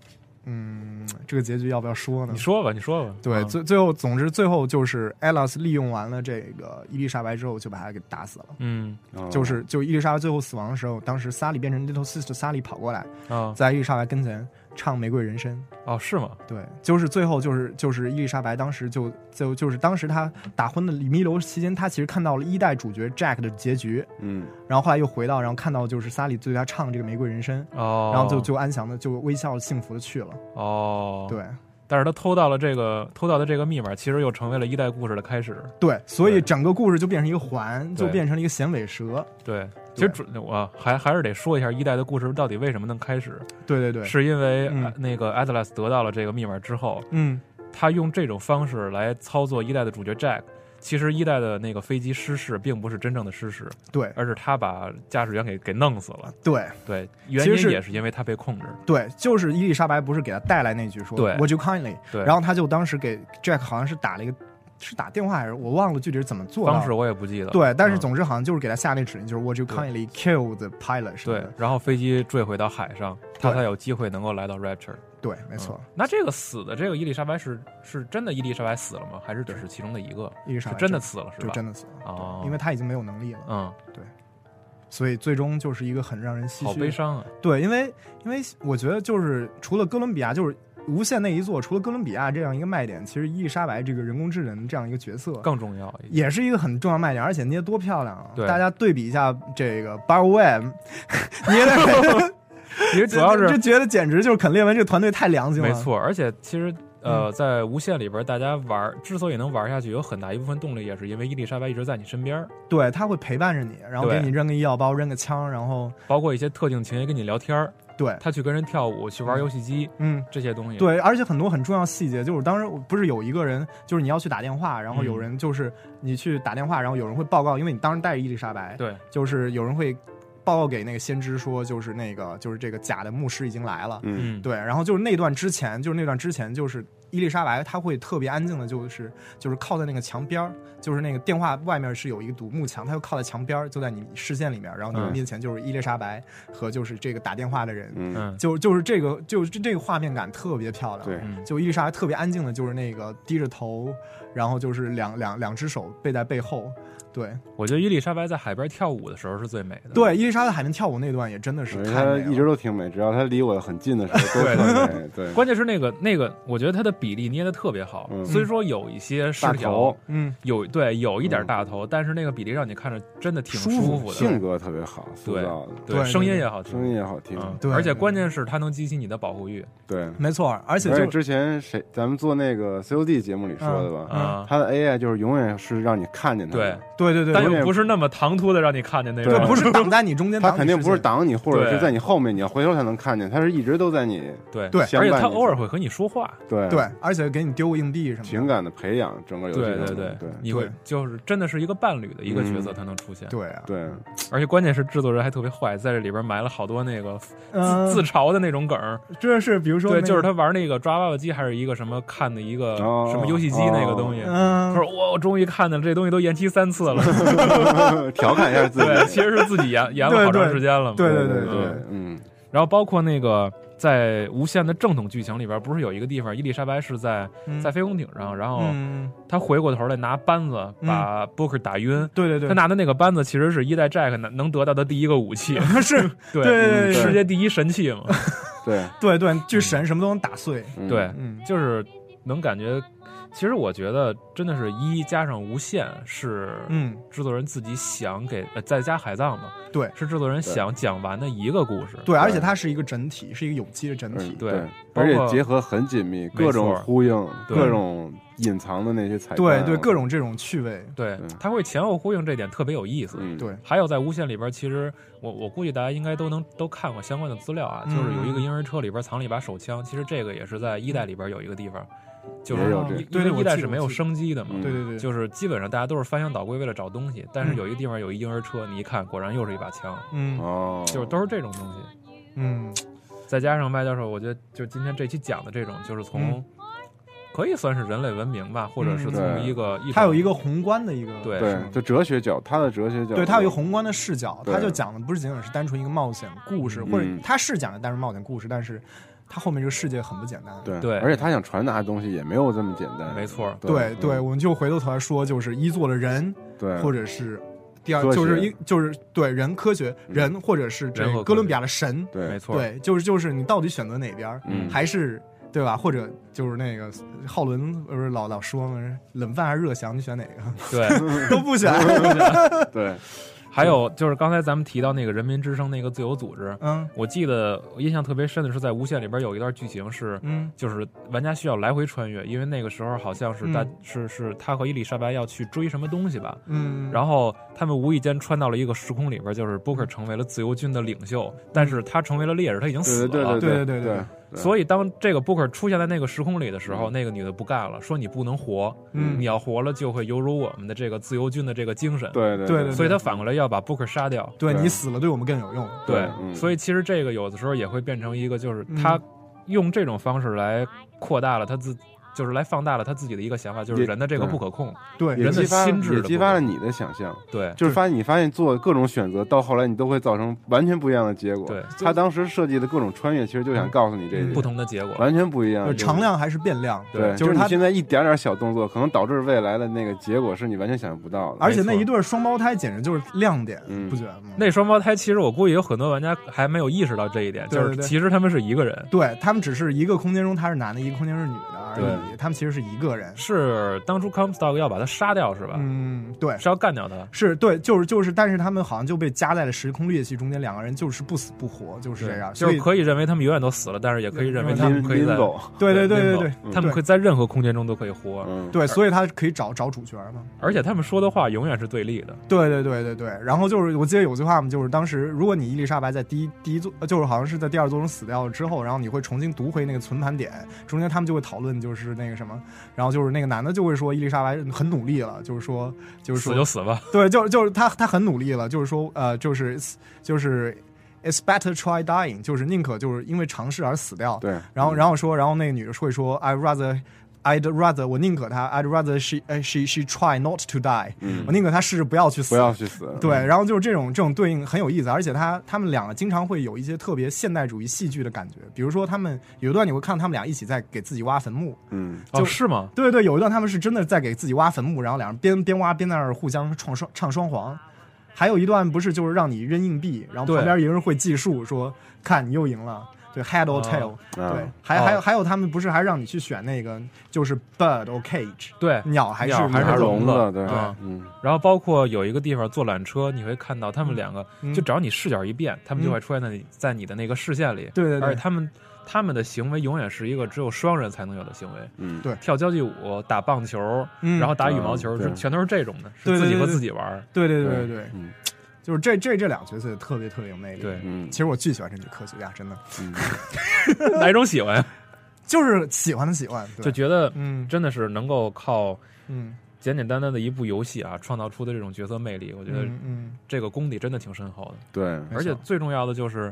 嗯，这个结局要不要说呢？
你说吧，你说吧，
对，
嗯
最最后，总之最后就是 Atlas 利用完了这个伊丽莎白之后，就把她给打死了。
嗯，
就是就伊丽莎白最后死亡的时候，当时萨利变成 Little Sister 萨利跑过来，
啊
在伊丽莎白跟前唱《玫瑰人生》。
哦是吗？
对，就是最后就是就是伊丽莎白当时就就就是当时她打昏的弥留期间，她其实看到了一代主角 Jack 的结局，
嗯，
然后后来又回到，然后看到就是萨利对她唱这个《玫瑰人生》，
哦，
然后就就安详的就微笑幸福的去了。
哦，
对，
但是他偷到了这个偷到的这个密码，其实又成为了一代故事的开始，
对，所以整个故事就变成一个环，
对
就变成了一个响尾蛇。
对。其实准我还还是得说一下一代的故事到底为什么能开始，
对对对，
是因为、
嗯
呃那个 Atlas 得到了这个密码之后，
嗯，
他用这种方式来操作一代的主角 Jack。其实一代的那个飞机失事并不是真正的失事，
对
而是他把驾驶员给给弄死了。
对
对，
其
原
实
因
是
也是因为他被控制。
对，就是伊丽莎白不是给他带来那句说
对
“Would you kindly”，
对
然后他就当时给 Jack 好像是打了一个，是打电话还是我忘了具体是怎么做到的
当时我也不记得了。
对，但是
嗯
总之好像就是给他下那指令，就是 “Would you
对
kindly kill the pilot” 什么
对
的。，
然后飞机坠回到海上，他
对
才有机会能够来到 Rapture。
对，没错，
那这个死的这个伊丽莎白是是真的伊丽莎白死了吗？还是只是其中的一个？
伊丽莎白
是真的死了是
就
吧？
真的死了，
哦，
因为他已经没有能力了，
嗯，
所以最终就是一个很让人唏嘘。
好悲。伤啊。
对，因为因为我觉得就是除了哥伦比亚，就是无限那一座，除了哥伦比亚这样一个卖点，其实伊丽莎白这个人工智能这样一个角色
更重要。
也是一个很重要卖点，而且捏多漂亮啊！
对
大家对比一下这个 Bar Web，捏的，
因 <laughs> 为主要是
就觉得简直就是肯列文这个团队太良心了。
没，错，而且其实
嗯
呃，在无限里边，大家玩儿之所以能玩下去，有很大一部分动力也是因为伊丽莎白一直在你身边儿，
对，他会陪伴着你，然后
对
给你扔个医药包，扔个枪，然后
包括一些特定情节跟你聊天儿，
对，
他去跟人跳舞，去玩游戏机
嗯。
这些东西。，
对，而且很多很重要细节，就是当时我不是有一个人，就是你要去打电话，然后有
嗯
人就是你去打电话，然后有人会报告，因为你当时带着伊丽莎白，
对，
就是有人会报告给那个先知说，就是那个就是这个假的牧师已经来了，
嗯，
嗯，
对，然后就是那段之前，就是那段之前，就是伊丽莎白她会特别安静的，就是就是靠在那个墙边儿，就是那个电话外面是有一个独幕墙，她就靠在墙边儿，就在你视线里面，然后你
嗯
面前就是伊丽莎白和就是这个打电话的人，
嗯
嗯，
就就是这个就是这个画面感特别漂亮，
对，
嗯
就伊丽莎白特别安静的，就是那个低着头，然后就是两两两只手背在背后，对
我觉得伊丽莎白在海边跳舞的时候是最美的。
对，伊丽莎白在海边跳舞那段也真的是
对
太
它
美
一直
了，
都挺美，只要它离我很近的时候
对
都特美。对，
关键是那个那个，我觉得它的比例捏的特别好，
嗯
虽说有一些失
大
调
头，
嗯，
有对有一点
嗯
大头，但是那个比例让你看着真 <laughs> 的挺
舒
舒
服
服的，
性格特别好，塑
对
造的，
对
声音
对
也好听，
声音也好听。
嗯
对
而且关键是它能激起你的保护欲
对，
没错，而且
而且
就嗯
之前谁咱们做那个 COD 节目里说的吧，
啊。
它的 AI 就是永远是让你看见它
对
的，，
对对对
但
对，
又不是那么唐突的让你看见那种，
对，不
<laughs>
是挡在你中间，
它
挡你
肯定
视
不是
线
挡你，或者
对
是在你后面，你要回头才能看见，它是一直都在你
对
对
而
相
且
伴
他
你
偶尔会和你说话，
对
对，而且给你丢个硬币什么的。
情感的培养，整个游戏
对
中
对
对
你会
对嗯
就是真的是一个伴侣的一个角色，他能出现，
对啊，
对 <laughs>
而且关键是制作人还特别坏，在这里边埋了好多那个
嗯
自自嘲的那种梗儿，
这是比如说，
对，就是他，玩那个抓娃娃机，还是一个什么看的一个
哦
什么游戏机那个东西。
嗯
他，说：“哇我终于看到了这东西都延期三次子了，
调侃一下自己 <laughs>
对，其实是自己
<laughs>
延延了好长时间了嘛。
对对对
对，嗯。
然后包括那个在《无限》的正统剧情里边，不是有一个地方，伊丽莎白是在
嗯
在飞空艇上，哦然后
嗯，
她回过头来拿扳子
嗯
把 Booker 打晕。
对对对，
她拿的那个扳子其实是一代 Jack 能能得到的第一个武器，
是
对
<laughs> 对对对
世界第一神器嘛。 <laughs>
对
对对，巨神什么都能打碎。
嗯
对，
嗯，
就是能感觉，其实我觉得真的是一加上无限是，
嗯，
制作人自己想给呃再加海藏嘛，
对
是制作人
对
想讲完的一个故事，
对，而且它是一个整体，是一个有机的整体
嗯。
对包括
而且结合很紧密，
错
各种呼应，
对
各种隐藏的那些彩蛋，
对对，各种这种趣味。
对
嗯，
它会前后呼应，这点特别有意思。
嗯
对，
还有在无限里边，其实我我估计大家应该都能都看过相关的资料啊，
嗯
就是有一个婴儿车里边藏了一把手枪，其实这个也是在一代里边有一个地方，就
也
是
有这
一
对
因
对
为
我
一代
记得
是没
我
有
记得
生机的嘛，
嗯
对对对，
就是基本上大家都是翻箱倒柜为了找东西，但是
嗯
有一个地方有一婴儿车，你一看果然又是一把枪，
嗯
哦，
就是都是这种东西。
嗯，
再加上麦教授，我觉得就今天这期讲的这种，就是从
嗯
可以算是人类文明吧，或者是从
嗯
对
一个一
它有一
个
个宏观的一个，
对
对，就哲学角，他的哲学角，
对，它有一个宏观的视角，
对
它就讲的不是仅仅是单纯一个冒险故事，
嗯
或者它是讲的单纯冒险故事，但是它后面这个世界很不简单。
对
对
而且他想传达的东西也没有这么简单，
没错
对
嗯
对，我们就回过头来说，就是一做的人，
对，
或者是第二
科学
就是一就是对人科学人，或者是这
人和科学
哥伦比亚的神，
对
没错，
对，就是就是你到底选择哪边儿，
嗯
还是对吧？或者就是那个浩伦呃不是老老说嘛，冷饭还是热翔，你选哪个？ <laughs>
对。
都不选。
对，
还有就是刚才咱们提到那个人民之声那个自由组织，
嗯
我记得我印象特别深的是在《无限》里边有一段剧情是，
嗯
就是玩家需要来回穿越，因为那个时候好像是
嗯
他、是是他和伊丽莎白要去追什么东西吧，
嗯，
然后他们无意间穿到了一个时空里边，就是 Booker 成为了自由军的领袖，但是他成为了烈士，他已经死
对
了。
嗯对对
对
对
对对
所以，当这个 Booker 出现在那个时空里的时候，那个女的不干了，说你不能活，
嗯
你要活了就会有辱我们的这个自由军的这个精神。
对对
对对
所以他反过来要把 Booker 杀掉。
对
对
你死了对我们更有用。
对，
嗯
所以其实这个有的时候也会变成一个，就是他用这种方式来扩大了他自，就是来放大了他自己的一个想法，就是
也
人的这个不可控。
对，
也
人的
激发
心智
也
的
激
部
发了
分
你的想象，
对，
就是发现你发现做各种选择，到后来你都会造成完全不一样的结果。
对
他当时设计的各种穿越，其实就想告诉你这一点，
嗯
不同的结果。
完全不一样。
就
啊
是
就是
常量还是变量，
对，就
就
是是
他
你现在一点点小动作，可能导致未来的那个结果是你完全想象不到的。
而且那
没错
一对儿双胞胎简直就是亮点，
嗯
不觉得吗？
那双胞胎其实我估计有很多玩家还没有意识到这一点，
对
就是
对对嗯
其实他们是一个人。
对他们只是一个空间中他是男的，一个空间是女的而已，
对
他们其实是一个人。
是当初 Comstock 要把他杀掉是吧？
嗯，对，
是要干掉他。
是对，就是就是，但是他们好像就被夹在了时空裂隙中间，两个人就是不死不活，就是这样。
就
所以
是可以认为他们永远都死了，但是也可以认为
对
他们
拎
可以在
拎走，
嗯对对对对
limbo，
对
嗯
他们可以在任何空间中都可以活，
嗯，
对，所以他可以找找主角嘛。
而且他们说的话永远是对立的。
对对对对对，然后就是我记得有句话嘛，就是当时如果你伊丽莎白在第一第一座，呃就是好像是在第二座中死掉了之后，然后你会重新读回那个存盘点，中间他们就会讨论就是那个什么，然后就是那个男的就会说伊丽莎白很努力了，就是说就是
死
说
就死吧，
<laughs> 对，就是就是他他很努力了，就是说呃，就是就是 it's better try dying，就是宁可就是因为尝试而死掉。
对
然后然后说，然后那个女的会说 I rather。I'd rather 我宁可她 I'd rather she 呃 she she try not to die，、
嗯
我宁可她试着不要去死，
不要去死。嗯
对，然后就是这种这种对应很有意思，而且他他们两个经常会有一些特别现代主义戏剧的感觉，比如说他们有一段你会看他们俩一起在给自己挖坟墓，
嗯，
哦
就是
吗？
对对，有一段他们是真的在给自己挖坟墓，然后两人边边挖边在那儿互相唱双唱双簧。还有一段不是就是让你扔硬币，然后
对
旁边有人会计数说看你又赢了，对 head or
啊
tail，、
啊
对，还、还有
哦
还有他们不是还让你去选那个就是 bird or cage，
对，
鸟还是
鸟还
拿
是
笼
笼
子，
子
对
啊，
嗯，
然后包括有一个地方坐缆车，你会看到他们两个，
嗯
就只要你视角一变，他们就会出现在你在你的那个视线里。
对对对
而且他们他们的行为永远是一个只有双人才能有的行为，
嗯，
对
跳交际舞、打棒球，
嗯
然后打羽毛球，
嗯
是
对
全都是这种的，
对
是
对
自己
对
和
对
自己玩儿。
对对对对对，
嗯
就是这这这两个角色特别特别有魅力。
对，
嗯
其实我巨喜欢这女科学家，真的
嗯，
哪一种喜欢呀？
就是喜欢的喜欢，对
就觉得
嗯
真的是能够靠
嗯
简简单单的一部游戏啊，创造出的这种角色魅力，我觉得
嗯嗯，
这个功底真的挺深厚的。
对，
<laughs> 没错
而且最重要的就是，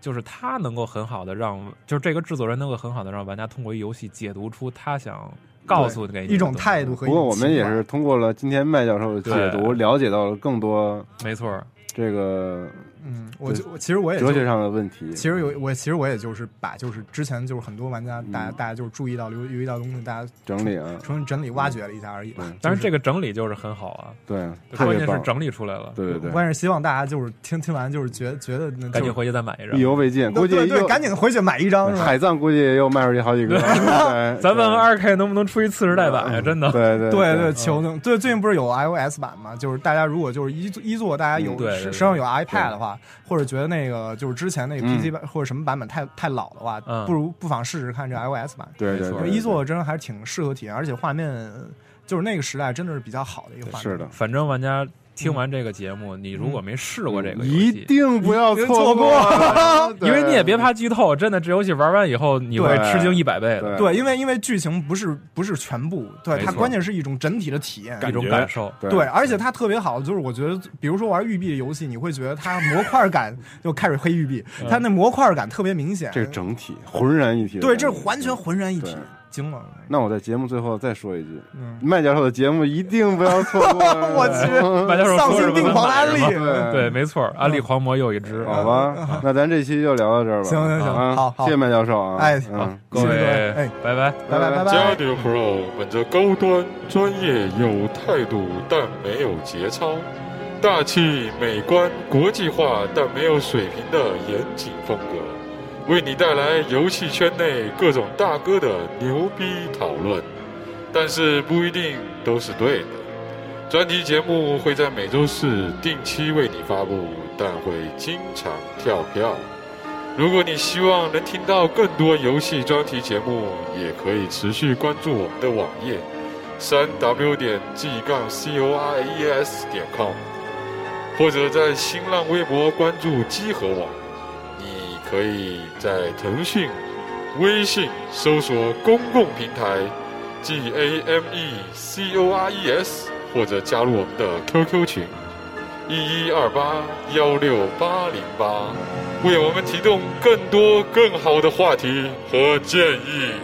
就是他能够很好的让，就是这个制作人能够很好的让玩家通过一游戏解读出他想告诉给你
一种态度和一
不过
种
我们也
情
是通过了今天麦教授的解读，
对
了解到了更多
没错儿，
这个
嗯我就我其实我也就
哲学上的问题。
其实有我，其实我也就是把就是之前就是很多玩家，大
嗯
家大家就是注意到留留意到的东西，大家
整理啊，
重新整理挖掘了一下而已吧。
但是这个整理就是很好啊，
对啊，
对
特
关
别
键是
棒，
整理出来了，
对对对，
关键是希望大家就是听听完就是觉觉得能
赶紧回去再买一张
意。犹未尽，
对
估计
对对，
又
赶紧回去买一张是吧？
海藏估计又卖出去好几
<laughs>
个。对
咱问问二 K 能不能出一次时代版呀？真
<laughs>
的，
对对嗯
对对，求求对，最近不是有 iOS 版嘛？就是大家如果就是一一座大家有
嗯对对
身
对
上有 iPad 的话，或者觉得那个就是之前那个
嗯
PC 版或者什么版本太太老的话，
嗯
不如不妨试试看这 iOS 版。
对对
没错
对，
一，E 座真的还是挺适合体验，而且画面就是那个时代真的是比较好的一个画面。
是的，
反正玩家听完这个节目，你如果没试过这个游
一
嗯
戏，
定不要
错
过，
<laughs>
<laughs>
因为你也别
怕。
怕剧透，真的这游戏玩完以后你会
对
吃惊一百倍的
对
对，因为因为剧情不是不是全部，对
没
它
错
关键是一种整体的体验。
一种
觉
感受。
对
对，而且它特别好，就是我觉得，比如说玩育碧的游戏，你会觉得它模块感就开始黑育碧，它那模块感特别明显。
嗯这个整体浑然一体的感觉。
对，这是完全浑然一体
对，
惊了。
那我在节目最后再说一句，
嗯
麦教授的节目一定不要错过。
<laughs> 我去， <laughs>
麦教授
丧
说什
心
么
病狂的安利。
<laughs> 对
对，没错，
嗯
安利狂魔又一只。啊
好吧，那咱这期就聊到这儿吧。
行行行
啊
好好
谢谢麦教授啊。
哎
嗯，
各
谢谢各
位
位哎，
拜拜。
拜拜拜
加
拜。
迪 Pro 本着高端、专业、有态度，但没有节操；大气、美观、国际化，但没有水平的严谨风格，为你带来游戏圈内各种大哥的牛逼讨论，但是不一定都是对的。专题节目会在每周四定期为你发布，但会经常跳票。如果你希望能听到更多游戏专题节目，也可以持续关注我们的网页，三 w 点 g 杠 c o r e s 点 com，或者在新浪微博关注机核网。你可以在腾讯、微信搜索公共平台 G A M E C O R E S，或者加入我们的 QQ 群一一二八幺六八零八。为我们提供更多更好的话题和建议。